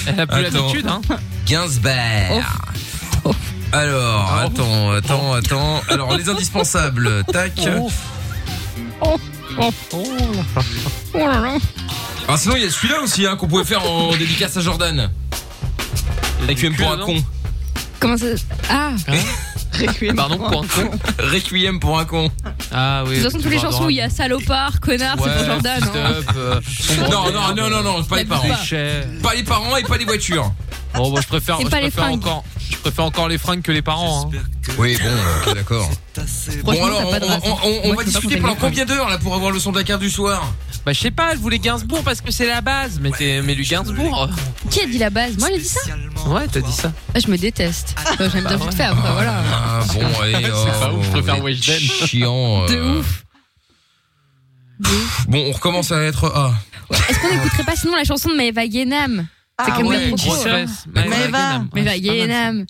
[SPEAKER 2] Elle a
[SPEAKER 15] plus l'habitude, hein.
[SPEAKER 2] Gainsbourg.
[SPEAKER 5] Oh.
[SPEAKER 2] Alors, attends, attends, attends. Alors, les indispensables, tac.
[SPEAKER 15] Oh. Oh, oh, oh là là. Oh là là.
[SPEAKER 2] Ah, sinon, il y a celui-là aussi hein, qu'on pouvait faire en *laughs* dédicace à Jordan. Requiem pour un *laughs* con.
[SPEAKER 5] Comment ça Ah
[SPEAKER 2] Requiem Pardon, pour un con. Requiem pour un con. Ah
[SPEAKER 5] De toute façon, toutes les chansons où il y a salopard, connard, c'est pour Jordan. hein.
[SPEAKER 9] euh,
[SPEAKER 15] euh.
[SPEAKER 5] *laughs*
[SPEAKER 2] Non, non, non, non, non, pas les parents. Pas les parents et pas les voitures.
[SPEAKER 15] Bon, moi je préfère,
[SPEAKER 5] Et
[SPEAKER 15] je
[SPEAKER 5] pas les
[SPEAKER 15] préfère
[SPEAKER 5] fringues.
[SPEAKER 15] encore, je préfère encore les fringues que les parents.
[SPEAKER 2] *laughs*
[SPEAKER 15] hein.
[SPEAKER 2] Oui, bon, euh, ok, d'accord. Bon,
[SPEAKER 15] Franchement,
[SPEAKER 2] alors,
[SPEAKER 15] t'as pas de
[SPEAKER 2] on-
[SPEAKER 15] raison.
[SPEAKER 2] on- on- on
[SPEAKER 15] Moi, je peux
[SPEAKER 2] va
[SPEAKER 15] pas
[SPEAKER 2] discuter
[SPEAKER 15] couper
[SPEAKER 2] pendant
[SPEAKER 15] les fringues.
[SPEAKER 2] combien d'heures là pour avoir le son Dakar du soir
[SPEAKER 15] Bah, je sais pas, elle voulait Gainsbourg parce que c'est la base, mais, t'es- mais du Gainsbourg. euh.
[SPEAKER 5] Qui a dit la base Moi, j'ai dit ça
[SPEAKER 15] Ouais, t'as dit ça.
[SPEAKER 5] Ah, Je me déteste. Bah, J'aime bien vite fait après, voilà.
[SPEAKER 2] Ah bon, allez,
[SPEAKER 15] C'est
[SPEAKER 2] oh,
[SPEAKER 15] pas ouf, je préfère
[SPEAKER 2] vous êtes *laughs*
[SPEAKER 15] Weshden.
[SPEAKER 2] Chiant.
[SPEAKER 5] De
[SPEAKER 2] ouf. Bon, on recommence à la lettre A.
[SPEAKER 5] Est-ce qu'on n'écouterait pas sinon la chanson de Maeva Yenam
[SPEAKER 6] Ah
[SPEAKER 5] C'est
[SPEAKER 15] Ah
[SPEAKER 5] quand même une
[SPEAKER 2] grosse
[SPEAKER 5] grosse.
[SPEAKER 2] fesse.
[SPEAKER 4] Maëva
[SPEAKER 5] Maëva
[SPEAKER 4] Yenam.
[SPEAKER 5] Maëva Yenam.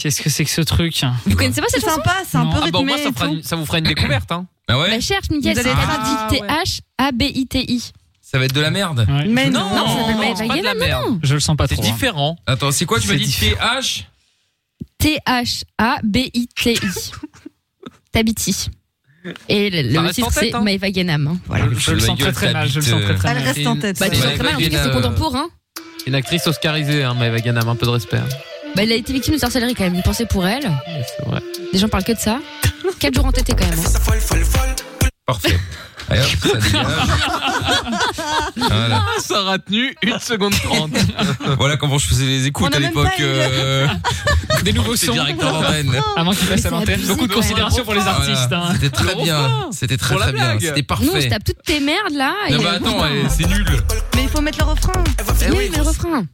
[SPEAKER 4] Qu'est-ce que c'est que ce truc hein
[SPEAKER 5] Vous connaissez pas cette chanson
[SPEAKER 6] sympa, c'est un peu
[SPEAKER 9] ah bah,
[SPEAKER 6] rythmé. et tout.
[SPEAKER 15] Ah, Ça vous fera une découverte, hein.
[SPEAKER 2] Ah ouais
[SPEAKER 5] Bah, cherche, Mickaël,
[SPEAKER 6] Vous
[SPEAKER 5] c'est
[SPEAKER 6] allez
[SPEAKER 5] ah, T-H-A-B-I-t-i.
[SPEAKER 2] Ça va être de la merde.
[SPEAKER 5] Mais Eh non, non, ça s'appelle Maëva
[SPEAKER 15] c'est pas de la
[SPEAKER 5] Yenam, non, non.
[SPEAKER 2] Je le sens pas trop.
[SPEAKER 4] hein.
[SPEAKER 15] C'est différent.
[SPEAKER 2] Attends, c'est quoi Tu m'as dit TH
[SPEAKER 5] T-H-A-B-I-T-I. Tabiti. Et
[SPEAKER 2] Ça
[SPEAKER 5] le, le
[SPEAKER 2] reste en
[SPEAKER 5] titre,
[SPEAKER 2] tête,
[SPEAKER 5] c'est
[SPEAKER 2] hein.
[SPEAKER 5] Maëva Yenam. hein. Voilà.
[SPEAKER 2] Je- je le sens très, très mal, je le sens très, très
[SPEAKER 5] Elle mal. reste en tête, Bah, tu
[SPEAKER 15] Ouais,
[SPEAKER 5] sens très mal, en tout cas, c'est
[SPEAKER 15] Maëva Guénam,
[SPEAKER 5] contemporain.
[SPEAKER 15] euh, Une actrice oscarisée, hein, Maëva Ganam, un peu de respect. hein.
[SPEAKER 5] Bah, elle a été victime de sorcellerie quand même. Une pensée pour elle. Les gens parlent que de ça. 4 jours entêtés quand même. hein.
[SPEAKER 2] Parfait. Allez, hop, ça dégage.
[SPEAKER 15] *laughs*
[SPEAKER 2] Voilà.
[SPEAKER 15] Ah, Ça a retenu 1 seconde *laughs* 30.
[SPEAKER 2] voilà comment je faisais les écoutes
[SPEAKER 15] On a
[SPEAKER 2] à
[SPEAKER 15] même
[SPEAKER 2] l'époque.
[SPEAKER 15] pas eu- *laughs*
[SPEAKER 2] euh,
[SPEAKER 4] Des nouveaux
[SPEAKER 2] j'étais
[SPEAKER 4] sons.
[SPEAKER 2] directeur d'antenne.
[SPEAKER 4] Avant qu'ils passent à l'antenne. Beaucoup de considération pour les
[SPEAKER 2] Voilà.
[SPEAKER 4] artistes. hein.
[SPEAKER 2] C'était très bien. C'était très très bien. C'était
[SPEAKER 5] Nous, on se
[SPEAKER 2] parfait.
[SPEAKER 5] tape toutes tes merdes là.
[SPEAKER 2] Non,
[SPEAKER 5] et- Eh
[SPEAKER 2] bah attends, eh allez, c'est nul.
[SPEAKER 6] Mais il faut mettre le refrain.
[SPEAKER 5] Oui, mais le refrain.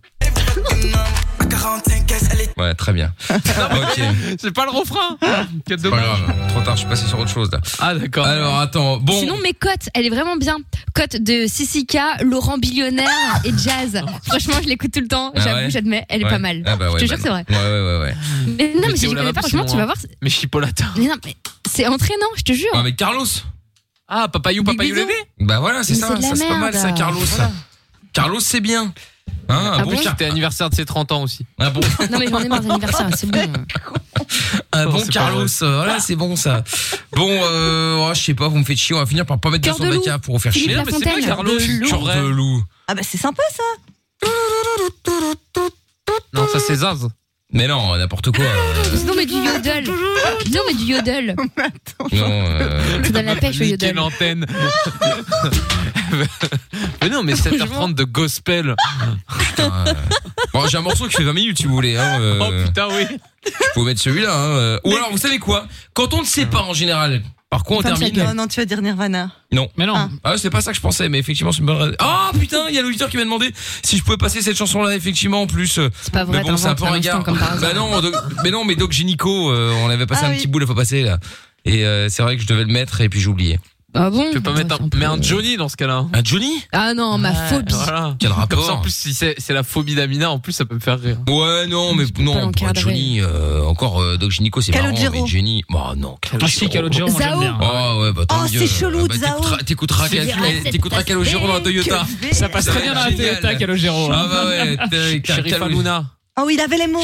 [SPEAKER 2] Ouais, très bien. ok.
[SPEAKER 15] *laughs* C'est pas le refrain. Quel
[SPEAKER 2] Pas grave. Trop tard, je suis passé sur autre chose là.
[SPEAKER 15] Ah d'accord.
[SPEAKER 2] Alors attends, bon.
[SPEAKER 5] Sinon, mes cotes, elle est vraiment bien. Cote de Sissika, Laurent Billionnaire et Jazz. Franchement, je l'écoute tout le temps.
[SPEAKER 2] Ah
[SPEAKER 5] J'avoue,
[SPEAKER 2] ouais
[SPEAKER 5] j'admets, elle est
[SPEAKER 2] Ouais.
[SPEAKER 5] pas mal.
[SPEAKER 2] Ah bah ouais,
[SPEAKER 5] je te
[SPEAKER 2] bah
[SPEAKER 5] jure, c'est
[SPEAKER 2] non.
[SPEAKER 5] vrai.
[SPEAKER 2] Ouais, ouais, ouais, ouais.
[SPEAKER 5] Mais non, mais
[SPEAKER 15] Théo
[SPEAKER 5] si j'y connais
[SPEAKER 15] Lavabo,
[SPEAKER 5] pas, franchement,
[SPEAKER 15] sinon,
[SPEAKER 5] tu vas
[SPEAKER 15] hein.
[SPEAKER 5] voir. c'est-
[SPEAKER 15] Mais Chipolata.
[SPEAKER 5] Mais non, mais c'est entraînant, je te jure.
[SPEAKER 2] Ah, mais Carlos
[SPEAKER 15] Ah, Papayou, Papayou
[SPEAKER 5] bisous.
[SPEAKER 15] Lévé
[SPEAKER 2] Bah voilà, c'est
[SPEAKER 5] Mais c'est
[SPEAKER 2] ça.
[SPEAKER 5] de la
[SPEAKER 2] Ça, c'est pas mal
[SPEAKER 5] merde.
[SPEAKER 2] ça, Carlos.
[SPEAKER 5] Voilà.
[SPEAKER 2] Carlos, c'est bien. Hein, un
[SPEAKER 15] Ah
[SPEAKER 2] bon
[SPEAKER 15] bon
[SPEAKER 2] Car-
[SPEAKER 15] C'était anniversaire de ses 30 ans aussi. *laughs*
[SPEAKER 2] Ah bon
[SPEAKER 5] Non, mais j'en ai marre des anniversaires, c'est bon.
[SPEAKER 2] Un
[SPEAKER 15] Oh,
[SPEAKER 2] bon
[SPEAKER 15] c'est pas
[SPEAKER 2] Carlos,
[SPEAKER 15] drôle.
[SPEAKER 2] euh, voilà, c'est bon ça. Bon, euh, oh, je sais pas, vous me faites chier, on va finir par pas mettre
[SPEAKER 6] Cœur
[SPEAKER 2] de son
[SPEAKER 6] de loup.
[SPEAKER 2] bacca pour vous faire
[SPEAKER 6] Philippe
[SPEAKER 2] chier.
[SPEAKER 6] Lafontaine.
[SPEAKER 2] c'est
[SPEAKER 6] Cœur de loup.
[SPEAKER 2] Cœur
[SPEAKER 9] euh,
[SPEAKER 2] de loup.
[SPEAKER 6] Ah bah c'est sympa ça.
[SPEAKER 15] Non, ça c'est Zaz.
[SPEAKER 2] Mais non, n'importe quoi. euh,
[SPEAKER 5] Sinon, mais du yodel. Sinon, mais du yodel.
[SPEAKER 2] non, euh,
[SPEAKER 5] Ça donne la pêche au
[SPEAKER 15] Niquer
[SPEAKER 9] *laughs*
[SPEAKER 5] yodel.
[SPEAKER 15] l'antenne. mais non, mais 7h30 de gospel.
[SPEAKER 2] putain, euh. Bon, j'ai un morceau qui fait 20 minutes si vous voulez. Hein, euh,
[SPEAKER 15] Oh putain, oui.
[SPEAKER 2] Vous pouvez mettre celui-là. Hein, euh. Ou alors, vous savez quoi Quand on ne sait pas en général, par quoi on
[SPEAKER 6] Femme
[SPEAKER 2] termine
[SPEAKER 6] Satan. Non, non, tu vas dire Nirvana.
[SPEAKER 2] Non.
[SPEAKER 4] Mais non.
[SPEAKER 2] Ah, c'est pas ça que je pensais, mais effectivement, c'est une bonne raison. Ah putain, il y a l'auditeur qui m'a demandé si je pouvais passer cette chanson-là, effectivement, en plus. C'est
[SPEAKER 5] pas vrai,
[SPEAKER 2] hein. Mais bon, c'est un
[SPEAKER 5] t'inventes
[SPEAKER 2] peu
[SPEAKER 5] un
[SPEAKER 2] ringard.
[SPEAKER 5] instant comme par
[SPEAKER 2] Bah
[SPEAKER 5] hasard.
[SPEAKER 2] non, Doc- mais non, mais Doc Génico, euh, on avait passé
[SPEAKER 5] Ah
[SPEAKER 2] un
[SPEAKER 5] oui.
[SPEAKER 2] petit bout la fois passée, là. Et euh, c'est vrai que je devais le mettre et puis j'ai oublié.
[SPEAKER 5] Ah bon
[SPEAKER 9] Tu peux pas mettre un, mais un Johnny dans ce cas-là. hein.
[SPEAKER 2] Un Johnny
[SPEAKER 5] Ah non, ma phobie.
[SPEAKER 9] Voilà.
[SPEAKER 2] Quel rapport
[SPEAKER 9] Comme ça, en plus, si c'est c'est la phobie d'Amina, en plus, ça peut me faire rire.
[SPEAKER 2] Ouais, non, mais non, pour un
[SPEAKER 9] l'encadrer.
[SPEAKER 2] Johnny, euh, encore euh, Doc Gynéco, c'est marrant,
[SPEAKER 9] Calogero.
[SPEAKER 2] mais Johnny, bah non,
[SPEAKER 9] Ah si, Calogero, moi, j'aime bien. Zao.
[SPEAKER 2] Ah ouais, bah tant
[SPEAKER 9] Oh,
[SPEAKER 2] mieux.
[SPEAKER 9] c'est chelou,
[SPEAKER 2] Ah, bah,
[SPEAKER 9] Zao.
[SPEAKER 2] t'écouteras- T'écouteras
[SPEAKER 9] C'est
[SPEAKER 2] Cal-
[SPEAKER 9] bien,
[SPEAKER 2] eh,
[SPEAKER 9] cette
[SPEAKER 2] t'écouteras
[SPEAKER 9] passe
[SPEAKER 2] Calogero dans la
[SPEAKER 9] bête.
[SPEAKER 2] Toyota.
[SPEAKER 9] Que Ça passe très bien dans la
[SPEAKER 2] Génial.
[SPEAKER 9] Toyota, Calogero, hein.
[SPEAKER 2] Ah bah
[SPEAKER 9] *laughs*
[SPEAKER 2] ouais, t'es-
[SPEAKER 9] Shérif
[SPEAKER 2] Calogero.
[SPEAKER 9] Hanouna.
[SPEAKER 6] Oh, il avait les mots.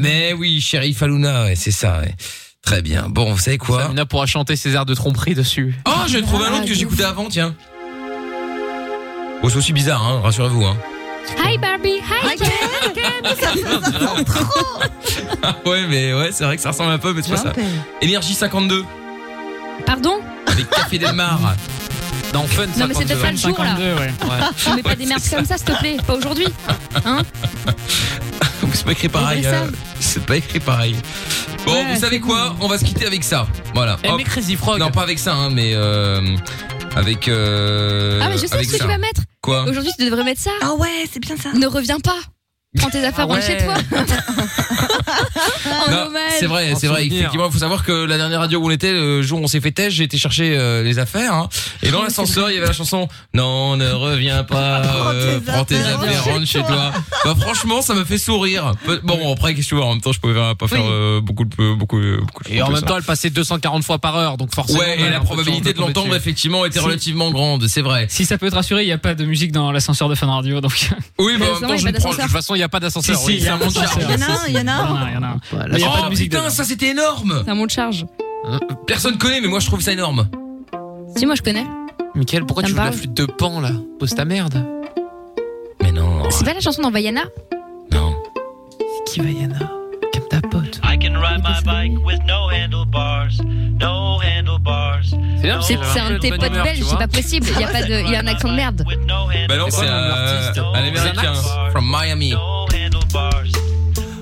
[SPEAKER 2] Mais oui, Sheriff Aluna, ouais, c'est ça, ouais. Très bien. Bon, vous savez quoi
[SPEAKER 9] Amina pourra chanter ses airs de tromperie dessus.
[SPEAKER 2] Oh, j'ai trouvé un autre
[SPEAKER 9] Ah,
[SPEAKER 2] que j'écoutais avant, tiens. Bon, c'est aussi bizarre, hein, rassurez-vous, hein.
[SPEAKER 14] Hi Barbie, hi Ken, Ken.
[SPEAKER 2] Ah *laughs* ouais, mais ouais, c'est vrai que ça ressemble un peu, mais c'est pas ça. Énergie 52,
[SPEAKER 5] Pardon
[SPEAKER 2] avec Café Del Mar. *laughs* Dans Fun
[SPEAKER 5] Non, mais c'est peut-être pas le jour, là. On met pas des
[SPEAKER 2] Ouais,
[SPEAKER 5] merdes comme ça, s'il te plaît. Pas aujourd'hui. Hein
[SPEAKER 2] C'est pas écrit pareil.
[SPEAKER 5] ça.
[SPEAKER 2] euh, C'est pas écrit pareil. Bon,
[SPEAKER 5] Ouais,
[SPEAKER 2] vous savez quoi On va se quitter avec ça. Voilà.
[SPEAKER 9] Eh,
[SPEAKER 2] Hop.
[SPEAKER 9] mais Crazy Frog.
[SPEAKER 2] Non, pas avec ça, hein, mais euh, avec. euh, Hein
[SPEAKER 5] ah, mais je sais
[SPEAKER 2] avec
[SPEAKER 5] ce que
[SPEAKER 2] ça.
[SPEAKER 5] tu vas mettre.
[SPEAKER 2] Quoi
[SPEAKER 5] Aujourd'hui, tu devrais mettre ça. Ah ouais, c'est bien ça. Ne reviens pas. Prends tes affaires, rentre chez toi.
[SPEAKER 2] *laughs*
[SPEAKER 5] en
[SPEAKER 2] Ah Non,
[SPEAKER 5] hommage.
[SPEAKER 2] C'est vrai, c'est vrai. Effectivement, il faut savoir que la dernière radio où on était, le jour où on s'est fait têche, j'ai été chercher euh, les affaires. hein. et
[SPEAKER 9] Oh,
[SPEAKER 2] dans l'ascenseur, il y avait la chanson Non, ne reviens
[SPEAKER 5] *laughs*
[SPEAKER 2] pas, euh, prends tes affaires, rentre chez toi. Bah, franchement, ça m'a fait sourire. Peu- Bon, après, qu'est-ce que tu vois En même temps, je pouvais pas faire euh, beaucoup de peu- beaucoup, euh, beaucoup de
[SPEAKER 9] Et en
[SPEAKER 2] choses
[SPEAKER 9] même
[SPEAKER 2] comme
[SPEAKER 9] temps, elle passait 240 fois par heure, donc forcément.
[SPEAKER 2] Ouais, et la probabilité de l'entendre, effectivement, était relativement grande, c'est vrai.
[SPEAKER 4] Si ça peut te rassurer, il n'y a pas de musique dans l'ascenseur de Fun Radio, donc. *laughs*
[SPEAKER 2] Oui,
[SPEAKER 9] mais en même temps, je ne prends- de toute façon, il n'y a pas
[SPEAKER 4] Si,
[SPEAKER 9] d'ascenseur. Hein
[SPEAKER 4] si, il y a un
[SPEAKER 9] monte
[SPEAKER 4] ascenseur.
[SPEAKER 9] charge.
[SPEAKER 4] Si, si. Il y en a un. Mais il y a pas de
[SPEAKER 2] oh
[SPEAKER 4] musique
[SPEAKER 2] putain,
[SPEAKER 4] dedans.
[SPEAKER 2] ça c'était énorme
[SPEAKER 5] Ça monte charge.
[SPEAKER 2] Personne connaît, mais moi je trouve ça énorme.
[SPEAKER 5] Si, moi, je connais.
[SPEAKER 9] Michael, pourquoi
[SPEAKER 5] Ça
[SPEAKER 9] tu
[SPEAKER 5] me
[SPEAKER 9] joues de la
[SPEAKER 5] parle.
[SPEAKER 9] flûte de pan là Pose ta merde.
[SPEAKER 2] Mais non.
[SPEAKER 5] C'est pas la chanson dans Vaiana
[SPEAKER 9] Qui Vaiana
[SPEAKER 16] I can ride my bike with no handlebars, no handlebars. no
[SPEAKER 5] C'est c'est un de tes potes
[SPEAKER 16] handlebars.
[SPEAKER 5] belges, c'est pas possible. Il y a pas de, il y a un accent de merde.
[SPEAKER 2] Bah non, c'est euh, un américain, from Miami.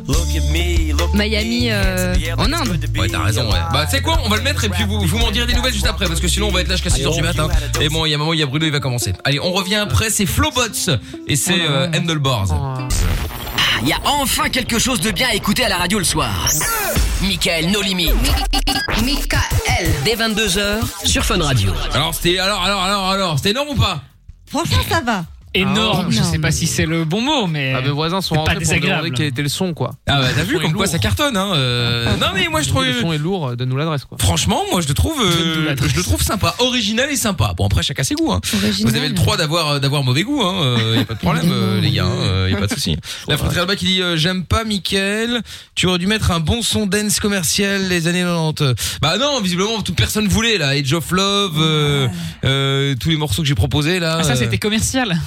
[SPEAKER 16] Look at me, look
[SPEAKER 5] Miami, euh, en Inde.
[SPEAKER 2] Ouais, t'as raison, ouais. Bah, tu sais quoi, on va le mettre et puis vous, vous m'en direz des nouvelles juste après parce que sinon on va être là jusqu'à 6h du matin. Et bon, il y a maman, il y a Bruno, il va commencer. Allez, on revient après, c'est Flowbots et c'est euh, Handlebars.
[SPEAKER 1] Il y a enfin quelque chose de bien à écouter à la radio le soir. Michael No Limit. Michael. Dès 22h sur Fun Radio.
[SPEAKER 2] Alors, c'était, alors, alors, alors, alors, c'était énorme ou pas
[SPEAKER 6] Franchement, ça va.
[SPEAKER 4] Énorme, je sais pas si c'est le bon mot, mais.
[SPEAKER 9] Ah, mes voisins sont
[SPEAKER 4] C'est pas
[SPEAKER 9] rentrés pour me demander
[SPEAKER 4] désagréable.
[SPEAKER 9] quel était le son quoi.
[SPEAKER 2] Ah bah t'as vu
[SPEAKER 9] Le son
[SPEAKER 2] comme
[SPEAKER 9] est
[SPEAKER 2] quoi
[SPEAKER 9] lourd.
[SPEAKER 2] ça cartonne hein. euh, *laughs* Non mais moi je trouve
[SPEAKER 9] Le son est lourd, euh, donne-nous
[SPEAKER 2] *laughs*
[SPEAKER 9] l'adresse quoi.
[SPEAKER 2] Franchement, moi je le trouve, euh, je le trouve sympa, original et sympa. Bon après chacun ses goûts. Hein.
[SPEAKER 5] Original.
[SPEAKER 2] Vous avez le droit d'avoir euh, d'avoir mauvais goût, hein. euh, y a pas de problème euh, les gars, hein, euh, y a pas de souci. La fratrie Alba qui dit euh, j'aime pas Mickaël, tu aurais dû mettre un bon son dance commercial les années 90. Bah non, visiblement toute personne voulait là, Age of Love, euh, euh, tous les morceaux que j'ai proposés là.
[SPEAKER 4] Ah, ça,
[SPEAKER 2] euh,
[SPEAKER 4] c'était commercial.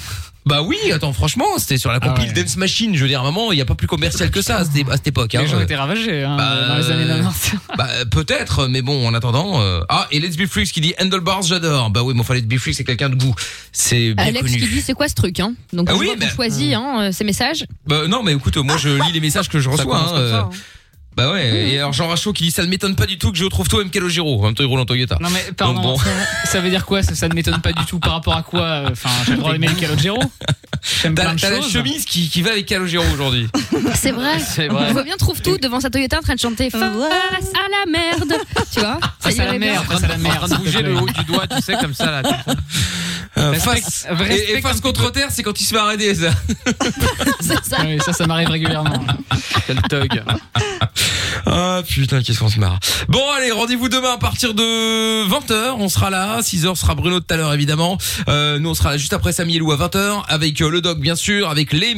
[SPEAKER 2] Bah oui, attends franchement, c'était sur la compile
[SPEAKER 4] Ah
[SPEAKER 2] Dance Machine, je veux dire maman, il y a pas plus commercial que ça à cette, à cette époque. hein.
[SPEAKER 4] Les gens étaient ravagés hein,
[SPEAKER 2] Bah,
[SPEAKER 4] dans les années
[SPEAKER 2] euh,
[SPEAKER 4] 90.
[SPEAKER 2] Bah euh, peut-être, mais bon, en attendant. euh, Ah et Let's Be Freaks qui dit Handlebars, j'adore. Bah oui, mais enfin Let's Be Freaks c'est quelqu'un de goût, c'est bien
[SPEAKER 5] Alex
[SPEAKER 2] connu.
[SPEAKER 5] qui dit c'est quoi ce truc hein Donc
[SPEAKER 2] Ah
[SPEAKER 5] je
[SPEAKER 2] oui,
[SPEAKER 5] vois qu'on
[SPEAKER 2] bah,
[SPEAKER 5] choisit hein, euh, ces messages.
[SPEAKER 2] Bah non, mais écoute, moi je lis les messages que je reçois.
[SPEAKER 9] commence
[SPEAKER 2] hein,
[SPEAKER 9] comme ça,
[SPEAKER 2] euh,
[SPEAKER 9] hein.
[SPEAKER 2] Bah ouais. Et alors Jean Rachaud qui dit ça ne m'étonne pas du tout que je retrouve toi MK Logiro. En même temps il roule en Toyota.
[SPEAKER 4] Non mais pardon,
[SPEAKER 2] Donc, bon.
[SPEAKER 4] ça, ça veut dire quoi ça, ça ne m'étonne pas du tout par rapport à quoi euh, Enfin, j'ai le droit d'aimer le Calogero. J'aime
[SPEAKER 2] T'as
[SPEAKER 4] plein de
[SPEAKER 2] t'as la
[SPEAKER 4] choses.
[SPEAKER 2] chemise qui, qui va avec Calogero aujourd'hui.
[SPEAKER 5] C'est
[SPEAKER 2] *laughs*
[SPEAKER 5] vrai.
[SPEAKER 2] C'est vrai.
[SPEAKER 5] On voit bien trouve tout devant sa Toyota en train de chanter face à la merde. Tu vois
[SPEAKER 2] Ah,
[SPEAKER 5] Ça
[SPEAKER 4] Face à la
[SPEAKER 5] irait bien.
[SPEAKER 4] merde, face à la
[SPEAKER 9] En train
[SPEAKER 4] merde.
[SPEAKER 9] de bouger le haut du doigt, tu sais, comme ça là.
[SPEAKER 2] Euh,
[SPEAKER 4] Respecte-
[SPEAKER 2] face,
[SPEAKER 4] respecte
[SPEAKER 2] et, et face contre terre, c'est quand il se fait arrêter ça.
[SPEAKER 5] C'est ça.
[SPEAKER 4] Oui, ça, ça m'arrive régulièrement.
[SPEAKER 9] Quel thug.
[SPEAKER 2] Ah putain, qu'est-ce qu'on se marre. Bon allez, rendez-vous demain à partir de 20h, on sera là, 6h sera Bruno tout à l'heure évidemment. Euh, nous on sera là juste après Samy et Lou à 20h avec euh, le doc bien sûr, avec les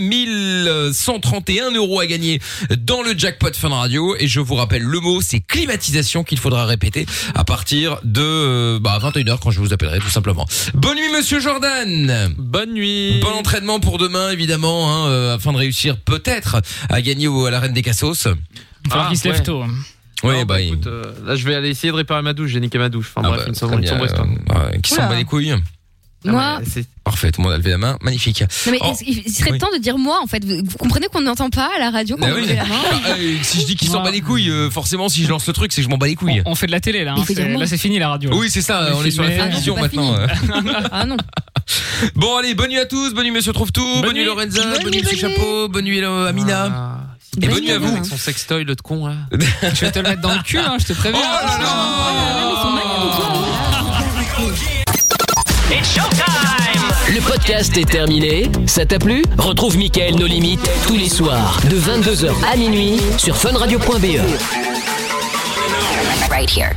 [SPEAKER 2] 1131 euros à gagner dans le jackpot Fun Radio et je vous rappelle le mot c'est climatisation qu'il faudra répéter à partir de euh, bah, 21h quand je vous appellerai tout simplement. Bonne nuit monsieur Jordan.
[SPEAKER 9] Bonne nuit.
[SPEAKER 2] Bon entraînement pour demain évidemment hein, euh, afin de réussir peut-être à gagner au, à la reine des cassos.
[SPEAKER 4] Il va falloir qu'il se lève tôt.
[SPEAKER 2] Ouais, bah, il-
[SPEAKER 9] Écoute, euh, là je vais aller essayer de réparer ma douche, j'ai niqué ma
[SPEAKER 2] Ah,
[SPEAKER 9] douche. Enfin bref, une sombre
[SPEAKER 2] bah, Très
[SPEAKER 9] une
[SPEAKER 2] bien,
[SPEAKER 9] sombre histoire. Ah,
[SPEAKER 2] euh, ouais, qui s'en
[SPEAKER 5] Oula.
[SPEAKER 2] bat les couilles.
[SPEAKER 5] Moi.
[SPEAKER 2] Parfait, tout le monde a levé la main. Magnifique.
[SPEAKER 5] Non, mais
[SPEAKER 2] Ah, Oh.
[SPEAKER 5] est-ce- il il serait
[SPEAKER 2] Oui.
[SPEAKER 5] temps de dire moi en fait. Vous, vous comprenez qu'on n'entend pas à la radio quand
[SPEAKER 2] Ah
[SPEAKER 5] on
[SPEAKER 2] oui.
[SPEAKER 5] levez la main.
[SPEAKER 2] Bah, euh, si je dis qui s'en bat les couilles, euh, forcément, si je lance le truc, c'est que je m'en bats les couilles.
[SPEAKER 4] On, on fait de la télé là. hein,
[SPEAKER 5] Il faut dire
[SPEAKER 4] c'est-
[SPEAKER 5] non.
[SPEAKER 4] là, c'est fini la radio.
[SPEAKER 2] Oh. Oui, c'est ça, on est sur la
[SPEAKER 4] filmé.
[SPEAKER 2] télévision maintenant. euh.
[SPEAKER 5] Ah non.
[SPEAKER 2] Bon, allez, bonne nuit à tous, bonne nuit, monsieur Trouve-Tout, bonne,
[SPEAKER 9] Bonne
[SPEAKER 2] nuit,
[SPEAKER 9] nuit.
[SPEAKER 2] Lorenza,
[SPEAKER 9] Bonne
[SPEAKER 2] bonne,
[SPEAKER 9] nuit,
[SPEAKER 2] nuit, monsieur
[SPEAKER 9] bonne
[SPEAKER 2] Chapeau, bonne nuit, euh, Amina. Et bonne nuit à vous.
[SPEAKER 9] Avec Ah, son sextoy, l'autre
[SPEAKER 2] *laughs*
[SPEAKER 9] con là.
[SPEAKER 4] Je vais te le mettre dans le cul, hein, je te préviens.
[SPEAKER 2] Oh là là
[SPEAKER 4] ils sont magnifiques.
[SPEAKER 1] podcast est terminé. Ça t'a plu Retrouve Mickaël Nos Limites tous les soirs E. de 22h à minuit sur funradio.be.
[SPEAKER 8] Right here.